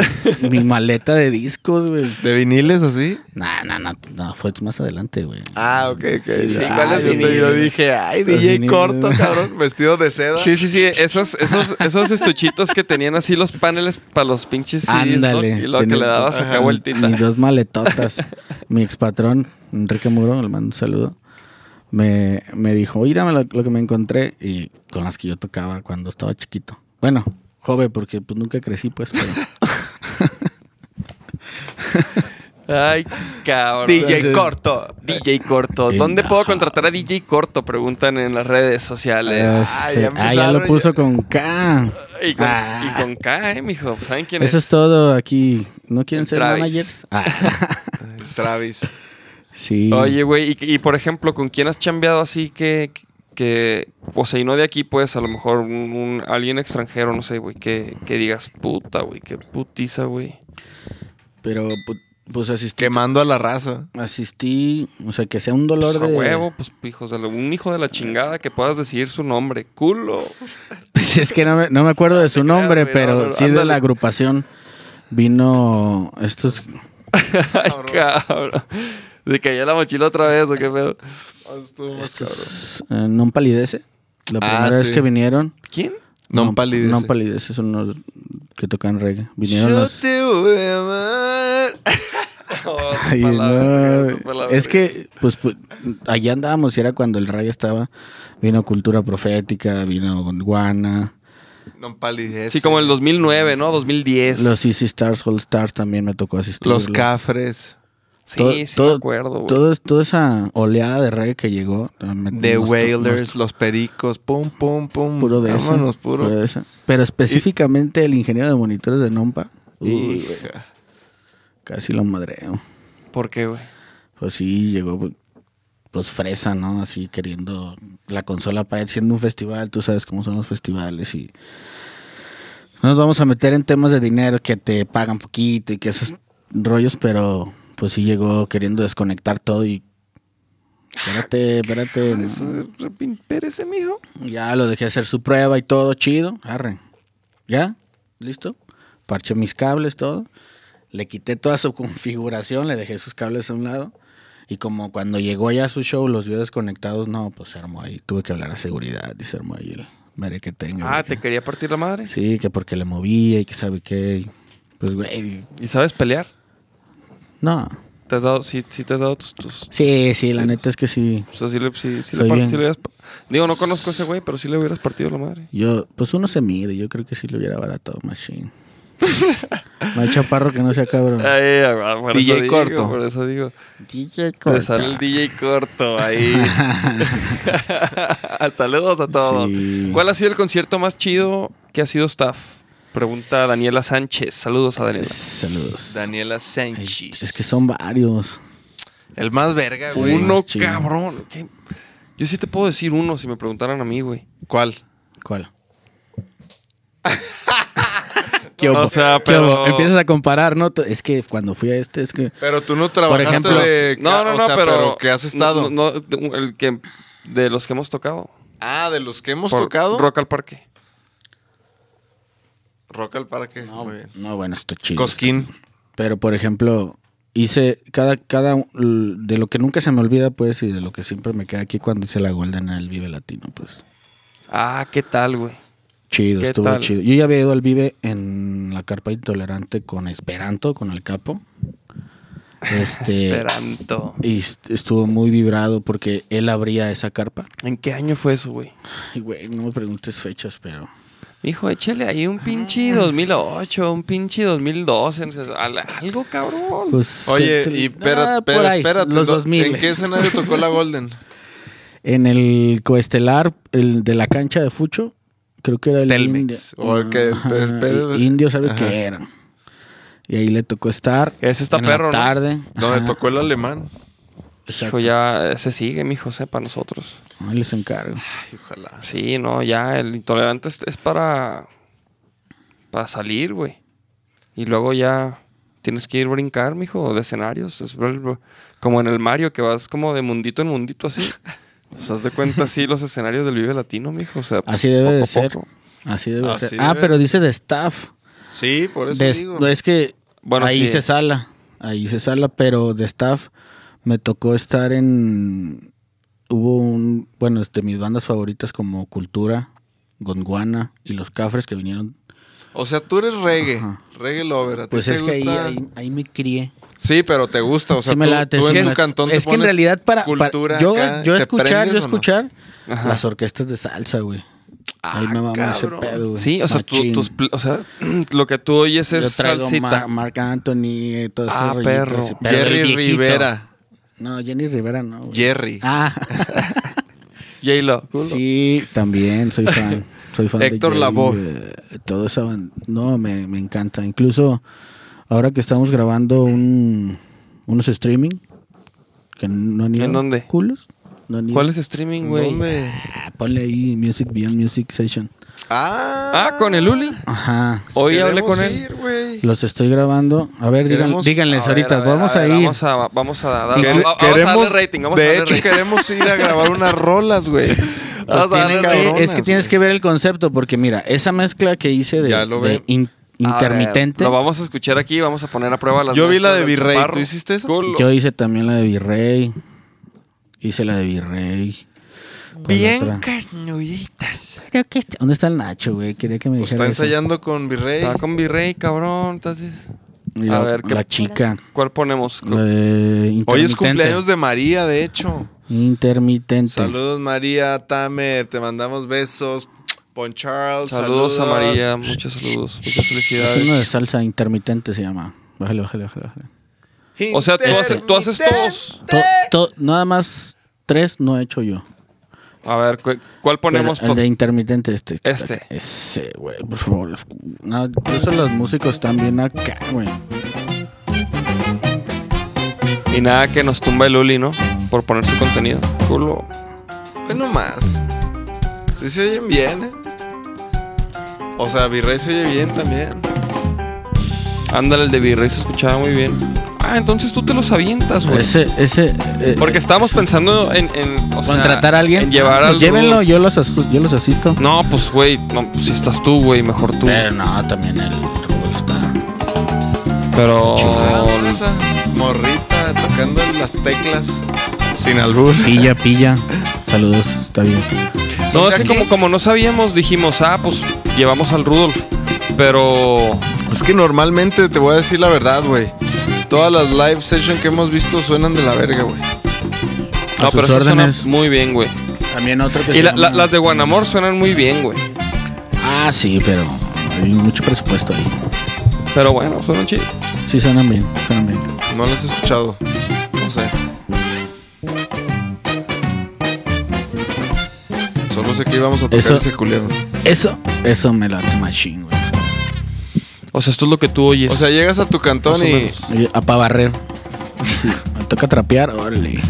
S4: mi maleta de discos, güey.
S3: ¿De viniles así?
S4: No, no, no, no, fue más adelante, güey.
S3: Ah, ok, ok.
S4: Sí,
S3: Sí,
S4: sí,
S3: ¿cuál
S4: ah,
S3: es? Yo te-
S4: viniles.
S3: yo dije, ay,
S4: Los
S3: DJ
S4: viniles.
S3: corto, cabrón, vestido de seda.
S2: Sí, sí, sí. Esos, esos, esos estuchitos que tenían así los paneles para los pinches CDs, ¿no?
S4: Ándale.
S2: Y lo que
S4: tenía
S2: le dabas acá
S4: mi-
S2: vueltita.
S4: Mis dos maletotas. mi expatrón, Enrique Muro, le mando un saludo. Me, me dijo, oye, dame lo, lo que me encontré y con las que yo tocaba cuando estaba chiquito. Bueno, joven, porque pues nunca crecí, pues. Pero...
S2: Ay, cabrón.
S3: DJ
S4: Entonces-
S3: corto.
S2: DJ corto.
S4: En
S2: ¿Dónde
S4: la
S2: puedo
S4: house.
S2: contratar a DJ corto? Preguntan en las redes sociales.
S3: Ah,
S4: Este,
S3: ya
S4: ah, ya
S3: empezaron,
S4: lo
S3: ya.
S4: puso con K.
S2: Y con,
S4: Ah.
S2: y con K, ¿eh, mijo? ¿Saben quién
S4: Eso
S2: es?
S4: es todo aquí. ¿No quieren
S2: El
S4: ser
S2: Travis.
S4: managers? Ah,
S3: El Travis.
S4: sí.
S2: Oye, güey, y, y por ejemplo, ¿con quién has chambeado así que, que, o sea, y no de aquí, pues, a lo mejor un, un- alguien extranjero, no sé, güey, que, que digas, puta, güey, qué putiza, güey.
S4: Pero pu- pues asistí.
S3: Quemando a la raza.
S4: Asistí, o sea, que sea un dolor
S2: Pues, a
S4: de
S2: huevo, pues, hijos, de la- un hijo de la chingada que puedas decir su nombre, culo.
S4: Pues es que no me, no me acuerdo
S3: Ah,
S4: de su
S2: creas,
S4: nombre,
S2: güey,
S4: pero
S2: no, no,
S4: sí de
S2: ándale.
S4: la agrupación. Vino estos.
S2: Ay, cabrón. Se caía la mochila otra vez, ¿o qué pedo?
S3: Ah, Estuvo más cabrón.
S4: estos, eh, non palidece. La
S3: Ah,
S4: primera vez
S3: sí.
S4: que vinieron.
S2: ¿Quién?
S3: No palidece.
S4: No palidez, son unos que tocan reggae. Vinieron los.
S3: te voy a amar.
S4: Ay, no. Es que, pues, pues, allá andábamos y era cuando el reggae estaba. Vino Cultura Profética, vino Gondwana.
S3: No palidece.
S2: Sí, como el 2009, ¿no? 2010.
S4: Los Easy Stars, All Stars también me tocó asistir.
S3: Los cafres.
S2: sí,
S4: todo-
S2: sí,
S4: todo-
S2: me acuerdo, güey.
S4: Todo, toda esa oleada de reggae que llegó. también
S3: The
S4: nos to-
S3: Wailers, los pericos, pum, pum, pum.
S4: nos- Puro de eso.
S3: Vámonos, puro.
S4: puro de eso. Pero específicamente el ingeniero de monitores de Nompa. uy,
S3: Hija.
S4: casi lo madreo.
S2: ¿Por qué, güey?
S4: Pues sí, llegó pues, pues fresa, ¿no? Así queriendo la consola para ir siendo un festival, tú sabes cómo son los festivales y no nos vamos a meter en temas de dinero que te pagan poquito y que esos rollos, pero pues sí llegó queriendo desconectar todo y espérate, espérate. ¿no?
S2: Pérez, mijo.
S4: Ya lo dejé hacer su prueba y todo chido. Arre. ¿Ya? ¿Listo? Parché mis cables, todo. Le quité toda su configuración, le dejé sus cables a un lado. Y como cuando llegó ya a su show, los vio desconectados, no, pues se armó ahí. Tuve que hablar a seguridad y se armó ahí el mere que tenga.
S2: Ah, te quería partir la madre.
S4: Sí, que porque le movía y que sabe qué. y- Pues, güey,
S2: ¿Y sabes pelear?
S4: no.
S2: ¿Te has dado, sí, sí te has dado tus... tus
S4: Sí, sí, la neta es que sí.
S2: o sea, sí le, sí, sí le
S4: Soy
S2: par-
S4: bien.
S2: sí le hubieras pa- Digo, no conozco a ese güey, pero sí le hubieras partido la madre.
S4: Yo, pues uno se mide, yo creo que sí lo hubiera barato, machine. No hay chaparro que no sea cabrón.
S2: Ay, ah, por
S3: DJ
S2: eso digo,
S3: corto.
S2: por eso digo.
S4: DJ
S2: Te sale el DJ corto ahí. Saludos a todos.
S4: Sí.
S2: ¿Cuál ha sido el concierto más chido que ha sido staff? Pregunta Daniela Sánchez. Saludos a Daniela.
S4: Saludos.
S3: Daniela
S4: Ay,
S3: Sánchez.
S4: Es que son varios.
S3: El más verga, güey.
S2: Uno,
S4: más chido.
S2: cabrón. ¿qué? Yo sí te puedo decir uno si me preguntaran a mí, güey.
S3: ¿Cuál?
S4: ¿Cuál?
S2: O sea, pero-
S4: Empiezas a comparar, ¿no? Te- Es que cuando fui a este, es que...
S3: Pero tú no trabajaste
S4: ejemplo-
S3: de...
S2: No, no,
S3: o
S2: no,
S3: sea,
S2: pero,
S3: que has estado?
S2: No, no, de- el que de los que hemos tocado.
S3: Ah, de los que hemos
S2: Por
S3: tocado. Rock,
S2: Rock al Parque.
S3: al Parque. Muy bien.
S4: No, bueno, esto es chido.
S3: Cosquín.
S4: Pero, por ejemplo, hice cada... cada un- De lo que nunca se me olvida, pues, y de lo que siempre me queda aquí cuando hice la Golden al Vive Latino, pues.
S2: Ah, ¿qué tal, güey?
S4: Chido,
S2: ¿Qué
S4: estuvo
S2: tal?
S4: chido. Yo ya había ido al Vive en la carpa intolerante con Esperanto, con el capo. Este...
S2: Esperanto.
S4: Y est- estuvo muy vibrado porque él abría esa carpa.
S2: ¿En qué año fue eso, güey?
S4: Ay, güey, no me preguntes fechas, pero.
S2: Hijo, échale ahí un pinche 2008, un pinche 2012, o sea, al- algo cabrón.
S4: Pues,
S3: Oye,
S4: que-
S3: y
S4: ah,
S3: pero, pero
S4: por ahí,
S3: espérate.
S4: Los
S3: ¿no?
S4: 2000.
S3: ¿En qué escenario tocó la Golden?
S4: En el coestelar el de la cancha de Fucho, creo que era el.
S3: Telmex,
S4: Indio.
S3: o el que- pe- pe-
S4: i- Indio, ¿sabe
S3: ajá.
S4: qué era? Y ahí le tocó estar.
S2: Ese está
S4: en
S2: perro,
S4: la
S2: ¿no?
S4: tarde.
S3: Donde
S4: Ajá,
S3: tocó el alemán.
S2: Hijo,
S4: exacto.
S2: ya eh, se sigue, mi José, para nosotros.
S4: Ahí les encargo.
S3: Ay, ojalá.
S2: Sí, no, ya el intolerante es, es para. para salir, güey. Y luego ya tienes que ir a brincar, mijo, de escenarios. Es br- br- como en el Mario, que vas como de mundito en mundito así. O sea, haz de cuenta así los escenarios del Vive Latino, mijo. O sea,
S4: Así debe de
S2: poco a
S4: ser.
S2: poco.
S4: Así debe de
S3: Así
S4: ser. Ah,
S3: debe.
S4: pero dice de staff.
S3: Sí, por eso
S4: De-
S3: digo.
S4: no, es que
S2: Bueno,
S4: ahí
S2: sí.
S4: se sala, ahí se sala, pero de staff me tocó estar en... Hubo un... Bueno, de mis bandas favoritas como Cultura, Gondwana y Los Cafres que vinieron.
S3: O sea, tú eres reggae.
S4: Ajá.
S3: Reggae lover. ¿A ti
S4: Pues
S3: te
S4: es que ahí,
S3: gusta?
S4: ahí- ahí me crié.
S3: Sí, pero te gusta. O sea,
S4: Sí me
S3: tú,
S4: late,
S3: tú
S4: sí me
S3: en tu
S4: late.
S3: cantón
S4: Es
S3: te
S4: que en
S3: pones
S4: realidad para... para-
S3: cultura
S4: yo,
S3: acá,
S4: yo
S3: ¿te
S4: escuchar, yo
S3: prendes o no?
S4: escuchar
S2: Ajá.
S4: las orquestas de salsa, güey.
S3: Ah,
S4: Ahí me va ese
S3: cabrón.
S4: pedo, güey.
S2: Sí, o sea, tú-
S4: Machín.
S2: tus pl- o sea, lo que tú oyes
S4: Yo
S2: Este es
S4: traigo
S2: salsita.
S4: Ma- Marc Anthony, eh, todos esos
S2: Ah,
S4: rollitos,
S2: perro.
S4: sí, pero del
S3: Jerry
S4: viejito.
S3: Rivera.
S4: No, Jenny Rivera no. güey.
S3: Jerry.
S4: Ah,
S2: J-Lo.
S4: sí, también soy fan. Soy fan
S3: Héctor
S4: Jerry,
S3: Lavoe.
S4: eh, Todo eso, ban- no, me, me encanta. Incluso ahora que estamos grabando un, unos streaming que no han ido.
S2: ¿En dónde?
S4: ¿Culos? No han ido.
S2: ¿Cuál es streaming, güey?
S3: ¿Dónde?
S4: Ah, ponle ahí Music Beyond Music Session.
S3: Ah,
S2: Ah, con el Uli.
S4: Ajá.
S2: Hoy
S3: queremos
S2: hablé con él.
S3: ir, güey.
S4: Los estoy grabando. A ver, digan-
S3: Queremos-
S2: A
S4: díganles
S2: ver,
S4: ahorita.
S2: a ver,
S4: vamos a,
S2: ver,
S4: ir.
S2: Vamos a, vamos a dar.
S3: Quere-
S2: vamos a- vamos a darle rating. Vamos a
S3: de
S2: darle
S3: hecho,
S2: rating.
S3: queremos ir a grabar unas rolas, güey.
S2: Vamos a
S4: Pues
S2: darle
S4: tiene
S2: rating.
S4: que-
S3: cabronas,
S4: es que tienes
S3: güey.
S4: que ver el concepto, porque mira, esa mezcla que hice de,
S3: Ya lo
S4: de
S3: veo.
S4: in-
S2: A ver,
S4: intermitente,
S2: Lo vamos a escuchar aquí. Vamos a poner a prueba las.
S3: Yo vi la
S2: mezclas
S3: de
S2: del
S3: Virrey,
S2: Chaparro.
S3: ¿tú hiciste eso?
S2: Culo.
S4: yo hice también la de Virrey, hice la de Virrey,
S5: Bien
S4: otra?
S5: carnuditas.
S4: Creo que este- ¿Dónde está el Nacho, güey? Quería que me
S3: Pues
S4: dijera.
S3: está
S4: eso.
S3: ensayando con Virrey.
S2: Está con Virrey, cabrón. Entonces,
S4: Y la-
S2: A ver, ¿qué-
S4: La chica.
S2: ¿cuál ponemos?
S4: la de
S3: Hoy es
S4: intermitente.
S3: cumpleaños de María, de hecho.
S4: Intermitente.
S3: Saludos María, Tame, te mandamos besos. Pon Charles,
S2: Saludos,
S3: saludos,
S2: a María. Muchos saludos. Muchas
S4: Es uno de
S2: felicidades.
S4: salsa intermitente se llama. Bájale, bájale, bájale. bájale.
S2: O sea, tú haces- tú haces todos.
S3: ¡Eh!
S4: To- to- nada más tres no he hecho yo.
S2: A ver, cu- ¿cuál ponemos?
S4: Pero el de intermitente este.
S2: Este.
S4: Ese, güey, por favor. No, por eso los músicos están bien acá, güey.
S2: Y nada que nos tumba el Uli, ¿no? Por poner su contenido. Culo.
S3: Bueno, más. Sí se oyen bien, ¿eh? O sea, Virrey se oye bien también.
S2: Ándale, el de Virrey se escuchaba muy bien. Ah, entonces tú te los avientas, güey.
S4: Ese, ese. eh,
S2: Porque
S4: eh,
S2: estábamos pensando en, en, o sea,
S4: contratar a alguien.
S2: En llevar
S4: Pues
S2: al.
S4: Llévenlo, yo los, asu- yo los asisto.
S2: No, pues, güey, no, pues, si estás tú, güey, mejor tú.
S4: Pero no, también el Rodolfo está.
S2: Pero.
S3: Ah, mira esa morrita tocando las teclas. Sin albur.
S4: Pilla, pilla. Saludos, está bien.
S2: No, es que como, como no sabíamos, dijimos, ah, pues llevamos al Rudolf. Pero.
S3: Es que normalmente te voy a decir la verdad, güey. Todas las live sessions que hemos visto suenan de la verga, güey.
S4: A
S2: No,
S4: sus
S2: pero esas suena
S4: órdenes.
S2: muy bien, güey.
S4: También otro que
S2: Y la- la- las de Guanamor suenan muy bien, güey.
S4: Ah, sí, pero hay mucho presupuesto ahí.
S2: Pero bueno, suenan chido.
S4: Sí, suenan bien, suenan bien.
S3: No las he escuchado. No sé. Solo sé que íbamos a tocar
S4: Eso-
S3: ese culero.
S4: Eso, eso me late machine, güey.
S2: O sea, esto es lo que tú oyes.
S3: O sea, llegas a tu cantón y.
S4: Y A pa' barrer. Sí, me toca trapear, órale.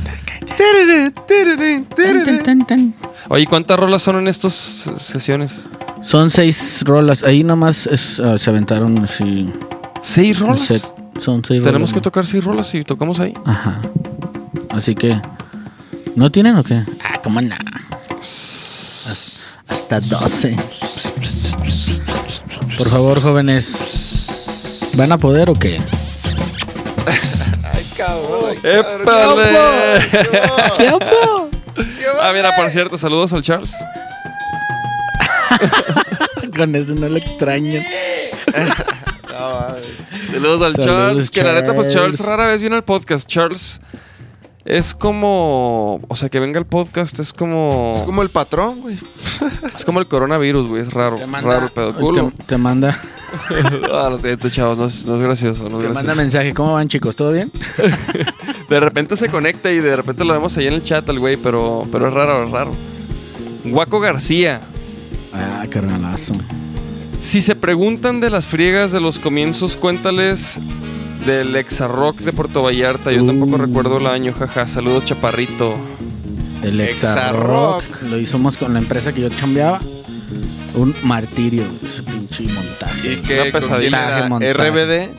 S3: Tereré, tereré,
S4: Tan, tan,
S3: tereré.
S4: tan, tan.
S2: Oye, ¿cuántas rolas son en estas sesiones?
S4: Son seis rolas. Ahí nomás es, ah, se aventaron así.
S2: ¿Seis
S4: un
S2: rolas?
S4: set. Son seis
S2: Tenemos que
S4: rolas.
S2: tocar seis rolas y tocamos ahí.
S4: ¿no? Ajá. Así que. ¿No tienen o qué? Ah, cómo no. Hasta 12. Por favor, jóvenes. ¿Van a poder o qué?
S2: ¡Épale!
S4: ¿Qué opo?
S2: Ah, mira, por cierto, saludos al Charles.
S4: Con eso no lo extraño.
S2: Saludos al
S4: Saludos,
S2: Charles. Que la neta, pues Charles
S4: Charles.
S2: rara vez viene al podcast. Charles es como. O sea, que venga al podcast es como.
S3: Es como el patrón, güey.
S2: Es como el coronavirus, güey. Es raro. Raro el pedo. Culo.
S4: Te, te manda,
S2: Ah, lo siento, chavos. No es, no es gracioso. no es
S4: te manda
S2: gracioso.
S4: mensaje. ¿Cómo van, chicos? ¿Todo bien?
S2: De repente se conecta y de repente lo vemos ahí en el chat al güey, pero, pero es raro, es raro. Guaco García.
S4: Ah, carnalazo.
S2: Si se preguntan de las friegas de los comienzos, cuéntales del Exarrock de Puerto Vallarta. Yo tampoco
S4: Uh.
S2: recuerdo el año, jaja. Saludos, chaparrito.
S4: El
S3: Exarrock.
S4: Exarrock. Lo hicimos con la empresa que yo chambeaba. Un martirio, ese pinche montaje.
S3: Y que con quién
S2: pesadilla.
S3: era
S4: Montaje.
S3: RBD.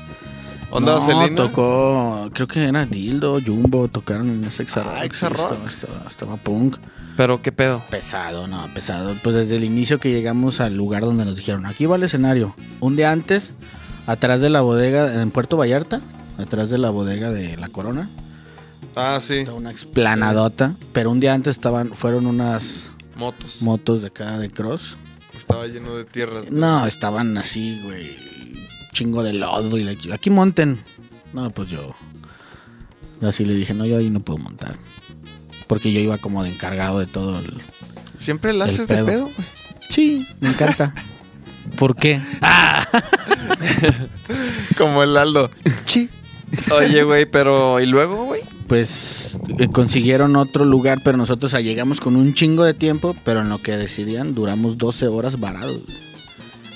S3: Onda
S4: no,
S3: vaselina.
S4: tocó, creo que era Dildo, Jumbo, tocaron en ese Exarrock.
S3: Ah,
S4: sí,
S3: Exarrock.
S4: Estaba, estaba- estaba punk.
S2: Pero qué pedo.
S4: Pesado, no, pesado. Pues desde el inicio que llegamos al lugar donde nos dijeron, aquí va el escenario. Un día antes, atrás de la bodega, en Puerto Vallarta, atrás de la bodega de La Corona.
S3: Ah, sí.
S4: Está una explanadota. Pero un día antes estaban, fueron unas
S3: Motos.
S4: motos de acá de cross.
S3: Estaba lleno de tierras.
S4: No, estaban así, güey. Chingo de lodo y la- aquí monten. No, pues yo. Así le dije, no, yo ahí no puedo montar. Porque yo iba como de encargado de todo el.
S3: Siempre la
S4: El
S3: haces
S4: pedo.
S3: de pedo, güey.
S4: Sí, me encanta. ¿Por qué?
S3: Como el Aldo. Chi.
S2: Oye, güey, pero. ¿Y luego, güey?
S4: Pues eh, consiguieron otro lugar, pero nosotros llegamos con un chingo de tiempo, pero en lo que decidían duramos 12 horas varados. güey.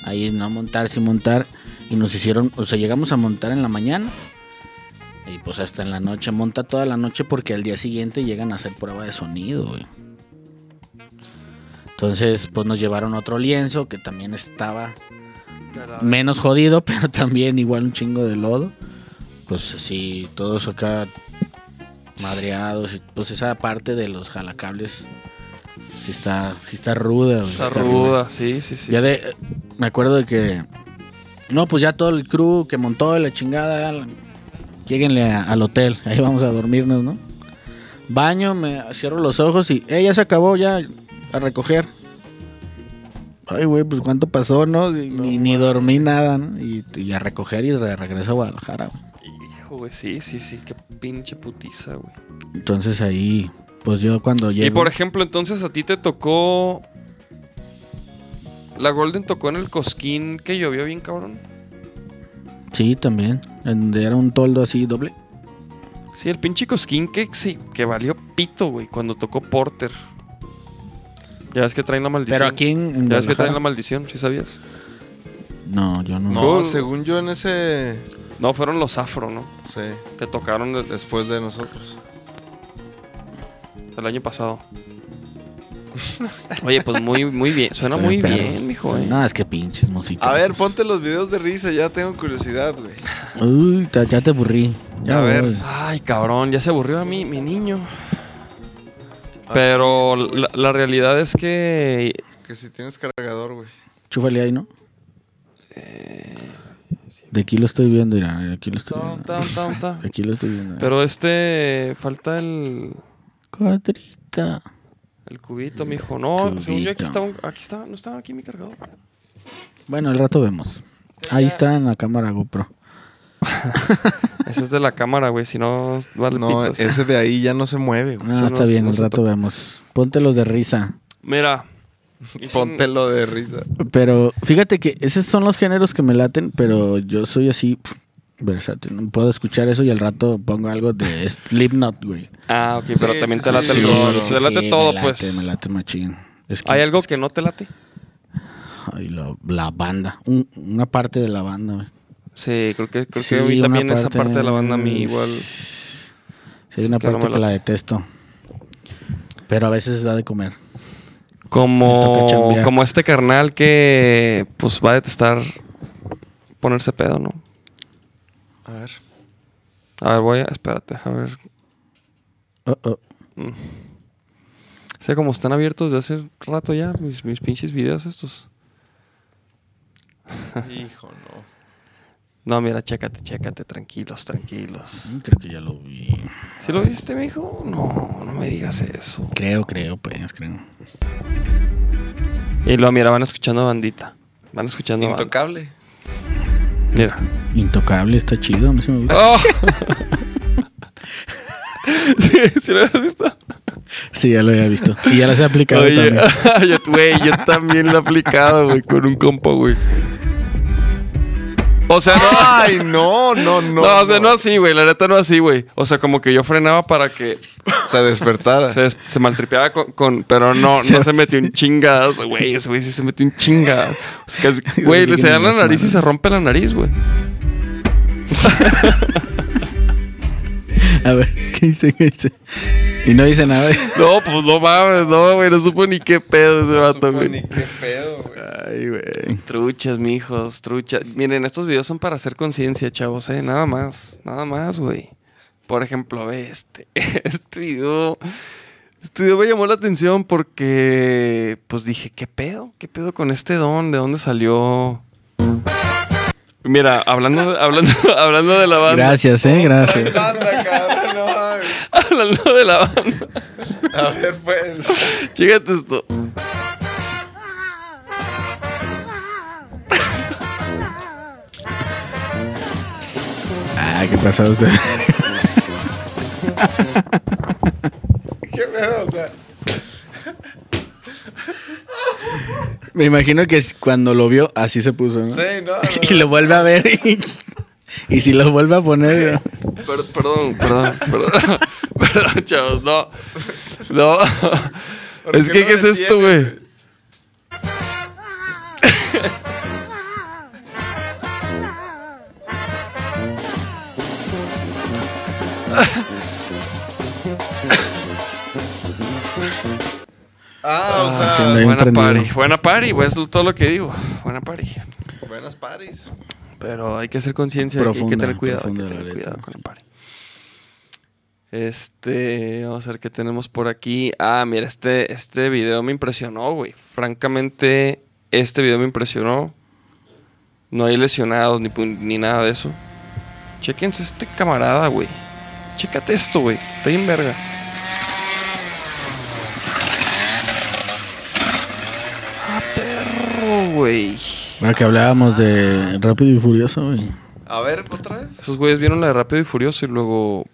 S4: Ahí no montar, sin montar. Y nos hicieron, o sea, llegamos a montar en la mañana. Y pues hasta en la noche, monta toda la noche porque al día siguiente llegan a hacer prueba de sonido, güey. Entonces, pues nos llevaron otro lienzo que también estaba menos jodido, pero también igual un chingo de lodo. Pues así, todos acá madreados. y, pues esa parte de los jalacables sí está, sí está ruda. güey,
S2: Está
S4: está ruda.
S2: ruda, sí, sí, sí.
S4: Ya de, me acuerdo de que. No, pues ya todo el crew que montó la chingada. Lleguenle al hotel, ahí vamos a dormirnos, ¿no? Baño, me cierro los ojos y, eh, ya se acabó, ya, a recoger. Ay, güey, pues cuánto pasó, ¿no? Ni, ni dormí nada, ¿no? Y, y a recoger y de regreso a Guadalajara, güey.
S2: Hijo, güey, sí, sí, sí, qué pinche putiza, güey.
S4: Entonces ahí, pues yo cuando llego...
S2: Y por ejemplo, entonces a ti te tocó. La Golden tocó en el cosquín que llovió bien, cabrón.
S4: Sí, también. En donde era un toldo así doble.
S2: Sí, el pinche cosquín que, sí, que valió pito, güey, cuando tocó Porter. Ya ves que traen la maldición.
S4: Pero aquí en, en
S2: Ya ves que traen
S4: Guadalajara-
S2: la maldición, ¿sí sabías?
S4: No, yo no.
S3: No,
S2: Cool.
S3: según yo en ese.
S2: No, fueron los afro, ¿no?
S3: Sí,
S2: Que tocaron el,
S3: después de nosotros.
S2: el año pasado. Oye, pues muy, muy bien. Suena
S4: Estoy
S2: muy
S4: enfermo.
S2: bien, mijo.
S4: Sí,
S2: eh.
S4: No, es que pinches música.
S3: A ver, ponte los videos de risa, ya tengo curiosidad, güey.
S4: Uy, ta- ya te aburrí. Ya
S3: A ver.
S4: voy.
S2: Ay, cabrón, ya se aburrió a mí, mi niño. Pero la, la realidad es que.
S3: Que si tienes cargador, güey.
S4: Chúfale ahí, ¿no? De aquí lo estoy viendo, mira. De aquí lo estoy
S2: Tan,
S4: viendo.
S2: tan, tan, tan.
S4: De aquí lo estoy viendo.
S2: Pero este. Falta el.
S4: Cuadrita.
S2: El cubito, mijo. No, según yo aquí
S4: Cubito.
S2: estaba. un- Aquí estaba. No estaba aquí mi cargador.
S4: Bueno, al rato vemos. Ahí está en la cámara GoPro.
S2: Ese es de la cámara, güey. Si no, vale
S3: No,
S2: pitos.
S3: ese de ahí ya no se mueve, güey.
S4: No,
S2: no
S4: Ah, está
S2: se-
S4: bien,
S2: no
S4: al
S2: se
S4: rato
S2: toca.
S4: vemos. Ponte los de risa.
S2: Mira. hice un-
S3: Póntelo de risa.
S4: Pero fíjate que esos son los géneros que me laten, pero yo soy así pf, versátil. No puedo escuchar eso y al rato pongo algo de Slipknot, güey.
S2: Ah, ok, pero
S3: Sí,
S2: también
S3: sí,
S2: te late
S3: sí,
S2: el
S3: sí,
S2: rock.
S3: sí,
S2: te late
S4: me
S2: todo,
S4: late,
S2: pues.
S4: Me late machín. Es
S2: ¿Hay algo que no te late?
S4: ay, la, la banda. Un- una parte de la banda, güey.
S2: Sí, creo que, creo
S4: Sí,
S2: que a mí
S4: una mm,
S2: también esa parte de la banda a mí igual.
S4: Sí,
S2: sí
S4: hay una
S2: que no
S4: parte
S2: me
S4: que la
S2: late.
S4: detesto. Pero a veces da de comer. Me toca
S2: Como,
S4: chambear.
S2: como este carnal que pues va a detestar ponerse pedo, ¿no?
S3: A ver.
S2: A ver, voy a. Espérate, a ver.
S4: Oh, oh.
S2: O sea, como están abiertos de hace rato ya, mis, mis pinches videos estos.
S3: Hijo, no.
S2: No, mira, chécate, chécate, tranquilos, tranquilos.
S4: Mm, Creo que ya lo vi.
S2: ¿Sí lo viste, mijo? No, no me digas eso.
S4: Creo, creo, pues, creo.
S2: Y lo mira, van escuchando bandita. Van escuchando bandita.
S3: Intocable.
S2: Mira.
S4: Intocable, está chido. A mí sí me gusta.
S2: ¡Oh! sí, sí lo habías visto.
S4: Sí, ya lo había visto. Y ya las he aplicado
S2: Oye,
S4: también.
S2: yo, güey, yo también lo he aplicado, güey, con un compa, güey. O sea, no.
S3: Ay, no, no, no.
S2: No, o sea, no así, güey. La neta no así, güey. O sea, como que yo frenaba para que
S3: Se despertara.
S2: se, des- se maltripeaba con, con- Pero no, no se metió un chingadazo, güey. Ese güey sí se metió un chingadazo. O sea, casi- güey, le se da la nariz y se rompe la nariz, güey.
S4: A ver, ¿qué dice? ¿Qué dice? Y no dice nada.
S2: No, pues no mames, no, güey. No supo ni qué pedo ese vato,
S3: Supo
S2: güey.
S3: ni qué pedo, güey.
S4: Ay, güey.
S2: Truchas, mijos, truchas. Miren, estos videos son para hacer conciencia, chavos, eh. Nada más, nada más, güey. Por ejemplo, ve este. Este video. Este video me llamó la atención porque. Pues dije, ¿qué pedo? ¿Qué pedo con este don? ¿De dónde salió? Mira, hablando de, hablando, hablando de la banda.
S4: Gracias, eh, gracias.
S3: Anda, cabrón, no mames.
S2: Hablando de la banda.
S3: A ver, pues.
S2: Chécate esto.
S4: Ah, qué pasado usted.
S3: ¿Qué pedo? O sea,
S4: Me imagino que cuando lo vio, así se puso, ¿no?
S3: sí, no.
S4: Y lo vuelve a ver. Y, y si lo vuelve a poner.
S2: Per- perdón, perdón, perdón. Perdón, chavos, no. No.
S3: ¿Por
S2: Es
S3: qué
S2: que,
S3: lo
S2: ¿qué es esto,
S3: detienes?
S2: güey?
S3: Ah, o sea,
S4: haciendo ahí un
S2: Buena
S4: prendido.
S2: pari, buena pari, güey, es todo lo que digo. Buena pari.
S3: buenas paris.
S2: Pero hay que hacer conciencia, hay que- hay que
S4: Profunda,
S2: tener cuidado, hay que
S4: profunda la
S2: tener
S4: letra,
S2: cuidado con el pari. Este, vamos a ver qué tenemos por aquí. Ah, mira, este, este video me impresionó, güey. Francamente, este video me impresionó. No hay lesionados ni, pu- ni nada de eso. Chequense este camarada, güey. Chécate esto, güey. Está bien verga. Ah,
S4: Ahora que hablábamos de Rápido y Furioso, güey.
S3: A ver, otra vez.
S2: Esos güeyes vieron la de Rápido y Furioso y luego.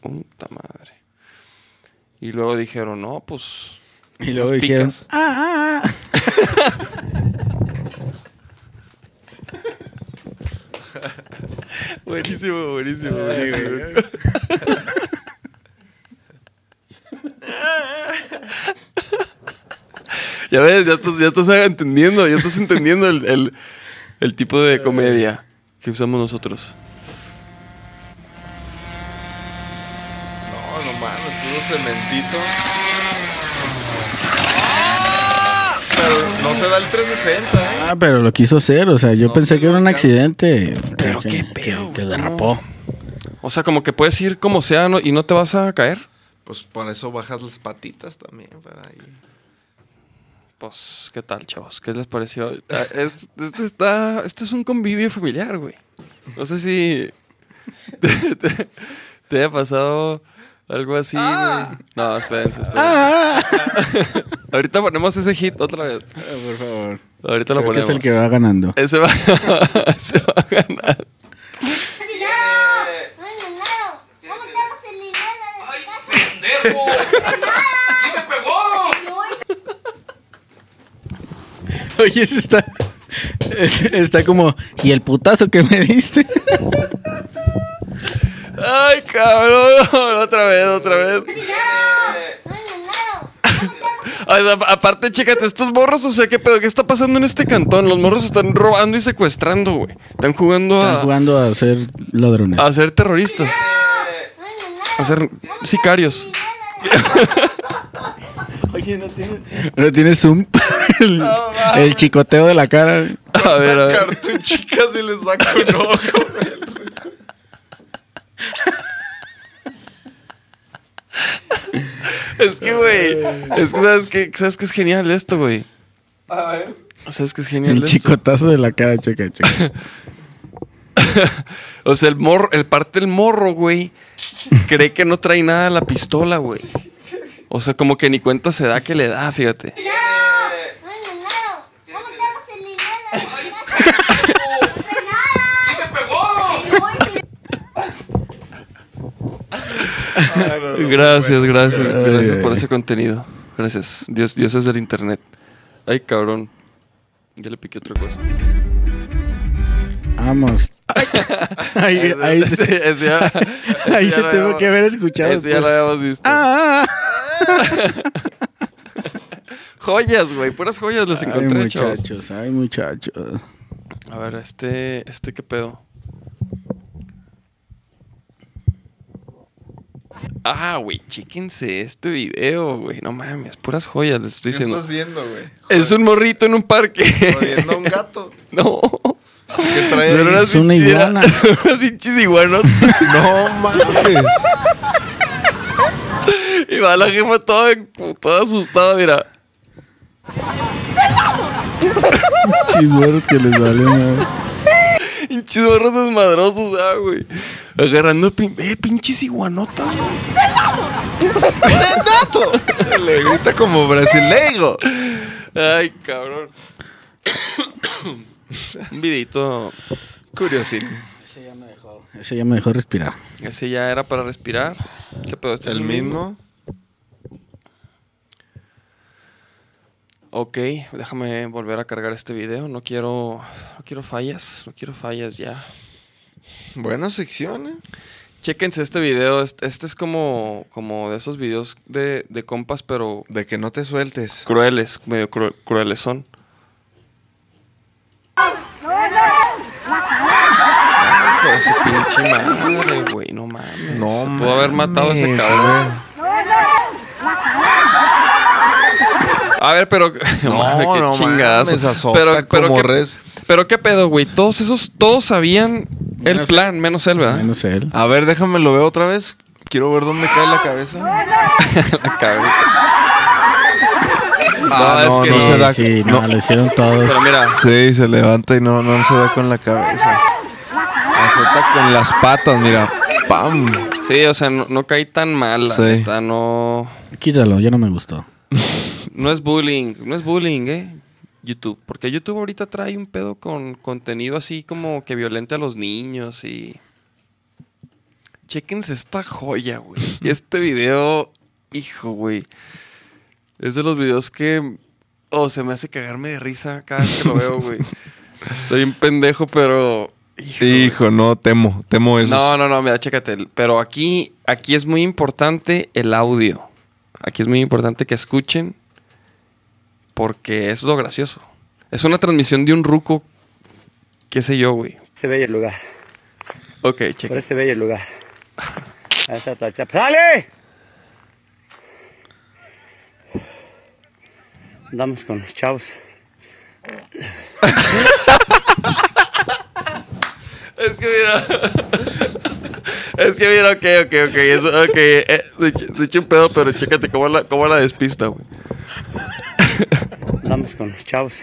S2: Puta madre. Y luego dijeron, no, pues.
S4: Y luego
S2: las
S4: dijeron,
S2: picas.
S4: ah, ah, ah.
S2: Buenísimo, buenísimo. Ya ves, ya estás, ya estás entendiendo, ya estás entendiendo el, el- el tipo de comedia que usamos nosotros.
S3: No, no mames, puro cementito. Ah, Pero no se da el 360, ¿eh?
S4: Ah, pero lo quiso hacer, o sea, yo
S3: No,
S4: pensé
S3: sí
S4: que
S3: lo
S4: era un
S3: alcanza.
S4: accidente.
S2: Pero
S4: que,
S2: qué
S4: que-
S2: pedo,
S4: Que,
S2: güey,
S4: derrapó.
S2: O sea, como que puedes ir como sea no- y no te vas a caer.
S3: Pues por eso bajas las patitas también, para ahí.
S2: Pues, ¿qué tal, chavos? ¿Qué les pareció? Ah, es- este, está, esto es un convivio familiar, güey. No sé si te, te- te haya pasado algo así, güey. No, espérense, espérense. Ahorita ponemos ese hit otra vez.
S4: Ah, por favor.
S2: Ahorita lo
S4: que
S2: ponemos.
S4: es el que va ganando.
S2: Ese va, ese va a ganar.
S6: No hay dinero. ¿Cómo estamos sin dinero en esta casa?
S5: ¡Pendejo! ¡Sí me pegó!
S4: Oye, ese está. ese está como. ¿Y el putazo que me diste?
S2: ¡Ay, cabrón! Otra vez, otra vez.
S6: No hay dinero. ¿Cómo estamos sin
S2: Ay, a- aparte, chécate, estos morros, o sea, ¿qué pedo? ¿Qué está pasando en este cantón? Los morros están robando y secuestrando, güey. Están jugando
S4: Están
S2: a,
S4: jugando a ser ladrones.
S2: a ser terroristas,
S6: no hay
S2: a ser
S6: dinero?
S2: sicarios.
S6: Sin dinero en
S4: Pero tienes un. El, el chicoteo de la cara. güey.
S2: A ver, a ver.
S3: Cartuchicas y le saco un ojo.
S2: Es que, güey, es que sabes que, sabes que es genial esto, güey.
S3: A ver.
S2: ¿Sabes que es
S4: El
S2: genial esto?
S4: chicotazo de la cara, checa, checa.
S2: O sea, el morro, el parte del morro, güey, cree que no trae nada la pistola, güey. O sea, como que ni cuenta se da que le da, fíjate.
S6: No hay dinero. ¿Cómo estamos sin dinero en esta casa?
S5: ¡Sí me pegó!
S2: Gracias, gracias,
S4: Ay,
S2: gracias
S4: ay,
S2: por
S4: ay.
S2: ese contenido. Gracias. Dios, Dios es del internet. Ay, cabrón. Ya le piqué otra cosa.
S4: Vamos. Ahí, ahí,
S2: Ese-
S4: se-
S2: ese ya- ese
S4: ahí
S2: ya
S4: se
S2: lo
S4: tuvo
S2: habíamos-
S4: que haber escuchado.
S2: Ese ya
S4: tú.
S2: lo habíamos visto.
S4: Ah, ah, ah.
S2: Joyas, güey. Puras joyas las
S4: Ay,
S2: encontré, chavos.
S4: muchachos, ay, muchachos.
S2: A ver, este, este qué pedo. Ah, güey, chéquense este video, güey. No mames, puras joyas, les estoy
S3: ¿Qué
S2: diciendo.
S3: estás haciendo, güey?
S2: Es un morrito en un parque.
S3: Jodiendo a un gato.
S2: no.
S3: ¿Qué trae
S2: Son
S3: ahí?
S2: unas
S4: una
S2: pinches-
S4: iguana.
S2: unas pinches iguanotas.
S3: No mames.
S2: Y va la jefa toda, toda asustada, mira.
S4: Chihuaros que les vale nada.
S2: Pinches barros desmadrosos, ah, güey. Agarrando pin- eh, pinches iguanotas, güey.
S3: Le grita como brasileiro.
S2: Ay, cabrón. Un videito.
S3: Curiosín.
S4: Eso ya me dejó respirar.
S2: Ese ya era para respirar. ¿Qué pedo? ¿Este es
S3: El mismo.
S2: Ok, déjame volver a cargar este video. No quiero. No quiero fallas. No quiero fallas ya.
S3: Buena sección, ¿eh?
S2: Chéquense este video. Este este es como, como de esos videos de, de compas, pero
S3: De que no te sueltes.
S2: crueles, medio cruel, crueles son. Hijo de su pinche madre, güey, no mames.
S3: No
S2: Se pudo haber matado a ese
S3: mames,
S2: cabrón. A ver, pero. No, mames, qué
S3: no
S2: chingadazo.
S3: mames, azota como
S2: qué,
S3: res.
S2: Pero qué pedo, güey. Todos esos, todos sabían el
S4: Menos-
S2: plan, menos él, ¿verdad?
S4: Menos él.
S3: A ver, déjame lo veo otra vez. Quiero ver dónde cae la cabeza.
S2: La cabeza.
S3: Ah,
S2: no,
S3: no,
S2: es que
S3: no
S2: no.
S3: se da.
S4: Sí, no,
S3: no.
S4: lo hicieron todos.
S2: Pero mira,
S3: Sí, se levanta y no, no se da con la cabeza. Azota con las patas, mira. ¡Pam!
S2: sí, o sea, no, no caí tan mal. La
S3: Sí.
S2: neta, no.
S4: Quítalo, ya no me gustó.
S2: No es bullying, no es bullying, ¿eh? YouTube. Porque YouTube ahorita trae un pedo con contenido así como que violenta a los niños y. Chequense esta joya, güey. Este video, hijo, güey. Es de los videos que. Oh, se me hace cagarme de risa cada vez que lo veo, güey. Estoy un pendejo, pero. hijo, güey.
S3: Hijo, no, temo, temo eso.
S2: No, no, no, mira, chécate. el- Pero aquí, aquí es muy importante el audio. Aquí es muy importante que escuchen porque es lo gracioso. Es una transmisión de un ruco, qué sé yo, güey.
S7: Este bello lugar,
S2: Ok,
S7: por
S2: checa.
S7: este bello lugar. A esa tacha. ¡Sale! Andamos con los chavos.
S2: Es que mira. es que mira, ok, ok, ok. Eso, ok. eh, se echa- se echa un pedo, pero chécate cómo la, cómo la despista, güey.
S7: Andamos con los chavos.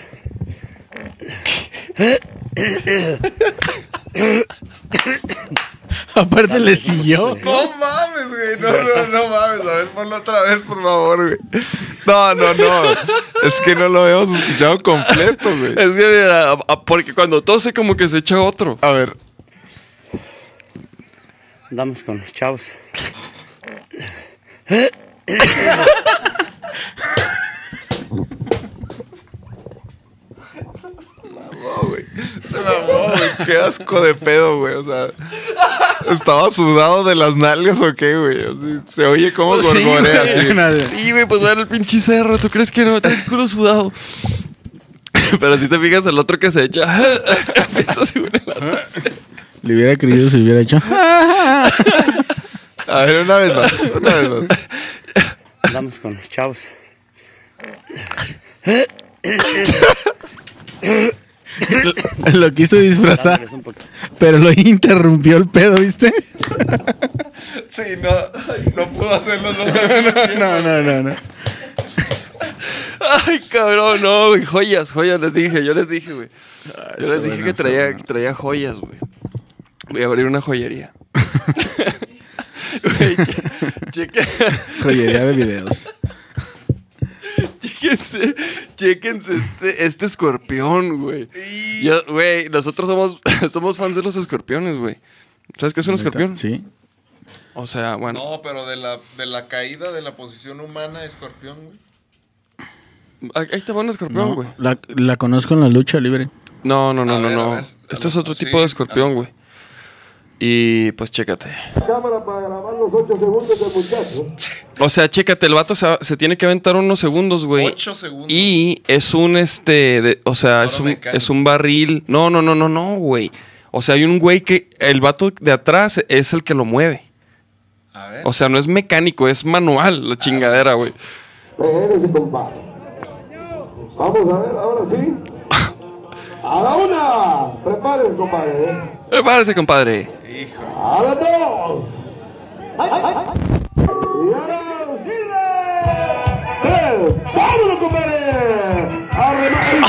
S4: Aparte le siguió.
S3: No mames, güey. No, no, no mames. A ver, ponlo otra vez, por favor, güey. No, no, no. Es que no lo hemos escuchado completo, güey.
S2: Es que mira, a- a- porque cuando tose, como que se echa otro.
S3: A ver.
S7: Andamos con los chavos.
S3: Se mamó, güey. Qué asco de pedo, güey. O sea, ¿estaba sudado de las nalgas o qué, güey? O sea, se oye como
S2: Pues sí,
S3: gorgorea
S2: güey.
S3: así.
S4: Nadie.
S2: Sí, güey, pues era el pinche cerro. ¿Tú crees que no? Tengo el culo sudado. Pero si te fijas, el otro que se echa. empieza a subir el otro.
S4: Le hubiera creído si hubiera hecho.
S3: A ver, una vez más. Una vez más.
S7: Andamos con los chavos.
S4: Lo- Lo quiso disfrazar,
S7: Dándoles un poquito.
S4: pero lo interrumpió el pedo, ¿viste?
S3: Sí, no. No pudo hacerlo. No
S4: No, no, no, no.
S2: Ay, cabrón, no, güey. Joyas, joyas, les dije. Yo les dije, güey. Yo les dije que traía, que traía joyas, güey. Voy a abrir una joyería. Güey, che- cheque-
S4: Joyería de videos.
S2: Chéquense, chéquense este, este escorpión, güey. Yo, Güey, nosotros somos, somos fans de los escorpiones, güey. ¿Sabes qué es un escorpión?
S4: Sí.
S2: O sea, bueno.
S3: No, pero de la, de la caída de la posición humana, escorpión, güey.
S2: Ahí ahí te va un escorpión,
S4: No,
S2: güey.
S4: la, la conozco en la lucha libre.
S2: No, no, no,
S3: A
S2: no,
S3: ver,
S2: no.
S3: a ver.
S2: Este es otro
S3: Sí,
S2: tipo de
S3: a
S2: escorpión, güey. Y pues chécate. O sea, chécate, el vato se, se tiene que aventar unos segundos, güey.
S3: Ocho segundos.
S2: Y es un este, de- o sea, es un,
S3: mecánico.
S2: es un barril. No, no, no, no, no, güey. O sea, hay un güey que el vato de atrás es el que lo mueve.
S3: A ver.
S2: O sea, no es mecánico, es manual la chingadera, güey.
S8: Regrese, compadre. Vamos a ver, ahora sí. A la una. Prepárense, compadre. ¿eh?
S2: Prepárese, compadre.
S8: A la dos. Y ahora sí. Tres. ¡Vámonos, compadre! ¡Arremate!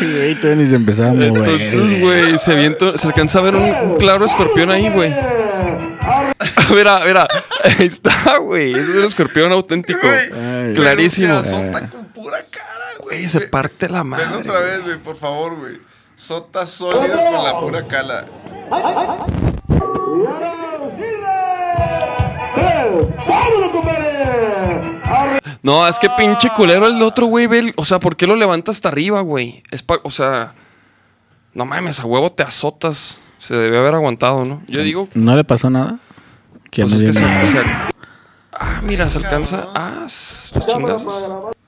S4: Güey, todavía ni se empezaba a mover.
S2: Entonces, güey, se, avienta- se alcanza a ver un claro escorpión ahí, güey. mira, mira. Ahí está, güey. Es un escorpión auténtico.
S4: Ay,
S2: Clarísimo.
S3: Pero se azota con pura cara, güey.
S2: Güey, se parte la
S3: Ven
S2: madre.
S3: otra vez, güey, por favor, güey. Sota sólida con la pura cala.
S8: Y ahora sí. Tres. ¡Vámonos, compadre! ¡Arre-
S2: No, es que pinche culero el otro, güey. ve el- O sea, ¿por qué lo levanta hasta arriba, güey? Es pa- O sea, no mames, a huevo te azotas. Se debe haber aguantado, ¿no? Yo digo,
S4: ¿No le pasó nada? Que
S2: pues
S4: no
S2: es que
S4: viene
S2: se,
S4: nada.
S2: se- Ah, mira, se alcanza. Ah, s- los chingazos.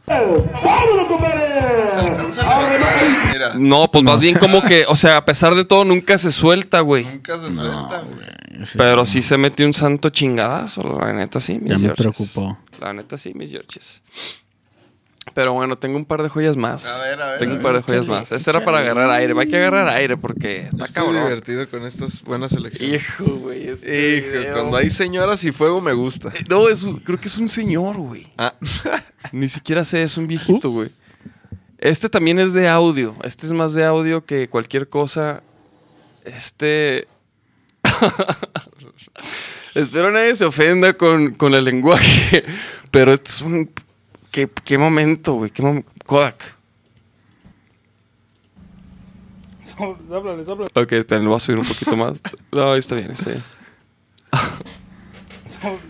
S8: ¡Vámonos, compadre!
S3: Se alcanza a levantar, mira.
S2: No, pues más bien como que, o sea, a pesar de todo, nunca se suelta, güey.
S3: Nunca se suelta, güey.
S4: Sí.
S2: Pero sí se metió un santo chingadazo, la neta sí, mis
S4: Ya me
S2: Georges.
S4: preocupó.
S2: La neta sí, mis Georges. Pero bueno, tengo un par de joyas más.
S3: A ver, a ver,
S2: Tengo
S3: a
S2: un
S3: ver,
S2: par de joyas más. Ese era para agarrar aire. Va a que agarrar aire
S3: Yo
S2: porque está
S3: Estoy
S2: cabrón.
S3: divertido con estas buenas elecciones.
S2: Hijo, güey. este
S3: Hijo,
S2: video.
S3: cuando hay señoras y fuego me gusta.
S2: No, es un- creo que es un señor, güey.
S3: Ah.
S2: Ni siquiera sé, es un viejito, güey. Este también es de audio. Este es más de audio que cualquier cosa. Este. Espero nadie se ofenda con, con el lenguaje. Pero este es un. qué, qué momento, güey. Qué mom- Kodak. Ok, esperen, lo voy a subir un poquito más. No, ahí está bien, está bien.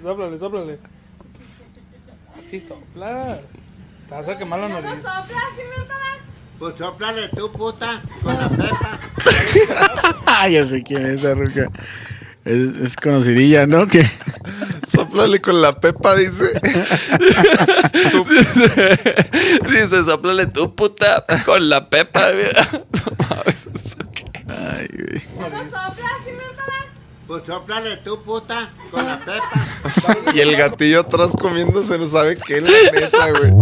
S9: Sóplale, sóplale. Así soplar. Te vas a quemar la nariz.
S10: Pues soplale tú, puta, con la pepa.
S4: Ah, ya sé quién es esa ruca. Es, es conocidilla, ¿no? Que
S3: Sóplale con la pepa, dice.
S2: Dice, soplale tu puta con la pepa. güey. No mames, ¿eso qué?
S10: Pues soplale tú, puta, con la pepa.
S3: y el gatillo atrás comiéndose no sabe qué en la mesa, güey.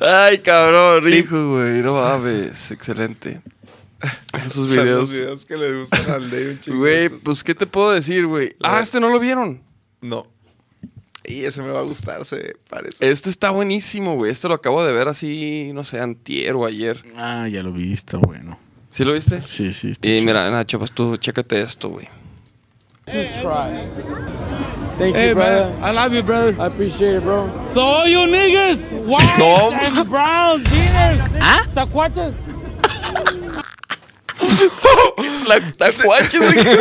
S2: Ay, cabrón, hijo, güey. No mames, excelente. Esos
S3: Son los
S2: videos.
S3: videos que le gustan al Dave un chingo.
S2: Güey,
S3: Estos-
S2: pues, ¿qué te puedo decir, güey? Ah, este no lo vieron.
S3: No. Y ese me va a gustar, se parece.
S2: Este está buenísimo, güey. Este lo acabo de ver así, no sé, antier o ayer.
S4: Ah, ya lo vi, está bueno.
S2: ¿Sí lo viste?
S4: Sí, sí. está
S2: Y
S4: chido.
S2: mira, Nacho, pues tú chécate esto, güey.
S9: Thank you, brother. I love you, brother. I appreciate it, bro. So all you niggas, white
S3: No.
S9: and brown, dinner, ¿Ah? tacuaches.
S2: La tacuache, güey.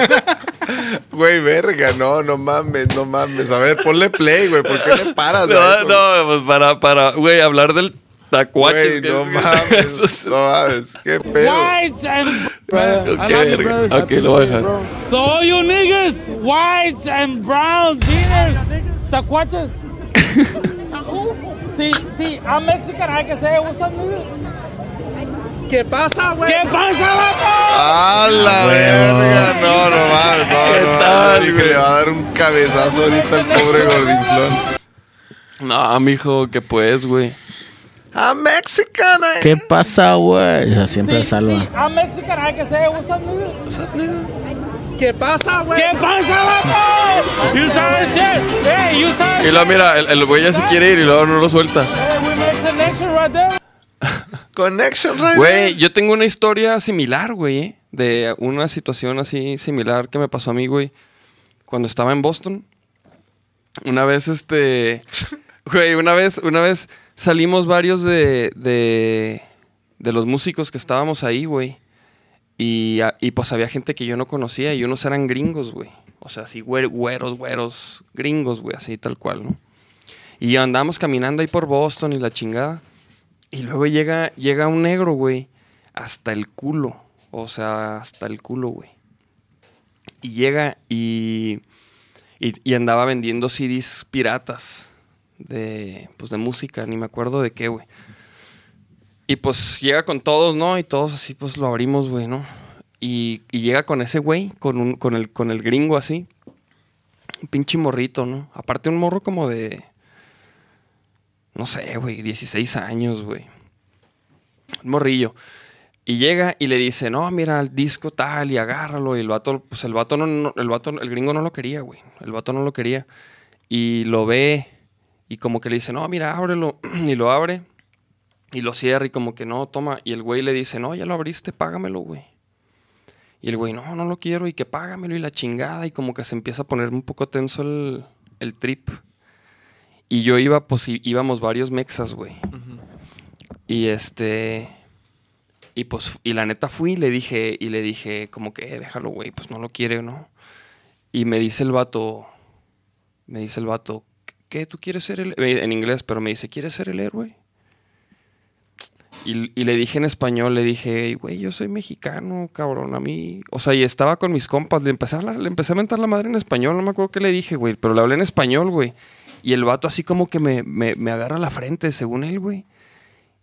S3: Güey, verga, no, no mames, no mames. A ver, ponle play, güey, ¿por qué le paras? a eso,
S2: No, no, pues para, para, güey, hablar del tacuache.
S3: Güey, no mames, no mames, qué pedo.
S9: Whites and brother.
S2: Qué verga. Ok, lo voy a dejar.
S9: So all you niggas, whites and brown, dinner, tacuaches. See, see, I'm Mexican. I can say what's up, nigga. ¿Qué pasa, güey? ¿Qué pasa, vato?
S3: ¡A la
S4: Huevo.
S3: verga! No, no mames,
S2: ¿Qué
S3: no, no
S2: tal,
S3: mames. Dije,
S2: güey?
S3: Le va a dar un cabezazo ahorita al pobre gordinflón.
S2: No, mijo, que pues, güey.
S3: ¡A eh. mexicana!
S4: ¿Qué pasa, güey? O sea, siempre salva.
S9: I'm Mexican. I can say what's up, nigga. What's up, nigga? ¿Qué pasa, güey? ¿Qué pasa, vato? You saw shit. Hey, you saw
S2: Y
S9: shit.
S2: luego, mira, el- el güey ya se quiere ir y luego no lo suelta.
S9: Hey, we make connection right there.
S3: Connection, right?
S2: Güey, yo tengo una historia similar, güey, ¿eh? de una situación así similar que me pasó a mí, güey, cuando estaba en Boston. Una vez, este, güey, una vez, una vez salimos varios de, de, de los músicos que estábamos ahí, güey. Y, a- y pues había gente que yo no conocía y unos eran gringos, güey. O sea, así güer- güeros, güeros, gringos, güey, así tal cual, ¿no? Y andamos caminando ahí por Boston y la chingada. Y luego llega, llega un negro, güey, hasta el culo. O sea, hasta el culo, güey. Y llega y, y, y andaba vendiendo CDs piratas de, pues, de música, ni me acuerdo de qué, güey. Y pues llega con todos, ¿no? Y todos así, pues lo abrimos, güey, ¿no? Y, y llega con ese güey, con, un- con, el, con el gringo así. Un pinche morrito, ¿no? Aparte un morro como de no sé, güey, 16 años, güey. Un morrillo. Y llega y le dice, no, mira, el disco tal, y agárralo. Y el vato, pues el vato no, no- el vato, el gringo no lo quería, güey. El vato no lo quería. Y lo ve y como que le dice, no, mira, ábrelo. Y lo abre y lo cierra y como que no, toma. Y el güey le dice, no, ya lo abriste, págamelo, güey. Y el güey, no, no lo quiero y que págamelo y la chingada. Y como que se empieza a poner un poco tenso el, el trip. Y yo iba, pues í- íbamos varios mexas, güey. Y este. Y pues, y la neta fui y le dije, y le dije, como que, "Eh, déjalo, güey, pues no lo quiere, ¿no? Y me dice el vato, me dice el vato, ¿qué? ¿Tú quieres ser el.? eh, En inglés, pero me dice, ¿quieres ser el héroe? Y, y le dije en español, le dije, "Ey, güey, yo soy mexicano, cabrón, a mí. O sea, y estaba con mis compas, le empecé a, hablar- le empecé a mentar la madre en español, no me acuerdo qué le dije, güey, pero le hablé en español, güey. Y el vato así como que me, me- me agarra la frente, según él, güey.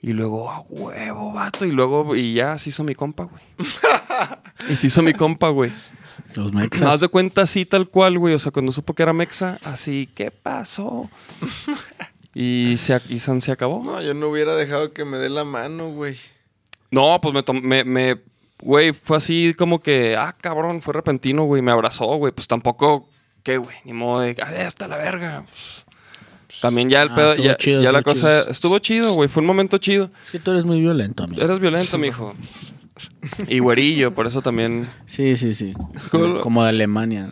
S2: Y luego, a huevo, vato. Y luego, y ya se hizo mi compa, güey. y se hizo mi compa, güey.
S4: Los
S2: Más
S4: mexas.
S2: de cuenta así tal cual, güey. O sea, cuando supo que era Mexa, así, ¿qué pasó? y, se, ac- y San se acabó.
S3: No, yo no hubiera dejado que me dé la mano, güey.
S2: No, pues me, tom- me, me- güey, fue así como que, ah, cabrón, fue repentino, güey, me abrazó, güey, pues tampoco, ¿qué, güey? Ni modo de, ah, hasta la verga. pues. También ya el
S4: Ah,
S2: pedo,
S4: estuvo
S2: ya,
S4: chido,
S2: ya la
S4: estuvo
S2: cosa,
S4: chido.
S2: estuvo chido, güey, fue un momento chido.
S4: Es que tú eres muy violento,
S3: Eh.
S4: amigo.
S2: Eres violento, mijo. Y güerillo, por eso también.
S4: Sí, sí, sí. Como de Alemania.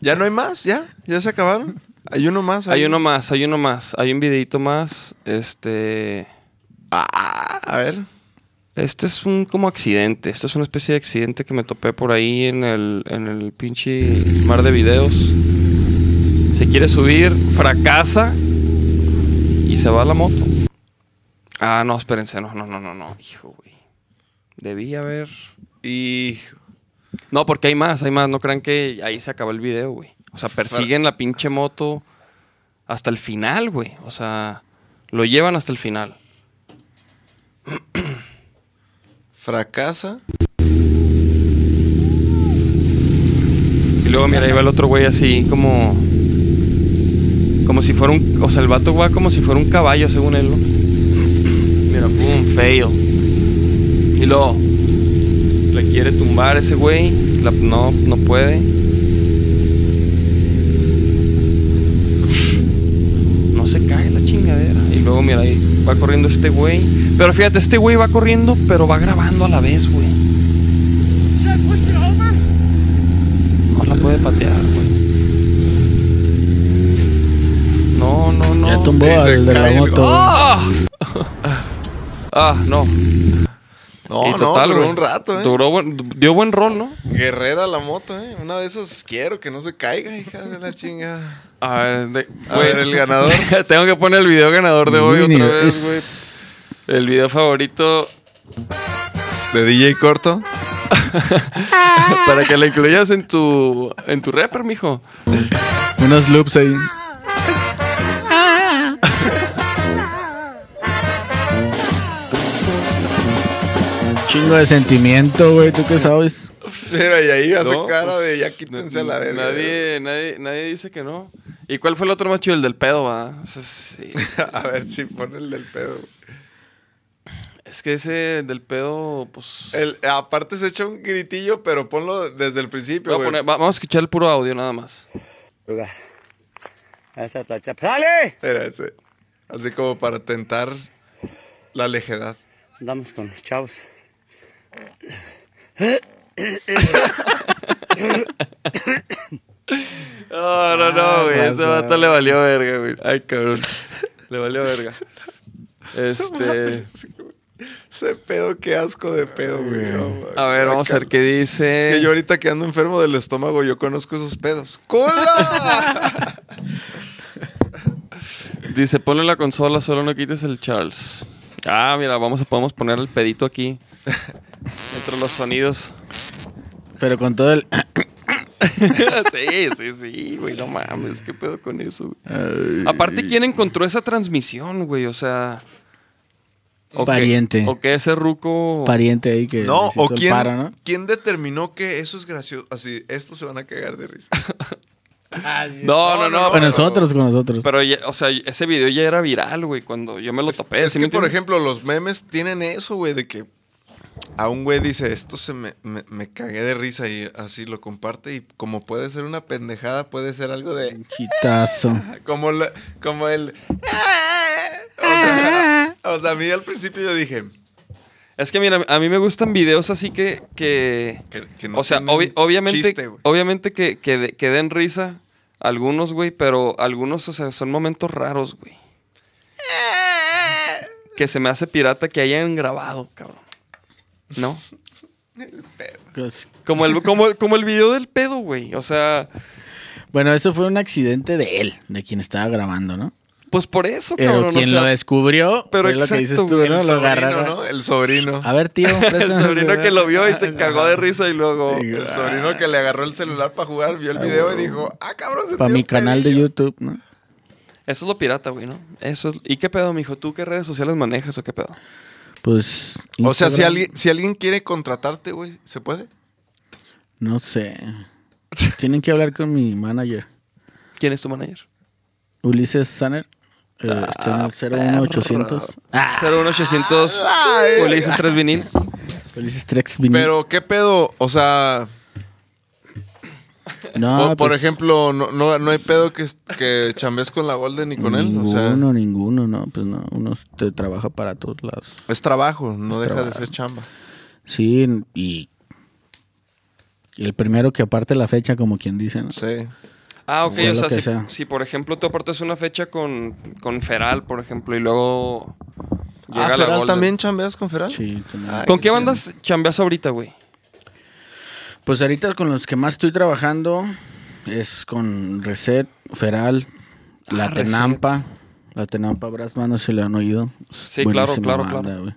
S3: ¿Ya no hay más? ¿Ya? ¿Ya se acabaron? Hay uno más.
S4: Pues
S2: Hay uno más, hay uno más. Hay un videito más. Este.
S3: Ah, a ver.
S2: Este es un como accidente. Este es una especie de accidente que me topé por ahí en el, en el pinche mar de videos. Se quiere subir, fracasa y se va la moto. Ah, no, espérense, no, no, no, no, no. Hijo, güey. Debí haber.
S3: Hijo.
S2: No, porque hay más, hay más. No crean que ahí se acabó el video, güey. O sea, persiguen la pinche moto hasta el final, güey. O sea, lo llevan hasta el final.
S3: Fracasa.
S2: Y luego, mira, ahí va el otro güey así, como. Como si fuera un. O sea, el vato va como si fuera un caballo, según él, ¿no? Mira, pum, fail. Y luego. Le quiere tumbar ese güey. la- no, no puede. No se cae la chingadera. Y luego, mira, ahí va corriendo este güey. Pero fíjate, este güey va corriendo, pero va grabando a la vez, güey. No la puede patear, güey. No, no, no.
S4: Ya tumbó
S3: Y se
S4: al de la
S3: cae el-
S4: moto. güey.
S2: ¡Ah! Ah, no.
S3: No,
S2: Y
S3: Oh, no,
S2: total,
S3: duró
S2: güey,
S3: un rato, eh.
S2: duró buen- dio buen rol, ¿no?
S3: Guerrera la moto, eh. Una de esas quiero que no se caiga, hija de la chingada.
S2: A ver, de-
S3: A
S2: güey,
S3: ver, el ganador.
S2: Tengo que poner el video ganador de hoy
S4: Uy,
S2: otra
S4: ni-
S2: vez, güey.
S4: es-
S2: El video favorito
S3: De DJ Corto.
S2: para que lo incluyas en tu en tu rapper, mijo.
S4: Unos loops ahí. Chingo de sentimiento, güey, ¿tú qué sabes?
S3: Mira, y ahí hace
S2: No,
S3: cara
S2: pues,
S3: de ya quítense a la verga.
S2: Nadie, nadie, nadie dice que no. ¿Y cuál fue el otro más chido? El del pedo, va. O sea, sí.
S3: a ver si pone el del pedo.
S2: Es que ese del pedo, pues.
S3: El, aparte se echa un gritillo, pero ponlo desde el principio,
S2: voy a
S3: güey.
S2: poner- va- vamos a escuchar el puro audio nada más.
S7: Lugar. Esa tacha. ¡Sale!
S3: Era ese. Así como para tentar la lejedad.
S7: Andamos con los chavos.
S2: No, no, no, güey.
S3: este
S2: Ese vato le valió verga, güey. Ay, cabrón. Le valió verga. Este.
S3: Ese pedo, qué asco de pedo, güey. No, güey.
S2: A ver, vamos a ver qué dice.
S3: Es que yo ahorita que ando enfermo del estómago, yo conozco esos pedos. ¡Cola!
S2: Dice, ponle la consola, solo no quites el Charles. Ah, mira, vamos a podemos poner el pedito aquí. Entre los sonidos.
S4: Pero con todo el...
S2: sí, sí, sí, güey. No mames, qué pedo con eso, güey. Aparte, ¿quién encontró esa transmisión, güey? O sea. o que-
S4: Pariente.
S2: o que ese ruco.
S4: Pariente ahí que
S3: no,
S4: les hizo
S3: o
S4: el
S3: quién,
S4: paro, ¿no?
S3: quién determinó que eso es gracioso. Así, estos se van a cagar de risa.
S2: No,
S3: No, no,
S2: no, no.
S4: Con
S3: no,
S2: pero-
S4: nosotros, con nosotros.
S2: Pero, ya- o sea, ese video ya era viral, güey, cuando yo me lo topé.
S3: es
S2: ¿sí
S3: que,
S2: me
S3: por
S2: entiendes?
S3: ejemplo, los memes tienen eso, güey, de que a un güey dice, esto se me, me, me cagué de risa y así lo comparte. Y como puede ser una pendejada, puede ser algo de.
S4: Chitazo.
S3: Como, la- como el. O sea, o sea, a mí al principio yo dije.
S2: Es que mira, a mí me gustan videos así que. que,
S3: Que- que no
S2: o sea,
S3: tienen
S2: obvi- obviamente,
S3: chiste, güey.
S2: obviamente que, que, de- que den risa algunos, güey, pero algunos, o sea, son momentos raros, güey. Que se me hace pirata que hayan grabado, cabrón. ¿No?
S4: Cos-
S2: Como el, como, el- como el video del pedo, güey. O sea,
S4: Bueno, eso fue un accidente de él, de quien estaba grabando, ¿no?
S2: pues por eso, cabrón.
S4: Pero
S2: o
S4: quien
S2: sea,
S4: lo descubrió,
S2: pero
S4: pero lo que
S2: exacto,
S4: dices tú,
S2: güey, el
S4: ¿no? Lo
S3: sobrino,
S4: agarraron.
S3: ¿no? El sobrino.
S2: Ah,
S4: A ver, tío.
S2: el
S4: préstame
S2: sobrino
S4: ese-
S2: que lo vio y se cagó de risa y luego.
S4: Sí,
S3: El sobrino que le agarró el celular para jugar, vio el video y dijo, ah, cabrón, se
S4: Para
S3: tiró
S4: mi
S3: un
S4: canal de
S3: pedillo".
S4: YouTube, ¿no?
S2: Eso es lo pirata, güey, ¿no? Eso es- ¿Y qué pedo, mijo? ¿Tú qué redes sociales manejas o qué pedo?
S4: Pues.
S3: O sea, si
S4: Instagram,
S3: alguien, si alguien quiere contratarte, güey, ¿se puede?
S4: No sé. Tienen que hablar con mi manager,
S2: ¿Quién es tu manager?
S4: Ulises Sanner. eh,
S3: Ah,
S4: está en el 01800.
S2: 01800 Ulises 3 vinil.
S4: Ulises Trex Vinil.
S3: Pero, ¿qué pedo? O sea,
S4: no,
S3: po- por
S4: pues,
S3: ejemplo, no, no, no hay pedo que, que chambees con la Golden ni con él. O sea,
S4: Ninguno, ninguno, no. Pues no, uno te trabaja para todos lados.
S3: es trabajo, no
S4: Es
S3: deja
S4: trabajo.
S3: de ser chamba.
S4: Sí, y. y el primero que aparte la fecha, como quien dice, ¿no?
S3: Sí.
S2: Ah, ok,
S4: Sea
S2: o
S4: lo
S2: sea,
S4: que
S2: si,
S4: sea.
S2: si, por ejemplo tú apartas una fecha con, con Feral, por ejemplo, y luego llega
S3: ah,
S2: la
S3: Feral
S2: Golden.
S3: también chambeas con Feral?
S4: Sí, también.
S3: Ay,
S2: ¿Con qué
S3: chido.
S2: bandas chambeas ahorita, güey?
S4: Pues ahorita con los que más estoy trabajando es con Reset, Feral, La
S2: Ah, Reset.
S4: Tenampa. La Tenampa Brassman, no se le han oído.
S2: Sí, claro,
S4: Buenísima
S2: claro,
S4: banda,
S2: claro.
S4: güey.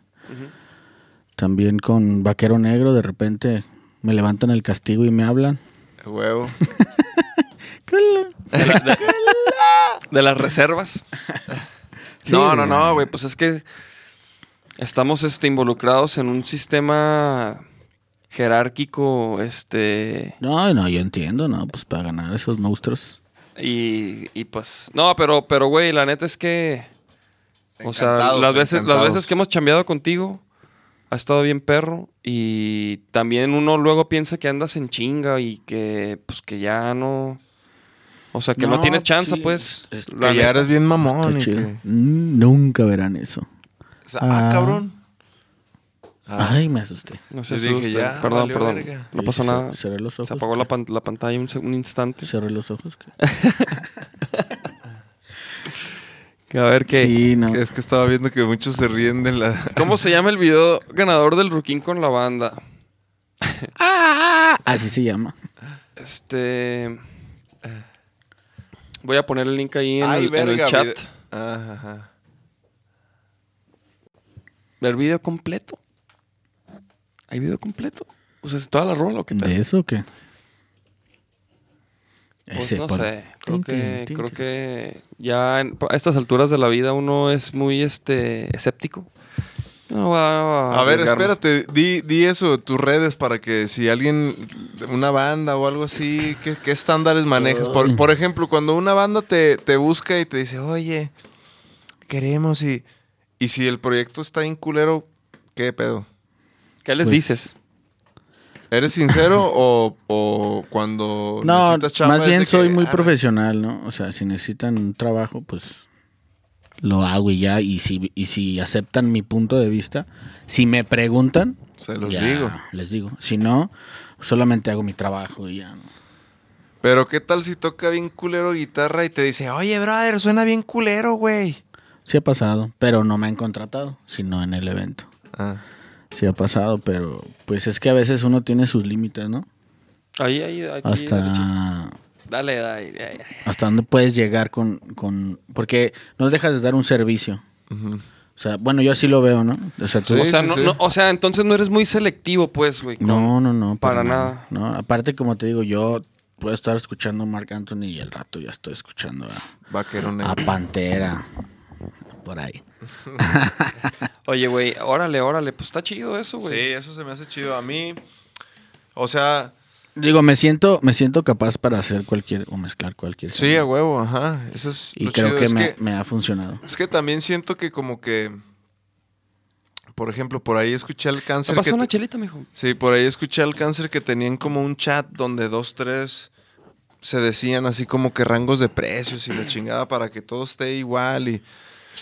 S4: También con Vaquero Negro, de repente me levantan el castigo y me hablan.
S3: Huevo.
S2: De, la- de- de las reservas.
S4: Sí,
S2: No, no,
S4: güey.
S2: no, güey, pues es que estamos este, involucrados en un sistema jerárquico, este...
S4: No, no, yo entiendo, no, pues para ganar esos monstruos.
S2: Y, y pues. No, pero, pero, güey, la neta es que. O sea,
S3: Encantados,
S2: las veces, las
S3: encantados.
S2: veces que hemos chambeado contigo, ha estado bien perro. Y también uno luego piensa que andas en chinga y que pues que ya no. O sea, que no,
S4: No,
S2: tienes
S4: pues,
S2: chance,
S4: sí,
S2: pues.
S4: es-
S2: la
S3: Que
S2: neta.
S3: ya eres bien mamón.
S4: Qué
S3: y
S4: chido.
S3: que-
S4: Mm, Nunca verán eso.
S3: O sea, ah,
S4: Ah.
S3: cabrón. Ah.
S4: Ay, me asusté.
S2: No sé,
S3: Yo dije, ya,
S2: Perdón,
S3: valió
S2: perdón.
S3: verga.
S2: No
S4: Sí,
S2: pasó
S4: cer-
S2: nada.
S4: cerré los
S2: Se
S4: ojos,
S2: apagó la, pan- la pantalla un, se- un instante.
S4: Cerré los ojos. que-
S2: Que a ver qué.
S4: Sí, no.
S3: Que Es que estaba viendo que muchos se ríen de la.
S2: ¿Cómo se llama el video ganador del Ruquín con la banda?
S4: Ah, Así se llama.
S2: Este. Voy a poner el link ahí en,
S3: Ay,
S2: el, en el
S3: verga,
S2: chat.
S3: vide- Ajá, ajá.
S2: Ver video completo. ¿Hay video completo? O sea, ¿es toda la rola o qué
S4: ¿De
S2: tal?
S4: eso o qué?
S2: Pues
S4: Ese
S2: no
S4: pon-
S2: sé. Creo
S4: Tin, tin,
S2: que,
S4: tin,
S2: creo
S4: tin.
S2: que ya en- a estas alturas de la vida uno es muy este escéptico. No va
S3: A ver,
S2: arriesgarme.
S3: espérate, di, di eso, tus redes, para que si alguien, una banda o algo así, ¿qué, qué estándares manejas? Por, por ejemplo, cuando una banda te, te busca y te dice, oye, queremos y... Y si el proyecto está en culero, ¿qué pedo?
S2: ¿Qué les
S4: Pues,
S2: dices?
S3: ¿Eres sincero o, o cuando
S4: No,
S3: Pues necesitas chamba
S4: más
S3: es de
S4: bien
S3: que,
S4: soy muy
S3: "Ah,
S4: profesional, ¿no? O sea, si necesitan un trabajo, pues lo hago y ya. Y si, y si aceptan mi punto de vista, si me preguntan,
S3: Se los
S4: ya
S3: digo.
S4: Les digo. Si no, solamente hago mi trabajo y ya. ¿no?
S3: Pero ¿qué tal si toca bien culero guitarra y te dice, oye, brother, suena bien culero, güey?
S4: Sí ha pasado, pero no me han contratado, sino en el evento.
S3: Ah.
S4: Sí ha pasado, pero pues es que a veces uno tiene sus límites, ¿no?
S2: Ahí, ahí, aquí. derecho.
S4: Hasta...
S2: Dale, dale, dale.
S4: hasta dónde puedes llegar con, con porque no dejas de dar un servicio. O sea, bueno, yo así lo veo, ¿no? O sea, tú-
S3: Sí,
S2: o, sea,
S3: sí,
S2: no,
S3: sí.
S2: no- o sea, entonces no eres muy selectivo, pues, güey. con-
S4: no, no, no,
S2: Para
S4: no,
S2: nada.
S4: No, aparte como te digo, yo puedo estar escuchando a Mark Anthony y al rato ya estoy escuchando a,
S3: Vaquero
S4: a
S3: negro.
S4: Pantera por ahí.
S2: Oye, güey, órale, órale. Pues está chido eso, güey.
S3: Sí, eso se me hace chido. A mí, o sea,
S4: Digo, me siento me siento capaz para hacer cualquier o mezclar cualquier
S3: sí, a huevo, ajá. Eso es
S4: y
S3: lo
S4: creo
S3: chido.
S4: que
S3: es,
S4: me,
S3: que
S4: me ha funcionado.
S3: es que también siento que como que, por ejemplo, por ahí escuché al
S2: ¿Te
S3: cáncer que...
S2: pasó una
S3: te-
S2: chelita, mijo?
S3: Sí, por ahí escuché al cáncer que tenían como un chat donde dos, tres se decían así como que rangos de precios y la chingada para que todo esté igual y...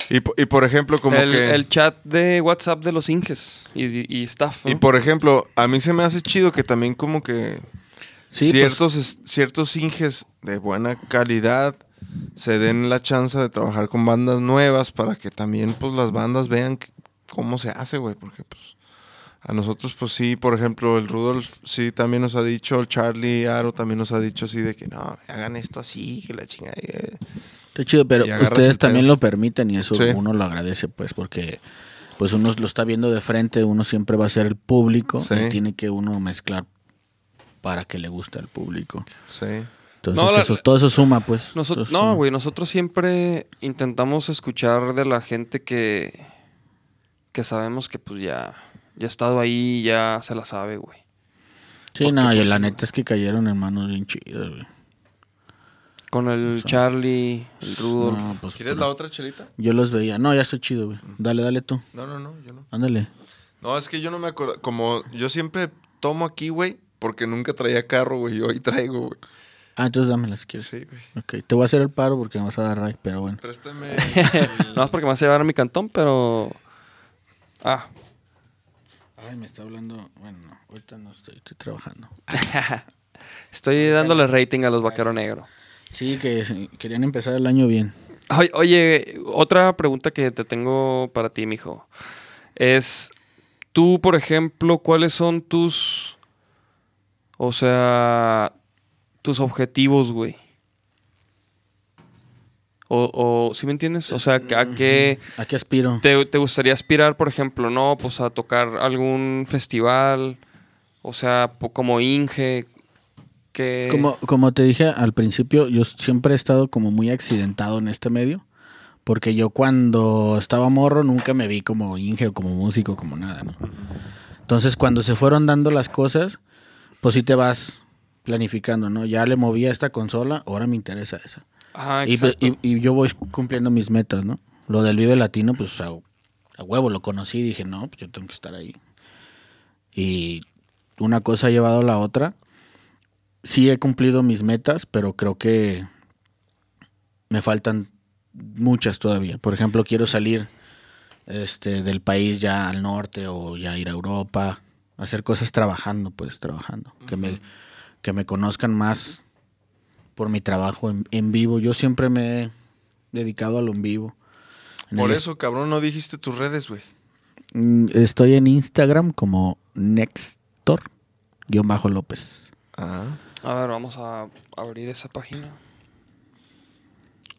S3: Y, po- y por ejemplo, como
S2: el,
S3: que...
S2: el chat de WhatsApp de los Inges y, y staff. ¿no?
S3: Y por ejemplo, a mí se me hace chido que también como que
S4: Sí, pues,
S3: ciertos, es- ciertos inges de buena calidad se den la chance de trabajar con bandas nuevas para que también pues las bandas vean que- cómo se hace, güey, porque pues a nosotros pues sí, por ejemplo, el Rudolf sí también nos ha dicho, el Charlie Aro también nos ha dicho así de que no, hagan esto así, que la chingada. eh".
S4: Está chido, pero
S3: Y agarras el
S4: ustedes también
S3: pedo.
S4: lo permiten y eso
S3: Sí.
S4: uno lo agradece, pues, porque pues uno lo está viendo de frente, uno siempre va a ser el público
S3: Sí.
S4: y tiene que uno mezclar para que le guste al público.
S3: Sí.
S4: Entonces,
S2: No, la-
S4: eso, todo eso suma, pues.
S2: Noso-
S4: Todo eso
S2: no,
S4: suma.
S2: güey, nosotros siempre intentamos escuchar de la gente que, que sabemos que pues ya, ya ha estado ahí, ya se la sabe, güey.
S4: Sí, no,
S3: pues,
S4: y la neta es que cayeron en manos bien chidas, güey.
S2: Con el Charlie, el Rudolf.
S4: No, pues,
S3: ¿Quieres la otra chelita?
S4: yo los veía. No, ya estoy chido, güey. Dale, dale tú.
S3: No, no, no, yo no.
S4: Ándale.
S3: No, es que yo no me acuerdo. Como yo siempre tomo aquí, güey, porque nunca traía carro, güey. y Hoy traigo, güey.
S4: Ah, entonces dámelas, ¿quieres?
S3: Sí, güey.
S4: Ok, te voy a hacer el paro porque me vas a dar ray, pero bueno.
S3: Préstame.
S2: No es porque me vas a llevar a mi cantón, pero. Ah,
S4: Ay, me está hablando. Bueno, no, ahorita no estoy, estoy trabajando.
S2: estoy dándole rating a los vaqueros negros.
S4: Sí, que querían empezar el año bien.
S2: Oye, oye, otra pregunta que te tengo para ti, mijo. Es, tú, por ejemplo, ¿cuáles son tus. O sea, tus objetivos, güey? O, si me entiendes? O sea, ¿a qué.
S4: ¿A qué aspiro?
S2: Te, te gustaría aspirar, por ejemplo, no? Pues a tocar algún festival. O sea, po- como Inge. Que.
S4: Como, como te dije al principio, yo siempre he estado como muy accidentado en este medio. Porque yo cuando estaba morro nunca me vi como Inge o como músico, como nada, ¿no? Entonces cuando se fueron dando las cosas, pues sí te vas planificando, ¿no? Ya le moví a esta consola, ahora me interesa esa.
S2: Ajá,
S4: Y,
S2: exacto.
S4: y- y yo voy cumpliendo mis metas, ¿no? Lo del Vive Latino, pues a, a huevo lo conocí y dije, no, pues yo tengo que estar ahí. Y una cosa ha llevado a la otra. Sí he cumplido mis metas, pero creo que me faltan muchas todavía. Por ejemplo, quiero salir este, del país ya al norte o ya ir a Europa, hacer cosas trabajando, pues trabajando. Que me que me conozcan más por mi trabajo en, en vivo. Yo siempre me he dedicado a lo en vivo. En
S3: Por
S4: el-
S3: eso, cabrón, no dijiste tus redes, güey.
S4: Mm, Estoy en Instagram como Nextor-López.
S2: A ver, vamos a abrir esa página.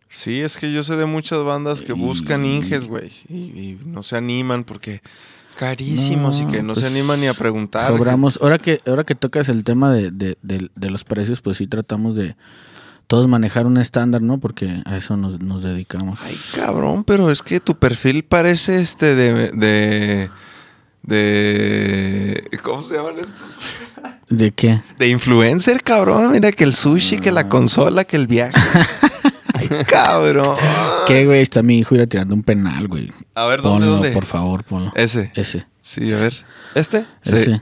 S3: Sí, es que yo sé de muchas bandas que buscan Inges, güey. Y, y no se animan porque carísimos y que no se
S4: pues,
S3: animan ni a preguntar.
S4: Cobramos. Ahora que, ahora que tocas el tema de, de- de- de los precios, pues sí tratamos de todos manejar un estándar, ¿no? Porque a eso nos, nos dedicamos.
S3: Cabrón, pero es que tu perfil parece este de. de. de- ¿Cómo se llaman estos?
S4: ¿De qué?
S3: De influencer, cabrón. Mira que el sushi, que la consola, que el viaje. Ay, cabrón.
S4: ¿Qué, güey? Está mi hijo ir a tirando un penal, güey.
S3: A ver, ¿dónde,
S4: Ponlo,
S3: dónde?
S4: por favor, ponlo.
S3: Ese.
S4: Ese.
S3: Sí, a ver.
S2: ¿Este?
S3: Sí.
S4: Ese.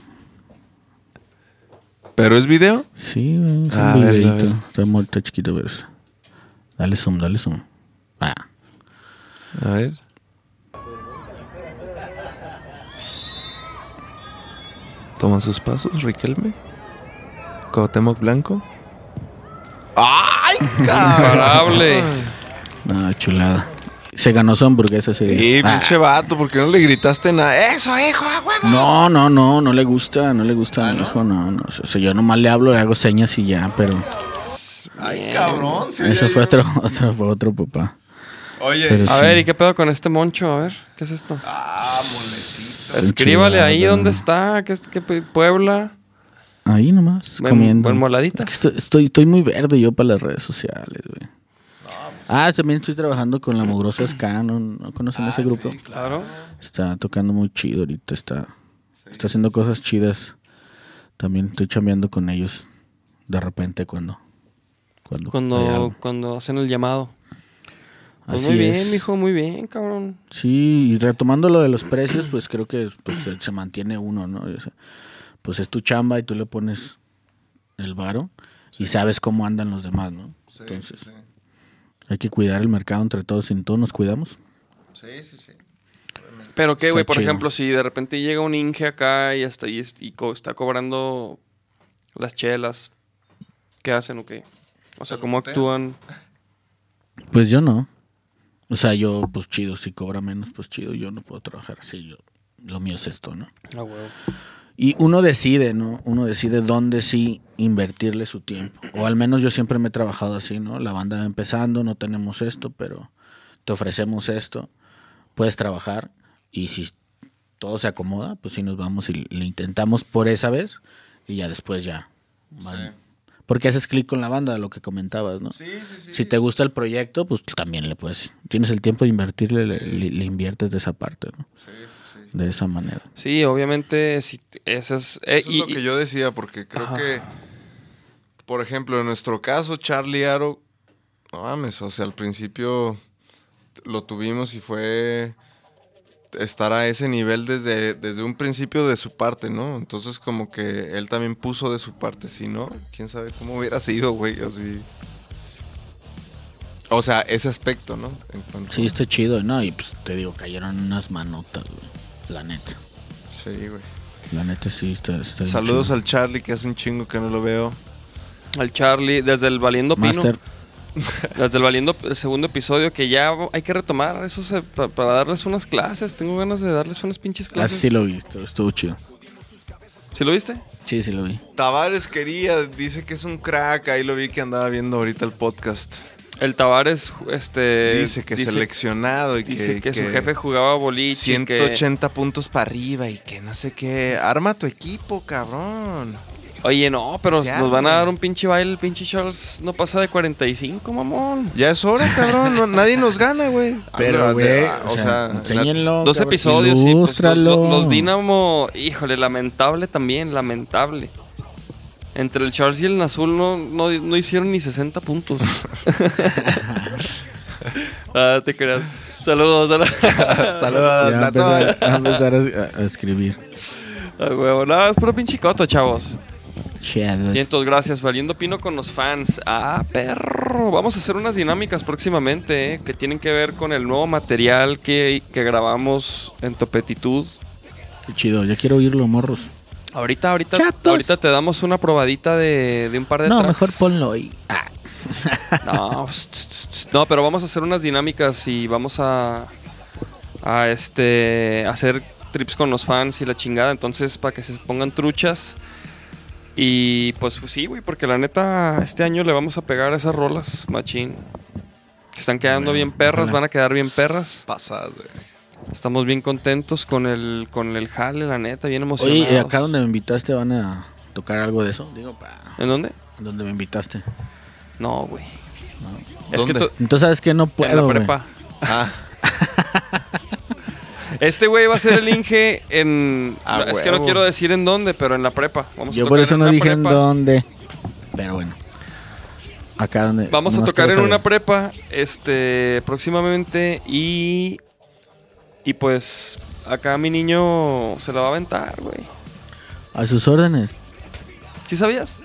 S3: ¿Pero es video?
S4: Sí, güey, es
S3: A
S4: un
S3: verlo,
S4: videito.
S3: a verlo.
S4: Está muy está chiquito, pero es- Dale zoom, dale zoom. Ah.
S3: A ver. Toman sus pasos, Riquelme. Cuauhtémoc Blanco. ¡Ay,
S2: Imparable.
S4: No, chulada. Se ganó su hamburguesa ese
S3: Sí,
S4: día. Ah.
S3: pinche vato, ¿por qué no le gritaste nada? ¡Eso, hijo, a huevo!
S4: No, no, no, no le gusta, no le gusta a mi hijo, no, no. O sea, yo nomás le hablo, le hago señas y ya, pero
S3: ¡Ay, cabrón! sí,
S4: eso
S3: oye,
S4: fue otro, otro, fue otro papá.
S3: Oye,
S4: Pero
S2: A
S4: sí.
S2: ver, ¿y qué pedo con este moncho? A ver, ¿qué es esto?
S3: ah, molecito.
S2: Escríbale ahí
S4: chulada.
S2: dónde está, qué, es- qué pe- Puebla.
S4: Ahí nomás,
S2: Buen-
S4: comiendo.
S2: buen moladita.
S4: Es que Estoy, estoy, estoy muy verde yo para las redes sociales, güey. Ah, también estoy trabajando con la mugrosa Ska, ¿no, ¿No conocen ese grupo?
S2: Claro.
S4: Está tocando muy chido ahorita, está, está haciendo cosas chidas. También estoy chambeando con ellos de repente cuando... Cuando... hay
S2: Cuando,
S4: algo.
S2: cuando hacen el llamado. Pues
S4: Así
S2: muy bien,
S4: es.
S2: mijo, muy bien, cabrón.
S4: Sí, y retomando lo de los precios, pues creo que pues, se- se mantiene uno, ¿no? O sea, Pues es tu chamba y tú le pones el varo y sabes cómo andan los demás, ¿no? Entonces, hay que cuidar el mercado entre todos, si todos nos cuidamos.
S3: Sí, sí, sí.
S2: Pero qué,
S4: Está
S2: güey, por
S4: chido.
S2: ejemplo, si de repente llega un Inge acá y hasta ahí es- y co- está cobrando las chelas, ¿qué hacen o qué? O sea, ¿cómo actúan?
S4: Pues yo no. O sea, yo, pues chido, si cobra menos, pues chido, yo no puedo trabajar así, yo, lo mío es esto, ¿no?
S2: Ah, huevo.
S4: Y uno decide, ¿no? Uno decide dónde sí invertirle su tiempo. O al menos yo siempre me he trabajado así, ¿no? La banda va empezando, no tenemos esto, pero te ofrecemos esto, puedes trabajar y si todo se acomoda, pues sí nos vamos y le intentamos por esa vez y ya después ya. van. Porque haces clic con la banda, lo que comentabas, ¿no? Si te gusta el proyecto, pues también le puedes. Tienes el tiempo de invertirle, le, le- le inviertes de esa parte, ¿no? De esa manera.
S2: Sí, obviamente, si ese es... eh,
S3: Eso es
S2: y-
S3: lo que
S2: y-
S3: yo decía, porque creo que, por ejemplo, en nuestro caso, Charlie Aro, no mames, o sea, al principio lo tuvimos y fue estar a ese nivel desde, desde un principio de su parte, ¿no? Entonces como que él también puso de su parte, si no, quién sabe cómo hubiera sido, güey, así. O sea, ese aspecto, ¿no? En cuanto-
S4: Sí, está chido, ¿no? Y pues te digo, cayeron unas manotas, güey. La neta.
S3: Sí, güey.
S4: La neta sí está. está bien
S3: Saludos
S4: chido.
S3: al Charlie, que hace un chingo que no lo veo.
S2: al Charlie, desde el Valiendo Pino.
S4: Master.
S2: Las del valiendo el segundo episodio que ya hay que retomar eso se- pa- para darles unas clases. Tengo ganas de darles unas pinches
S4: Ah,
S2: clases.
S4: sí lo vi, estuvo, estuvo chido.
S2: ¿Sí lo viste?
S4: Sí, sí lo vi.
S3: Ah, Tavares quería, dice que es un crack. Ahí lo vi que andaba viendo ahorita el podcast.
S2: El Tavares este
S3: dice que seleccionado y
S2: dice
S3: que,
S2: que su jefe jugaba boliche y que-
S3: 180 puntos para arriba y que no sé qué. Arma tu equipo, cabrón.
S2: Oye, no, pero
S3: Se
S2: nos van a
S3: arma.
S2: dar un pinche baile, el pinche Charles no pasa de 45, mamón.
S3: Ya es hora, cabrón. No- nadie nos gana, güey.
S4: Pero,
S3: Ah,
S4: güey,
S3: ah,
S4: o sea, enséñenlo.
S2: Dos
S4: cabrón,
S2: episodios, sí. pues, los,
S4: ilústralo.
S2: los- los Dinamo, híjole, lamentable también, lamentable. Entre el Charles y el Nazul no, no, no hicieron ni 60 puntos. ah, te creas. Saludos, saludos.
S3: Saludos,
S4: Ya empezar-
S3: Platón.
S4: ya empezar a, a- a escribir.
S2: Ah, huevo, no, es puro pinche coto, chavos.
S4: Chido.
S2: Y entonces, gracias, Valiendo Pino con los fans. Ah, perro. Vamos a hacer unas dinámicas próximamente eh, que tienen que ver con el nuevo material que, que grabamos en Topetitud.
S4: Qué Chido, ya quiero oírlo, morros.
S2: Ahorita, ahorita,
S4: Chatos.
S2: ahorita te damos una probadita de, de un par de
S4: No,
S2: tracks.
S4: mejor ponlo ahí.
S2: No, pss, pss, pss. No, pero vamos a hacer unas dinámicas y vamos a, a este hacer trips con los fans y la chingada. Entonces, para que se pongan truchas. Y pues sí, güey, porque la neta, este año le vamos a pegar a esas rolas, machín. Que están quedando bien perras, van a quedar bien perras.
S3: Pasadas, güey.
S2: Estamos bien contentos con el, con el jale, la neta, bien emocionados.
S4: Oye, ¿y acá donde me invitaste van a tocar algo de eso? Digo, pa,
S2: ¿En dónde?
S4: donde me invitaste.
S2: No, güey. Es que
S3: ¿Dónde?
S2: tú-
S4: Entonces, ¿sabes que No puedo.
S2: en la
S4: güey.
S2: prepa.
S3: Ah,
S2: Este güey va a ser el Inge en.
S3: A
S2: no, es que no
S3: Ah, huevo.
S2: quiero decir en dónde, pero en la prepa. Vamos a
S4: Yo
S2: tocar
S4: por eso
S2: en
S4: no
S2: una
S4: dije en
S2: prepa.
S4: dónde. Pero bueno. Acá donde.
S2: Vamos a
S4: nomás
S2: tocar en
S4: quiero
S2: una
S4: saber.
S2: prepa este próximamente y. Y pues acá mi niño se la va a aventar, güey.
S4: A sus órdenes.
S2: ¿Sí sabías?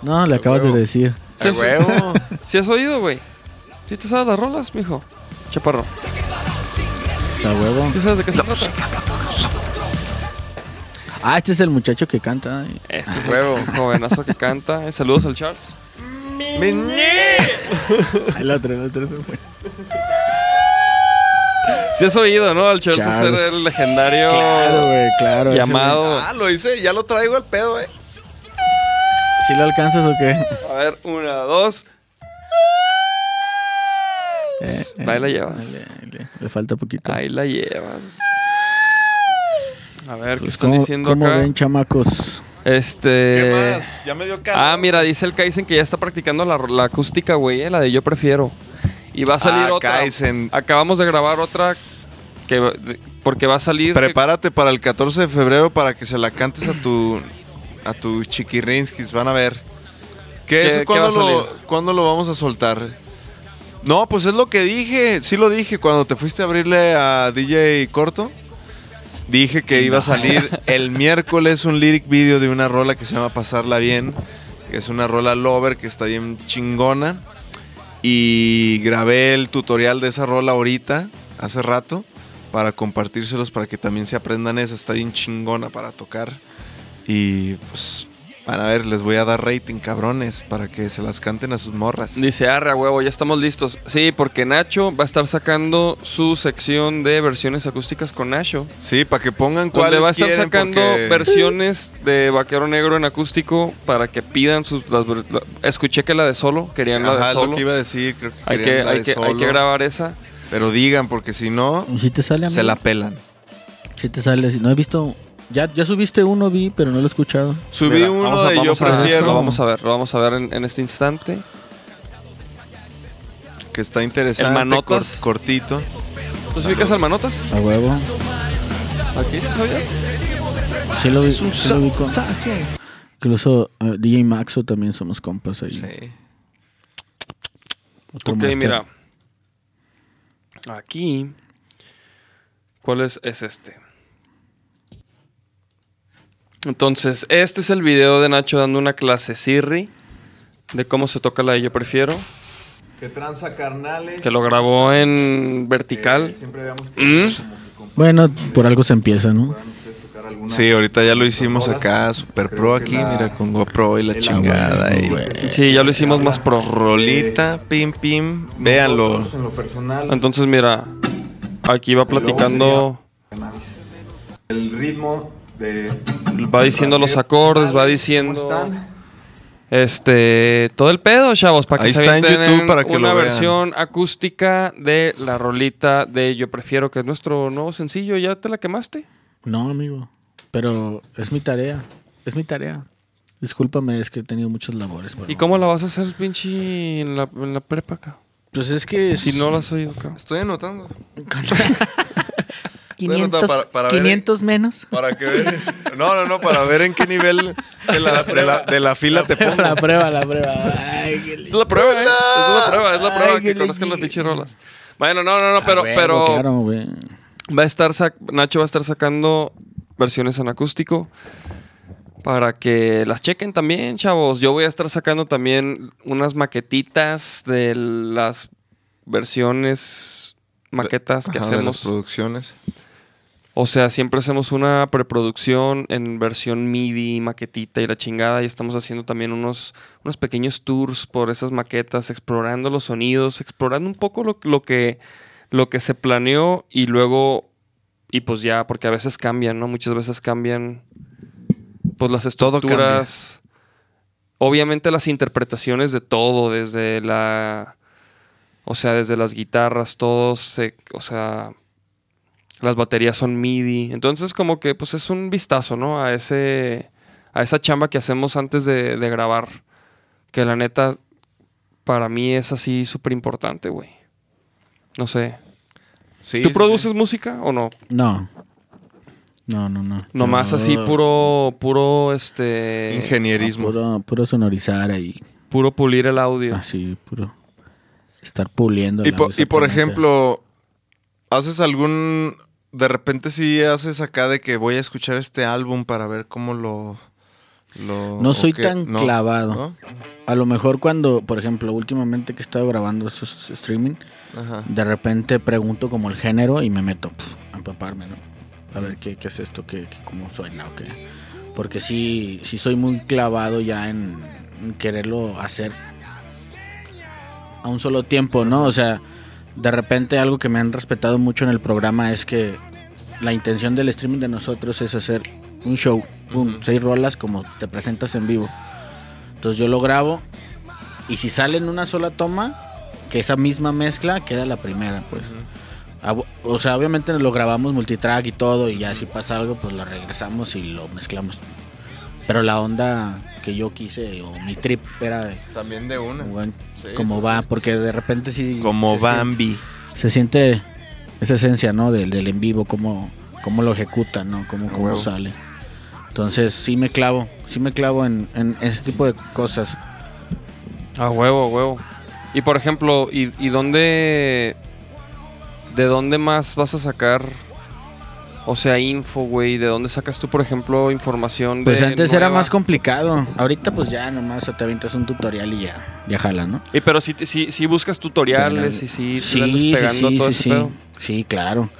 S4: No, le acabas de
S3: huevo.
S4: decir.
S2: ¿Sí
S3: a
S2: has,
S3: huevo.
S2: sí has oído, güey? ¿Sí te sabes las rolas, mijo? Chaparro.
S4: A huevo.
S2: ¿Tú sabes de qué se
S3: pues,
S2: trata?
S4: Ah, este es el muchacho que canta. ay.
S2: Este es
S3: Huevo.
S2: el jovenazo que canta. Eh, Saludos al Charles.
S4: El otro, el otro se fue.
S2: Sí has oído, ¿no? Al Charles, hacer
S4: Charles.
S2: el legendario
S4: Claro, güey, claro. ese
S2: llamado.
S3: Ah, lo hice, ya lo traigo al pedo, eh.
S4: güey. ¿Sí lo alcanzas o qué?
S3: Ah.
S2: A ver, una, dos. ahí la llevas.
S4: Eh, Dale, ahí Le, le falta poquito.
S2: Ahí la llevas. A ver, ¿qué
S4: Pues,
S2: están
S4: ¿cómo,
S2: diciendo
S4: cómo
S2: acá?
S4: ven, chamacos?
S2: Este.
S3: ¿Qué más? Ya me dio calor.
S2: Ah, mira, dice el Kaizen que ya está practicando la, la acústica, güey, eh, la de yo prefiero. Y va a salir
S3: Ah,
S2: otra.
S3: Kaizen.
S2: Acabamos de grabar otra que va- de- porque va a salir.
S3: Prepárate para el 14 de febrero para que se la cantes a tu a tu chiquirinskis, van a ver. ¿Qué,
S2: ¿Qué-
S3: eso
S2: qué
S3: cuándo,
S2: va a salir?
S3: lo, cuándo lo vamos a soltar? No, pues es lo que dije, sí lo dije cuando te fuiste a abrirle a DJ Corto. Dije que iba a salir el miércoles un lyric video de una rola que se llama Pasarla Bien, que es una rola lover que está bien chingona. Y grabé el tutorial de esa rola ahorita, hace rato, para compartírselos para que también se aprendan esa. Está bien chingona para tocar. Y pues, van a ver, les voy a dar rating, cabrones, para que se las canten a sus morras.
S2: Dice, arre, a huevo, ya estamos listos. Sí, porque Nacho va a estar sacando su sección de versiones acústicas con Nacho.
S3: Sí, para que pongan
S2: Donde
S3: cuáles
S2: Pues va a estar
S3: quieren,
S2: sacando
S3: porque-
S2: versiones de Vaquero Negro en acústico para que pidan sus. las ver- la- escuché que la de solo, querían la
S3: Ajá,
S2: de
S3: lo
S2: solo.
S3: que iba a decir, creo que
S2: hay,
S3: querían
S2: que,
S3: la
S2: hay,
S3: de
S2: que, hay
S3: solo.
S2: que grabar esa.
S3: Pero digan, porque si no,
S4: ¿Y si te sale a mí?
S3: se la pelan.
S4: Si te sale. si- No he visto. Ya, ya subiste uno, vi, pero no lo he escuchado.
S3: Subí
S2: Mira,
S3: uno
S2: vamos a-
S3: de
S2: vamos
S3: Yo
S2: a ver, Lo
S3: Prefiero,
S2: vamos a ver, lo vamos a ver en, en este instante.
S3: que está interesante,
S2: El Manotas.
S3: cor- cortito.
S2: ¿Tú ubicas al Manotas?
S4: A huevo.
S2: Aquí, ¿sí sabías?
S4: Sí lo vi. sí lo vi con- Incluso eh, DJ Maxo también somos compas ahí.
S3: Sí.
S4: Otro
S2: Ok,
S4: máster.
S2: mira. Aquí. ¿Cuál es, es este? Entonces, este es el video de Nacho dando una clase Sirri de cómo se toca la de Yo Prefiero,
S3: Que tranza carnales.
S2: que lo grabó en vertical.
S3: Eh,
S2: Mm,
S3: Siempre veamos
S4: Bueno, por algo se empieza, ¿no?
S3: Sí, ahorita ya lo hicimos acá, super pro aquí, mira, con GoPro y la chingada. Y,
S2: Sí, ya lo hicimos más pro.
S3: Rolita, pim, pim, véanlo.
S2: en lo personal. Entonces, mira, aquí va platicando,
S1: El ritmo de
S2: va diciendo los acordes, va diciendo. Este, todo el pedo, chavos, para que
S3: Ahí
S2: se
S3: está en
S2: avienten
S3: YouTube para que
S2: una
S3: lo vean.
S2: versión acústica de la rolita de Yo prefiero que es nuestro nuevo sencillo, ¿ya te la quemaste?
S4: No, amigo. Pero es mi tarea. Es mi tarea. Discúlpame, es que he tenido muchos labores.
S2: ¿Y cómo la vas a hacer, pinche, en la, en la prepa acá?
S4: Pues es que.
S2: Si no la has oído, cabrón.
S3: Estoy anotando.
S4: para- para ver- 500 menos.
S3: Para que ver. No, no, no, para ver en qué nivel de la, de la- de la fila te pongo.
S4: La prueba, la prueba.
S2: Es la prueba, ¿eh? Es la prueba, es la prueba que conozcan las pinches rolas. Bueno, no, no, no, pero,
S4: Ah, huevo,
S2: pero
S4: claro, güey.
S2: va a estar sac- Nacho va a estar sacando versiones en acústico para que las chequen también, chavos. Yo voy a estar sacando también unas maquetitas de las versiones maquetas que
S3: Ajá, Ah, de las
S2: hacemos.
S3: producciones.
S2: O sea, siempre hacemos una preproducción en versión MIDI, maquetita y la chingada. Y estamos haciendo también unos, unos pequeños tours por esas maquetas, explorando los sonidos, explorando un poco lo, lo que, lo que se planeó y luego, y pues ya, porque a veces cambian, ¿no? Muchas veces cambian pues las
S3: Todo cambia.
S2: estructuras. Obviamente las interpretaciones de todo, desde la... O sea, desde las guitarras, todos, se, o sea, las baterías son MIDI. Entonces, como que pues es un vistazo, ¿no? A ese. a esa chamba que hacemos antes de, de grabar. Que la neta, para mí es así súper importante, güey. No sé.
S3: Sí,
S2: ¿Tú
S3: sí,
S2: produces música o no?
S4: No. No, no, no.
S2: Nomás
S4: Yo-
S2: así puro, puro, este...
S4: No, Puro, puro sonorizar ahí.
S2: Puro pulir el audio.
S4: Así, Ah, puro. Estar puliendo.
S3: Y
S4: la
S3: por,
S4: voz
S3: y por
S4: apenas,
S3: ejemplo, ¿haces algún... De repente sí haces acá de que voy a escuchar este álbum para ver cómo lo... lo-
S4: No
S3: o
S4: soy
S3: qué-
S4: tan
S3: no,
S4: clavado.
S3: ¿no?
S4: A lo mejor cuando, por ejemplo, últimamente que he estado grabando esos streaming,
S3: Ajá.
S4: de repente pregunto como el género y me meto pf, a empaparme, ¿no? A ver qué, qué es esto, qué, qué- cómo suena o qué. Porque sí, sí soy muy clavado ya en, en quererlo hacer a un solo tiempo, ¿no? O sea, de repente algo que me han respetado mucho en el programa es que la intención del streaming de nosotros es hacer un show, boom, seis rolas como te presentas en vivo. Entonces yo lo grabo y si sale en una sola toma, que esa misma mezcla queda la primera, pues. Ab- O sea, obviamente lo grabamos multitrack y todo y ya si pasa algo, pues lo regresamos y lo mezclamos. Pero la onda que yo quise o mi trip era de
S3: También de una.
S4: bueno,
S3: Sí,
S4: como
S3: sí,
S4: va,
S3: sí.
S4: porque de repente sí.
S3: Como
S4: se
S3: Bambi.
S4: siente- se siente esa esencia, ¿no? Del, del en vivo, cómo, cómo lo ejecutan, ¿no? Cómo, cómo
S3: huevo.
S4: sale. Entonces sí me clavo, sí me clavo en, en ese tipo de cosas.
S2: A huevo, a huevo. Y por ejemplo, ¿y, y dónde. ¿De dónde más vas a sacar? O sea, info, güey. ¿De dónde sacas tú, por ejemplo, información
S4: Pues
S2: de.
S4: antes era
S2: nueva?
S4: más complicado. Ahorita pues ya nomás te avientas un tutorial y ya, ya jala, ¿no?
S2: Y pero si, si buscas tutoriales y si le andas pegando a todo ese
S4: sí,
S2: pedo.
S4: Sí, claro.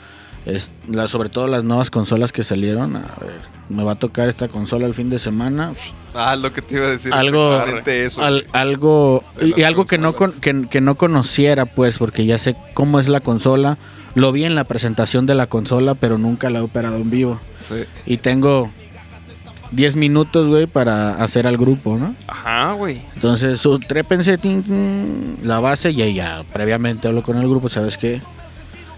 S4: Es, la- sobre todo las nuevas consolas que salieron. A ver, me va a tocar esta consola el fin de semana. pues,
S3: Ah, lo que te iba a decir.
S4: algo
S3: exactamente eso.
S4: al- algo
S3: De las
S4: y, y algo que no con- que, que no conociera pues porque ya sé cómo es la consola lo vi en la presentación de la consola pero nunca la he operado en vivo
S3: Sí.
S4: y tengo 10 minutos güey para hacer al grupo no
S2: Ajá, güey.
S4: entonces su- trépense tin, tin, la base y ahí ya previamente hablo con el grupo sabes qué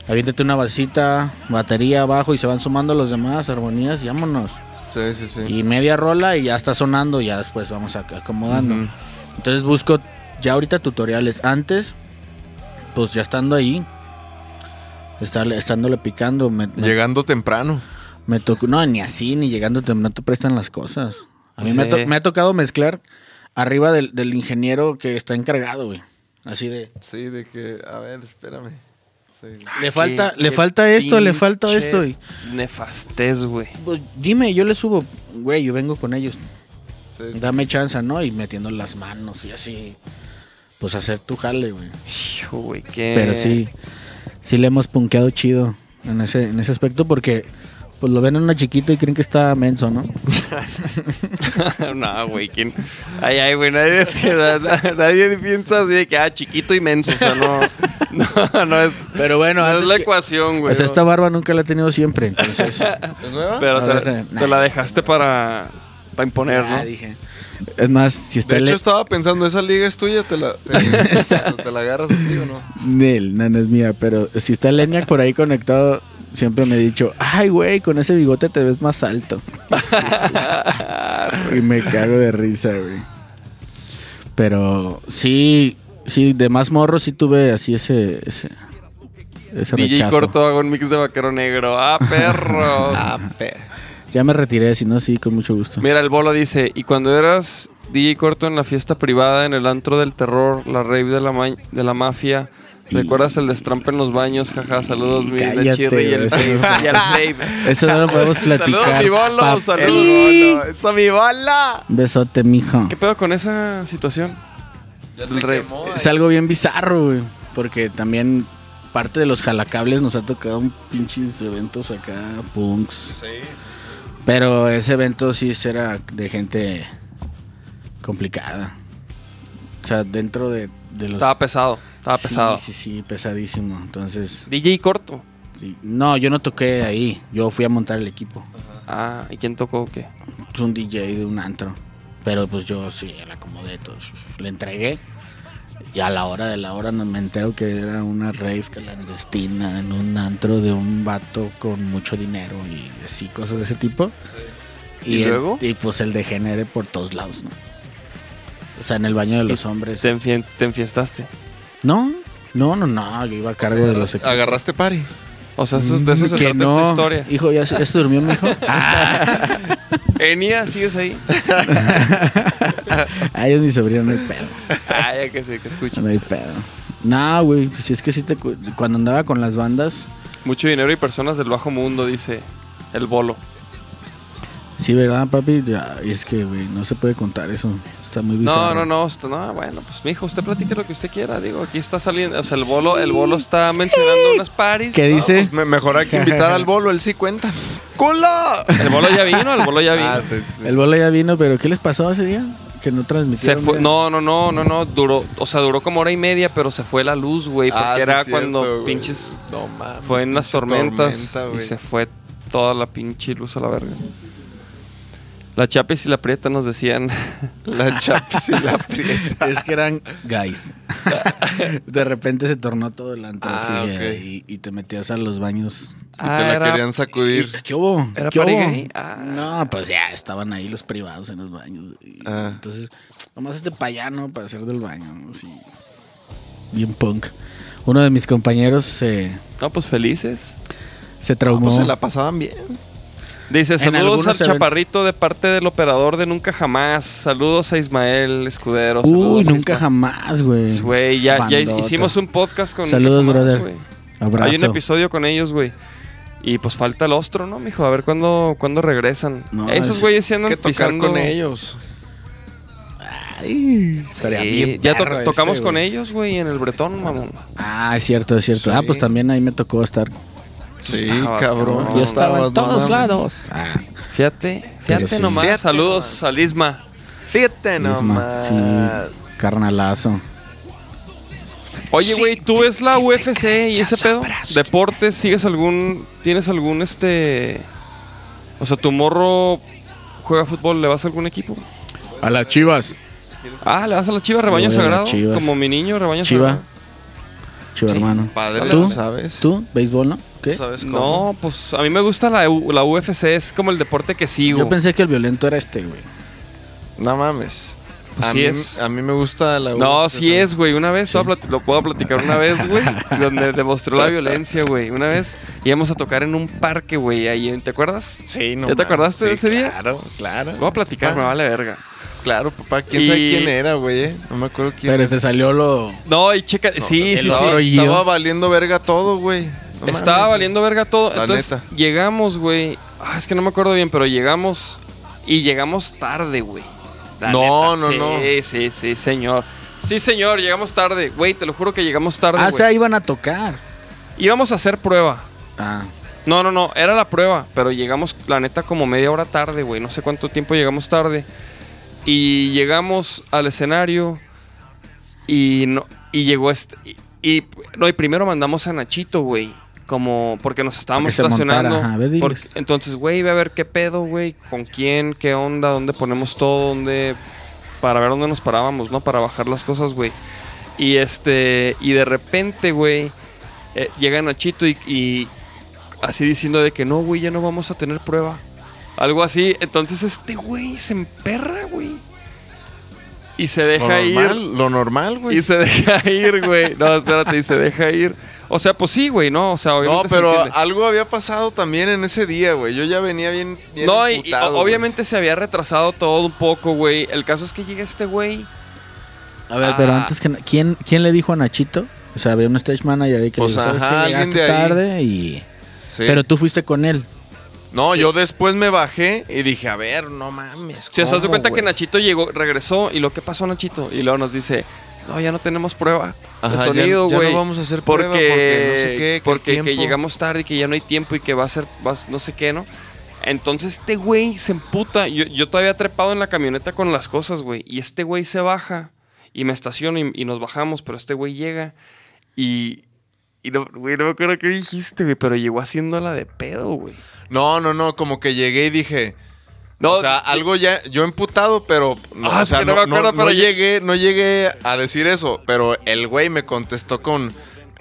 S4: aviéntate una basita batería abajo y se van sumando los demás armonías y vámonos
S3: Sí, sí, sí.
S4: y media rola y ya está sonando y ya después vamos ac- acomodando.
S3: Ujú.
S4: Entonces busco ya ahorita tutoriales. Antes, pues ya estando ahí, estarle, estándole picando, me, me-
S3: Llegando temprano.
S4: me tocó, no, ni así, ni llegando, te- no te prestan las cosas. A mí me, ha to-
S2: Sí.
S4: me ha tocado mezclar arriba del, del ingeniero que está encargado, güey. Así de...
S3: Sí, de que, a ver, espérame. Sí.
S4: Le falta,
S2: Qué-
S4: le
S2: qué
S4: falta esto, le falta
S2: pinche
S4: esto. y,
S2: Nefastez, güey.
S4: pues, dime, yo le subo, güey, yo vengo con ellos.
S3: Sí, sí.
S4: Dame chance, ¿no? Y metiendo las manos y así. Pues hacer tu jale, güey.
S2: Hijo, güey, qué.
S4: Pero sí, sí le hemos punkeado chido en ese, en ese aspecto porque Pues lo ven en una chiquita y creen que está menso, ¿no?
S2: no, güey, ¿quién? Ay, ay, güey, nadie, nadie piensa así de que, ah, chiquito y menso, o sea, no, no, no es...
S4: Pero bueno,
S2: no es
S4: antes
S2: la
S4: que-
S2: ecuación, güey.
S4: o sea, esta barba nunca la he tenido siempre, entonces.
S2: Pero
S4: Ahora
S2: te,
S4: te-
S2: te la dejaste para, para imponer, ¿no?
S4: dije. Es más, si está
S3: De
S4: el
S3: hecho, estaba pensando, ¿esa liga es tuya? ¿Te la, te, te la agarras así o no?
S4: Nel, no, no es mía, pero si está el ENIAC por ahí conectado, siempre me he dicho, ay, güey, con ese bigote te ves más alto. y me cago de risa, güey. Pero sí, sí, de más morro sí tuve así ese, ese, ese
S2: DJ
S4: rechazo.
S2: Corto hago un mix de vaquero negro. ¡Ah, perro!
S4: Ah, Ya me retiré, si no, sí, con mucho gusto.
S2: Mira, el bolo dice, y cuando eras DJ Corto en la fiesta privada, en el antro del terror, la rave de la, ma- de la mafia, ¿recuerdas el destrampe en los baños? Jaja, saludos, mi de
S4: Cállate,
S2: Chirri y el,
S4: eso no-
S2: y el rave.
S4: Eso no lo podemos
S2: Saludos,
S4: platicar.
S2: mi bolo,
S4: papá.
S2: saludos.
S3: ¡Eso, mi bala!
S4: Besote, mijo.
S2: ¿Qué pedo con esa situación? El rave.
S4: Es algo bien bizarro, güey. Porque también parte de los jalacables nos ha tocado un pinches eventos acá, punks. Pero ese evento sí era de gente complicada. O sea, dentro de, de los.
S2: Estaba pesado, estaba
S4: Sí,
S2: pesado.
S4: Sí, sí, pesadísimo. Entonces,
S2: DJ Corto.
S4: sí. no, yo no toqué ahí. Yo fui a montar el equipo.
S2: Ah, ¿y quién tocó o qué?
S4: Es pues, un DJ de un antro. Pero pues yo sí, le acomodé, todo, le entregué. Y a la hora de la hora no me entero que era una rave clandestina en un antro de un vato con mucho dinero y así, cosas de ese tipo.
S2: ¿Y
S4: el-
S2: luego?
S4: y pues el degenere por todos lados, ¿no? O sea, en el baño de los hombres.
S2: Te, enfie- te enfiestaste.
S4: No, no, no, no, yo iba a cargo de los equipos.
S3: Agarraste pari.
S2: O sea, eso- de eso se
S4: Mm, Que
S2: trata
S4: no.
S2: esta historia.
S4: Hijo, ¿ya, se- ya se durmió Ah, mi hijo?
S2: Enia, ¿sigues ahí?
S4: Ay, es mi sobrino, no hay pedo.
S2: Ah, ya que sé, que escucho.
S4: No hay pedo. No, güey, pues, si es que sí te cu- cuando andaba con las bandas,
S2: Mucho dinero y personas del bajo mundo, dice el bolo.
S4: sí, ¿verdad, papi? Ya, y es que, güey, no se puede contar eso. Está muy
S2: No,
S4: bizarro.
S2: no, no, usted- no, bueno, pues mijo, usted platique lo que usted quiera, digo, aquí está saliendo, o sea, el bolo, el bolo está mencionando unas paris.
S4: ¿Qué dice?
S3: Pues me- mejor hay que invitar al bolo, él sí cuenta. ¡Culo!
S2: El bolo ya vino, el bolo ya vino.
S3: Ah, sí, sí.
S4: El bolo ya vino, pero ¿qué les pasó ese día? Que no
S2: pues, Se
S4: transmitieron.
S2: fue,
S4: güey.
S2: no, no, no, no, no, duró, o sea, duró como hora y media, pero se fue la luz, güey, porque
S3: Ah, sí,
S2: era
S3: cierto,
S2: cuando
S3: güey.
S2: pinches
S3: No mames.
S2: fue en las
S3: pinche
S2: tormentas
S3: tormenta,
S2: y
S3: güey.
S2: se fue toda la pinche luz a la verga. La Chapis y la Prieta nos decían,
S3: La chapis y la prieta.
S4: Es que eran guys. De repente se tornó todo el antro
S3: Ah,
S4: así,
S3: ok.
S4: eh, y, y te metías a los baños.
S3: y
S2: ah,
S3: te la
S2: era-
S3: querían sacudir.
S4: ¿Qué hubo?
S2: ¿Era
S4: ¿Qué
S2: party
S4: hubo?
S2: gay? Ah.
S4: No, pues ya estaban ahí los privados en los baños. y
S3: Ah.
S4: Entonces, nomás este payano para hacer del baño, ¿no? Sí. Bien punk. Uno de mis compañeros se,
S2: no, pues felices.
S4: se
S3: Ah,
S4: traumó.
S3: pues se la pasaban bien.
S2: Dice,
S4: En
S2: saludos
S4: algunos
S2: al
S4: eventos.
S2: chaparrito de parte del operador de Nunca Jamás. Saludos a Ismael Escudero.
S4: Uy,
S2: Saludos a
S4: nunca
S2: Ismael.
S4: jamás, güey.
S2: Güey, ya, ya
S4: Bandota.
S2: hicimos un podcast con
S4: Saludos,
S2: Nunca Jamás,
S4: brother.
S2: güey.
S4: Abrazo.
S2: Hay un episodio con ellos, güey. Y pues falta el ostro, ¿no, mijo? A ver cuándo, cuándo regresan.
S4: No,
S2: Esos
S4: es-
S2: güeyes sí andan
S3: Hay que tocar
S2: pisando-
S3: con ellos.
S4: Ay, estaría
S2: Sí,
S4: bien.
S2: ya to-
S4: perro ese,
S2: tocamos con
S4: güey.
S2: ellos, güey, en el Bretón, mamón.
S4: Ah, es cierto, es cierto. Ah,
S3: Sí.
S4: pues también ahí me tocó estar.
S3: Sí, cabrón.
S2: estabas, cabrón.
S3: tú
S2: Yo
S4: estaba en
S3: estabas, no mames.
S4: todos lados. Ah,
S2: Fíjate, fíjate
S4: Pero sí.
S2: nomás.
S3: Fíjate
S2: saludos
S3: nomás.
S2: al Isma.
S3: Fíjate nomás.
S4: Isma, sí, carnalazo.
S2: Oye, güey, ¿tú ves la UFC y ese pedo? Deportes, ¿sigues algún. ¿Tienes algún este. O sea, tu morro juega fútbol, ¿le vas a algún equipo?
S4: A las chivas.
S2: Ah, ¿le vas a la Chivas Rebaño
S4: voy a las
S2: Sagrado?
S4: Chivas.
S2: Como mi niño, Rebaño
S4: Chiva.
S2: Sagrado.
S4: Chiva, hermano.
S3: Padre,
S4: ¿Tú?
S3: ¿sabes?
S4: ¿Tú? ¿Béisbol, no? ¿Qué?
S3: ¿Sabes cómo?
S2: No, pues a mí me gusta la, U- la UFC, es como el deporte que sigo.
S4: Yo pensé que el violento era este, güey.
S3: No mames.
S2: Pues
S3: a,
S2: sí
S3: mí,
S2: es.
S3: a mí me gusta la
S2: No,
S3: UFC
S2: sí es, güey. Una vez, te voy a plati- lo puedo platicar una vez, güey. donde demostró la violencia, güey. Una vez íbamos a tocar en un parque, güey. Ahí, en- ¿te acuerdas?
S3: Sí, no
S2: ¿Ya te
S3: mames,
S2: acordaste de
S3: sí,
S2: ese día?
S3: Claro, claro.
S2: Lo voy a platicar, me
S3: Papá,
S2: vale verga.
S3: Claro, papá. ¿Quién
S2: Y-
S3: sabe quién era, güey? eh? No me acuerdo quién
S4: Pero
S3: era.
S4: te salió lo.
S2: No, y checa, sí,
S4: el
S2: sí, sí.
S4: oro
S3: estaba,
S4: y yo.
S3: estaba valiendo verga todo, güey. No
S2: Estaba
S3: mames.
S2: valiendo verga todo.
S3: La
S2: Entonces
S3: neta.
S2: llegamos, güey. Ah, es que no me acuerdo bien, pero llegamos y llegamos tarde, güey. La
S3: No,
S2: neta.
S3: no, no.
S2: Sí, sí, sí, señor. Sí, señor, llegamos tarde. Güey, te lo juro que llegamos tarde,
S4: Ah, o
S2: güey.
S4: sea, iban a tocar.
S2: Íbamos a hacer prueba.
S4: Ah,
S2: No, no, no, era la prueba, pero llegamos, la neta, como media hora tarde, güey. No sé cuánto tiempo llegamos tarde. Y llegamos al escenario y no y llegó este y, y- no y primero mandamos a Nachito, güey, como porque nos estábamos
S4: se montara,
S2: estacionando.
S4: ajá, ve, diles.
S2: porque- entonces, güey, ve a ver qué pedo, güey, con quién, qué onda, dónde ponemos todo, dónde para ver dónde nos parábamos, ¿no? Para bajar las cosas, güey. Y este y de repente, güey, eh, llega Nachito y, y así diciendo de que no, güey, ya no vamos a tener prueba. Algo así, entonces este güey se emperra, güey. Y se deja
S3: lo normal,
S2: ir.
S3: Lo normal, güey.
S2: Y se deja ir, güey. No, espérate, y se deja ir. O sea, pues sí, güey, ¿no? O sea,
S3: No,
S2: obviamente. se
S3: pero
S2: entiende.
S3: algo había pasado también en ese día, güey. Yo ya venía bien, bien
S2: No, y, y
S3: emputado, güey.
S2: obviamente se había retrasado todo un poco, güey. El caso es que llega este güey.
S4: A ver, pero
S2: Ah.
S4: antes que na- ¿quién, ¿quién le dijo a Nachito? O sea, había un stage manager ahí que
S3: Pues
S4: le dijo, "¿Sabes
S3: ajá,
S4: qué?
S3: alguien
S4: Llegaste
S3: de ahí".
S4: tarde y...
S3: Sí.
S4: Pero tú fuiste con él.
S3: No, yo después me bajé y dije, a ver, no mames.
S2: Si os das
S3: ¿cómo,
S2: cuenta que
S3: güey?
S2: Nachito llegó, regresó y lo que pasó, Nachito. Y luego nos dice, no, ya no tenemos prueba. de
S3: Ajá, ya-
S2: sonido,
S3: ya no
S2: güey.
S3: vamos a hacer prueba porque no sé qué, que el
S2: porque que
S3: tiempo".
S2: llegamos tarde y que ya no hay tiempo y que va a ser va a- no sé qué, ¿no? Entonces este güey se emputa. Yo, yo todavía trepado en la camioneta con las cosas, güey. Y este güey se baja y me estaciono y, y nos bajamos, pero este güey llega y. Y no, güey, no me acuerdo qué dijiste, güey, pero llegó haciéndola de pedo, güey.
S3: No, no, no, como que llegué y dije.
S2: No,
S3: o sea, algo ya. Yo emputado, pero. No,
S2: Ah,
S3: o sea,
S2: es que no
S3: no,
S2: me acuerdo,
S3: no-
S2: pero
S3: no
S2: ya-
S3: llegué, no llegué a decir eso. Pero el güey me contestó con.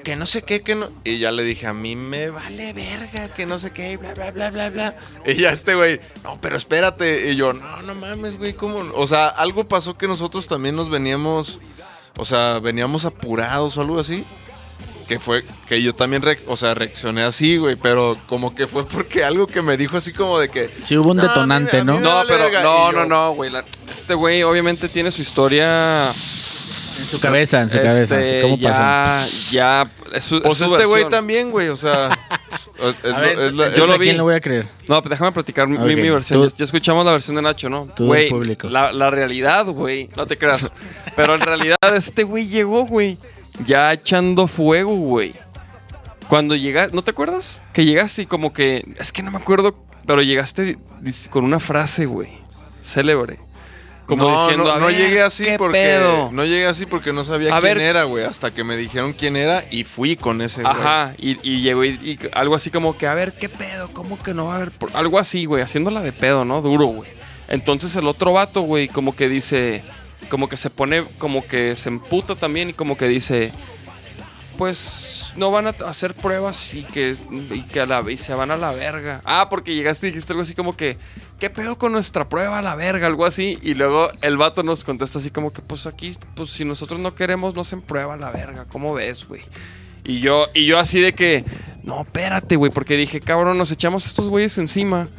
S3: Que no sé qué, que no. Y ya le dije, a mí me vale verga, que no sé qué, y bla, bla, bla, bla, bla. Y ya este güey, no, pero espérate. Y yo, no, no mames, güey, ¿cómo? no?". O sea, algo pasó que nosotros también nos veníamos. O sea, veníamos apurados o algo así. Que fue que yo también, re- o sea, reaccioné así, güey, pero como que fue porque algo que me dijo así como de que...
S4: Sí, hubo un
S3: "No, a mí-
S4: detonante,
S3: a mí me
S4: ¿no?
S2: No,
S3: vale
S2: pero
S3: verga".
S2: no,
S3: Y yo,
S2: no, no, güey. la- Este güey obviamente tiene su historia.
S4: En su cabeza, en su
S2: Este,
S4: cabeza. así, ¿Cómo
S2: ya,
S4: pasó?
S2: Ya, es su- es
S3: Pues
S2: su
S3: este güey
S2: versión.
S3: también, güey, o sea... es- es
S4: A
S3: lo-
S4: ver,
S3: es la-
S4: entonces,
S2: yo
S3: es-
S2: lo
S4: ¿a
S2: vi.
S4: quién le voy a creer?
S2: No, pero déjame platicar mi, mi
S4: Ah, Ok,
S2: versión.
S4: tú-
S2: ya, ya escuchamos la versión de Nacho, ¿no?
S4: tú del
S2: Güey,
S4: público.
S2: La, la realidad, güey. No te creas. Pero en realidad este güey llegó, güey. Ya echando fuego, güey. Cuando llegaste, ¿no te acuerdas? Que llegaste y como que, es que no me acuerdo, pero llegaste dis- con una frase, güey. Célebre. Como
S3: no,
S2: diciendo,
S3: no,
S2: "A
S3: no
S2: ver,
S3: llegué así
S2: ¿qué
S3: porque...
S2: pedo?"
S3: No llegué así porque no sabía
S2: A
S3: quién
S2: ver.
S3: era, güey, hasta que me dijeron quién era y fui con ese güey.
S2: Ajá, y, y llegó y, y algo así como que, a ver, ¿qué pedo? ¿Cómo que no va a haber? por-?" Algo así, güey, haciéndola de pedo, ¿no? Duro, güey. Entonces el otro vato, güey, como que dice, como que se pone, como que se emputa también y como que dice, pues no van a t- hacer pruebas y que, y que a la, y se van a la verga. Ah, porque llegaste y dijiste algo así como que, ¿qué pedo con nuestra prueba a la verga? Algo así. Y luego el vato nos contesta así como que, pues aquí, pues si nosotros no queremos, no hacen prueba a la verga. ¿Cómo ves, güey? Y yo, y yo así de que, no, espérate, güey, porque dije, cabrón, nos echamos estos güeyes encima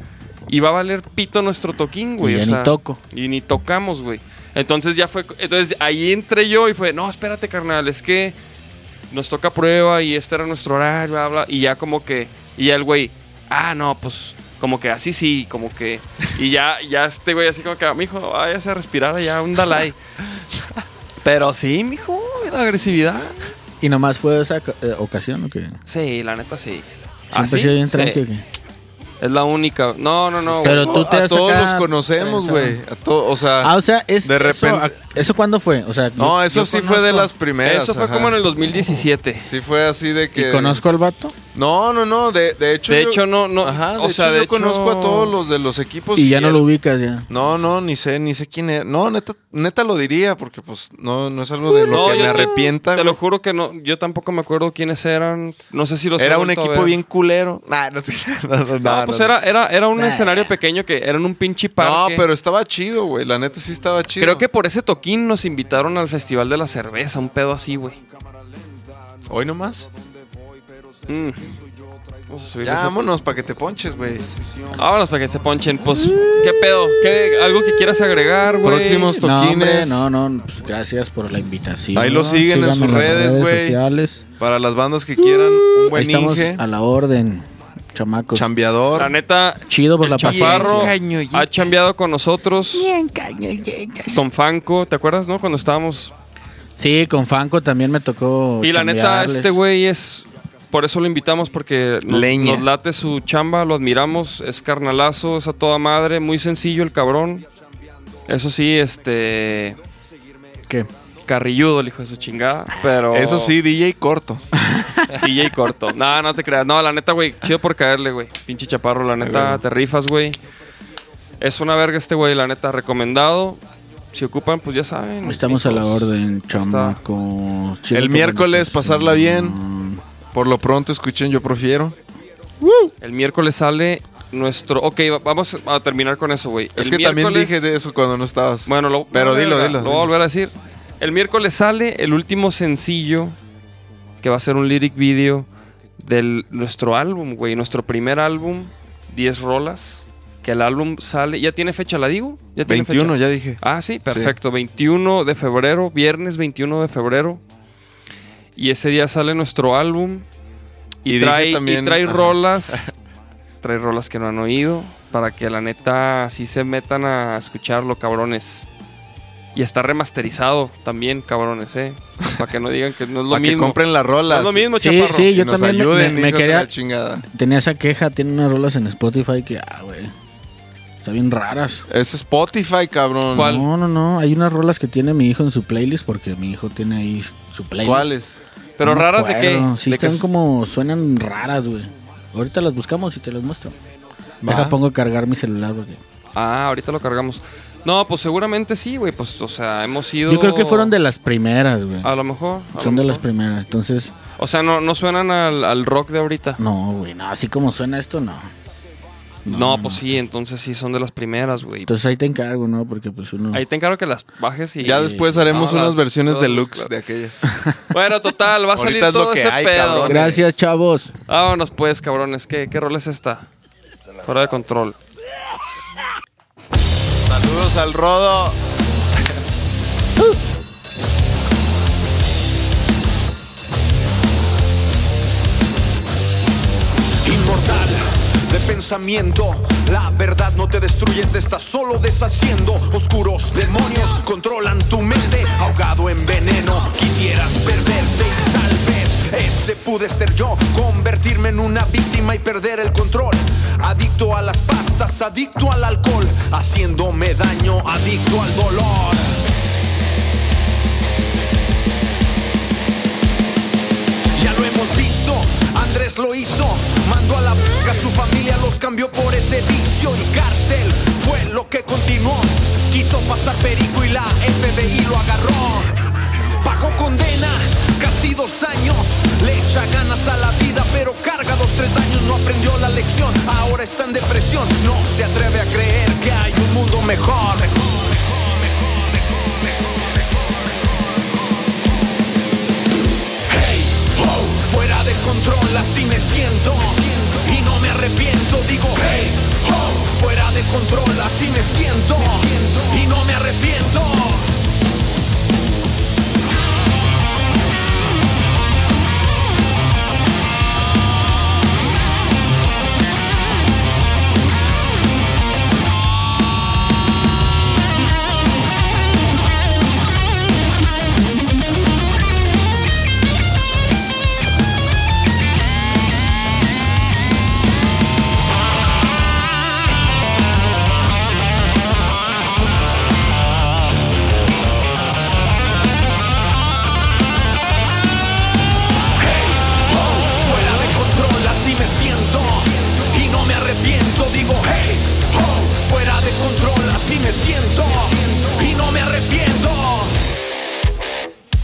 S2: y va a valer pito nuestro toquín, güey.
S4: Y
S2: o
S4: ya ni
S2: sea,
S4: toco.
S2: Y ni tocamos, güey. Entonces ya fue, entonces ahí entré yo y fue, no, espérate, carnal, es que nos toca prueba y este era nuestro horario, bla, bla. Y ya como que, y ya el güey, ah, no, pues como que así sí, como que. Y ya, ya este güey así como que, mijo, váyase a respirar allá, un Dalai. Pero sí, mijo, la agresividad.
S4: ¿Y nomás fue esa ca- eh, ocasión o qué? Siempre
S2: Sí, la neta sí.
S3: ¿Ah,
S4: ha
S2: ¿Así?
S4: sido bien
S2: Sí.
S4: tranqui, ¿o qué?
S2: Es la única. No, no, no.
S4: Pero
S2: güey.
S3: To-
S4: tú te
S3: a
S4: has
S3: todos
S4: acá-
S3: los conocemos,
S4: Pensado.
S3: güey. A to- o sea...
S4: Ah, o sea, es,
S3: de
S4: eso-
S3: repente-
S4: ¿eso, cuándo fue? O sea,
S3: no,
S4: yo-
S3: eso
S4: yo
S3: sí fue de
S4: conozco-
S3: las primeras.
S2: Eso fue
S3: ajá.
S2: como en el 2017.
S3: Sí fue así de que...
S4: ¿Y conozco al vato?
S3: No, no, no, de, de hecho...
S2: De
S3: yo-
S2: hecho, no, no,
S3: Ajá, de
S2: o sea,
S3: hecho,
S2: de
S3: yo
S2: hecho-
S3: conozco a todos los de los equipos.
S4: y ya no
S3: Pues el-
S4: lo ubicas ya.
S3: No, no, ni sé, ni sé quién es. No, neta, neta lo diría, porque pues no, no es algo de lo
S2: No,
S3: que
S2: yo
S3: me
S2: te-
S3: arrepienta.
S2: Te lo
S3: güey.
S2: juro que no. Yo tampoco me acuerdo quiénes eran. No sé si los. he
S3: Era un
S2: vuelto a
S3: equipo
S2: ver.
S3: bien culero. Nah, no, te- no, no,
S2: No,
S3: no,
S2: pues
S3: no.
S2: era, era, era un escenario pequeño que era en un pinche
S3: No,
S2: parque.
S3: pero estaba chido, güey. La neta sí estaba chido.
S2: Creo que por ese toquín nos invitaron al Festival de la Cerveza, un pedo así, güey.
S3: Hoy nomás.
S2: Mm. Vamos a subir
S3: Ya,
S2: Pues eso.
S3: vámonos para que te ponches, güey.
S2: Vámonos para que se ponchen. Pues, ¿qué pedo? ¿Qué, ¿Algo que quieras agregar, güey?
S3: Próximos
S4: No, hombre,
S3: toquines.
S4: no, no, pues, gracias por la invitación.
S3: Ahí lo siguen en
S4: Síganme
S3: sus
S4: las
S3: redes, güey.
S4: sociales.
S3: Para las bandas que quieran, un buen
S4: Ahí estamos
S3: Inge,
S4: a la orden, chamacos.
S3: chambeador.
S2: La neta,
S4: Chido por
S2: el
S4: la
S2: Chaparro
S4: paciencia.
S2: ha chambeado con nosotros. Don Fanco, ¿te acuerdas, no? Cuando estábamos
S4: Sí, con Fanco también me tocó
S2: Y la neta,
S4: chambearles.
S2: este güey es. por eso lo invitamos, porque nos,
S3: Leña.
S2: nos late su chamba, lo admiramos, es carnalazo, es a toda madre, muy sencillo el cabrón. Eso sí, este.
S4: ¿Qué?
S2: Carrilludo, el hijo de su chingada, pero.
S3: Eso sí, DJ corto.
S2: DJ corto. No, no te creas. No, la neta, güey, chido por caerle, güey. Pinche chaparro, la neta, te rifas, güey. Es una verga este güey, la neta, recomendado. Si ocupan, pues ya saben.
S4: Estamos a la orden, chamaco.
S3: El miércoles pasarla bien. Por lo pronto escuchen, yo prefiero.
S2: El miércoles sale nuestro. Ok, va- vamos a terminar con eso, güey.
S3: Es
S2: El
S3: que también
S2: miércoles-
S3: dije de eso cuando no estabas.
S2: Bueno, lo,
S3: Pero
S2: no,
S3: dilo,
S2: verga,
S3: dilo.
S2: Lo voy a volver a decir. El miércoles sale el último sencillo que va a ser un lyric video de nuestro álbum, güey. Nuestro primer álbum, 10 rolas. Que el álbum sale. ¿Ya tiene fecha, la digo? ¿Ya tiene
S3: 21,
S2: fecha?
S3: ya dije.
S2: Ah, sí, perfecto. 21 de febrero, viernes 21 de febrero. Y ese día sale nuestro álbum.
S3: Y
S2: Y,
S3: dije
S2: trae, y
S3: también-
S2: trae
S3: ajá.
S2: rolas. trae rolas que no han oído. Para que la neta sí se metan a escucharlo, cabrones. Y está remasterizado también, cabrones, ¿eh? Para que no digan que no es lo
S3: Para que
S2: mismo.
S3: compren las
S2: No
S3: rolas.
S2: es lo mismo,
S4: Sí,
S2: chaparro.
S4: sí, yo
S3: Y nos
S4: también me-
S3: ayuden,
S4: me, me
S3: hijos de
S4: quería.
S3: la chingada.
S4: Tenía esa queja, tiene unas rolas en Spotify que, ah, güey. Están bien raras.
S3: Es Spotify, cabrón.
S2: ¿Cuál?
S4: No, no, no. Hay unas rolas que tiene mi hijo en su playlist porque mi hijo tiene ahí su playlist.
S3: ¿Cuáles?
S2: Pero
S4: No me
S2: raras de qué.
S4: acuerdo. Sí,
S2: de que
S4: están
S2: es-
S4: como. Suenan raras, güey. Ahorita las buscamos y te las muestro.
S3: Va.
S4: Deja, pongo a cargar mi celular porque.
S2: Ah, ahorita lo cargamos. No, pues seguramente sí, güey. Pues, o sea, hemos ido.
S4: Yo creo que fueron de las primeras, güey.
S2: A lo mejor. Ah, a
S4: Son
S2: lo
S4: de las
S2: mejor.
S4: primeras. Entonces,
S2: O sea, no, no suenan al, al rock de ahorita.
S4: no, güey. No, así como suena esto, no.
S2: No, pues sí, entonces sí son de las primeras, güey.
S4: Entonces ahí te encargo, ¿no? Porque pues uno.
S2: Ahí te encargo que las bajes y.
S3: Ya después
S2: no,
S3: haremos
S2: las-
S3: unas versiones
S2: todas-
S3: deluxe de aquellas.
S2: Bueno, total, va a salir
S3: Ahorita es lo
S2: todo
S3: que
S2: ese
S3: hay,
S2: pedo.
S3: cabrón.
S4: Gracias, chavos.
S2: Vámonos pues, cabrones. ¿Qué, qué rol es esta? Fuera de control.
S3: Saludos al Rodo.
S1: Inmortal de pensamiento, la verdad no te destruye, te está solo deshaciendo. Oscuros demonios controlan tu mente, ahogado en veneno, quisieras perderte. y Tal vez ese pude ser yo, convertirme en una víctima y perder el control. Adicto a las pastas, adicto al alcohol, haciéndome daño, adicto al dolor. Ya lo hemos visto, Andrés lo hizo, mandó a la p*** a su familia, los cambió por ese vicio y cárcel fue lo que continuó. Quiso pasar perico y la FBI lo agarró. Pagó condena, casi dos años, le echa ganas a la vida, pero carga dos, tres años, no aprendió la lección, ahora está en depresión, no se atreve a creer que hay un mundo mejor. Hey, oh, fuera de control, así me siento. Y no me arrepiento, digo, hey, oh, fuera de control, así me siento. Y no me arrepiento. Fuera de control, así me siento Y no me arrepiento, digo hey, oh Fuera de control, así me siento Y no me arrepiento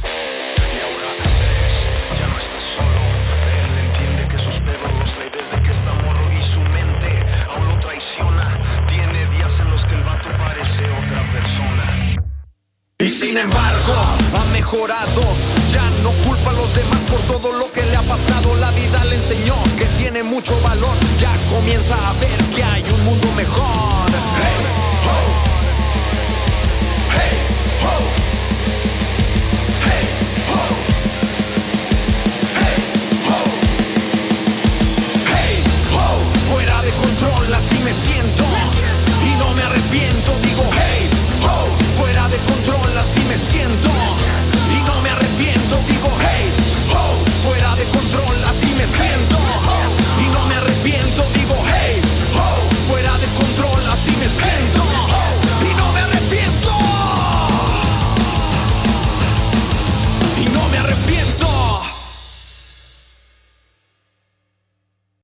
S1: Y ahora Andrés ya no está solo Él entiende que sus perros los trae desde que está morro Y su mente aún lo traiciona Tiene días en los que el vato parece otra persona y sin embargo, ha mejorado. Ya no culpa a los demás por todo lo que le ha pasado. La vida le enseñó que tiene mucho valor. Ya comienza a ver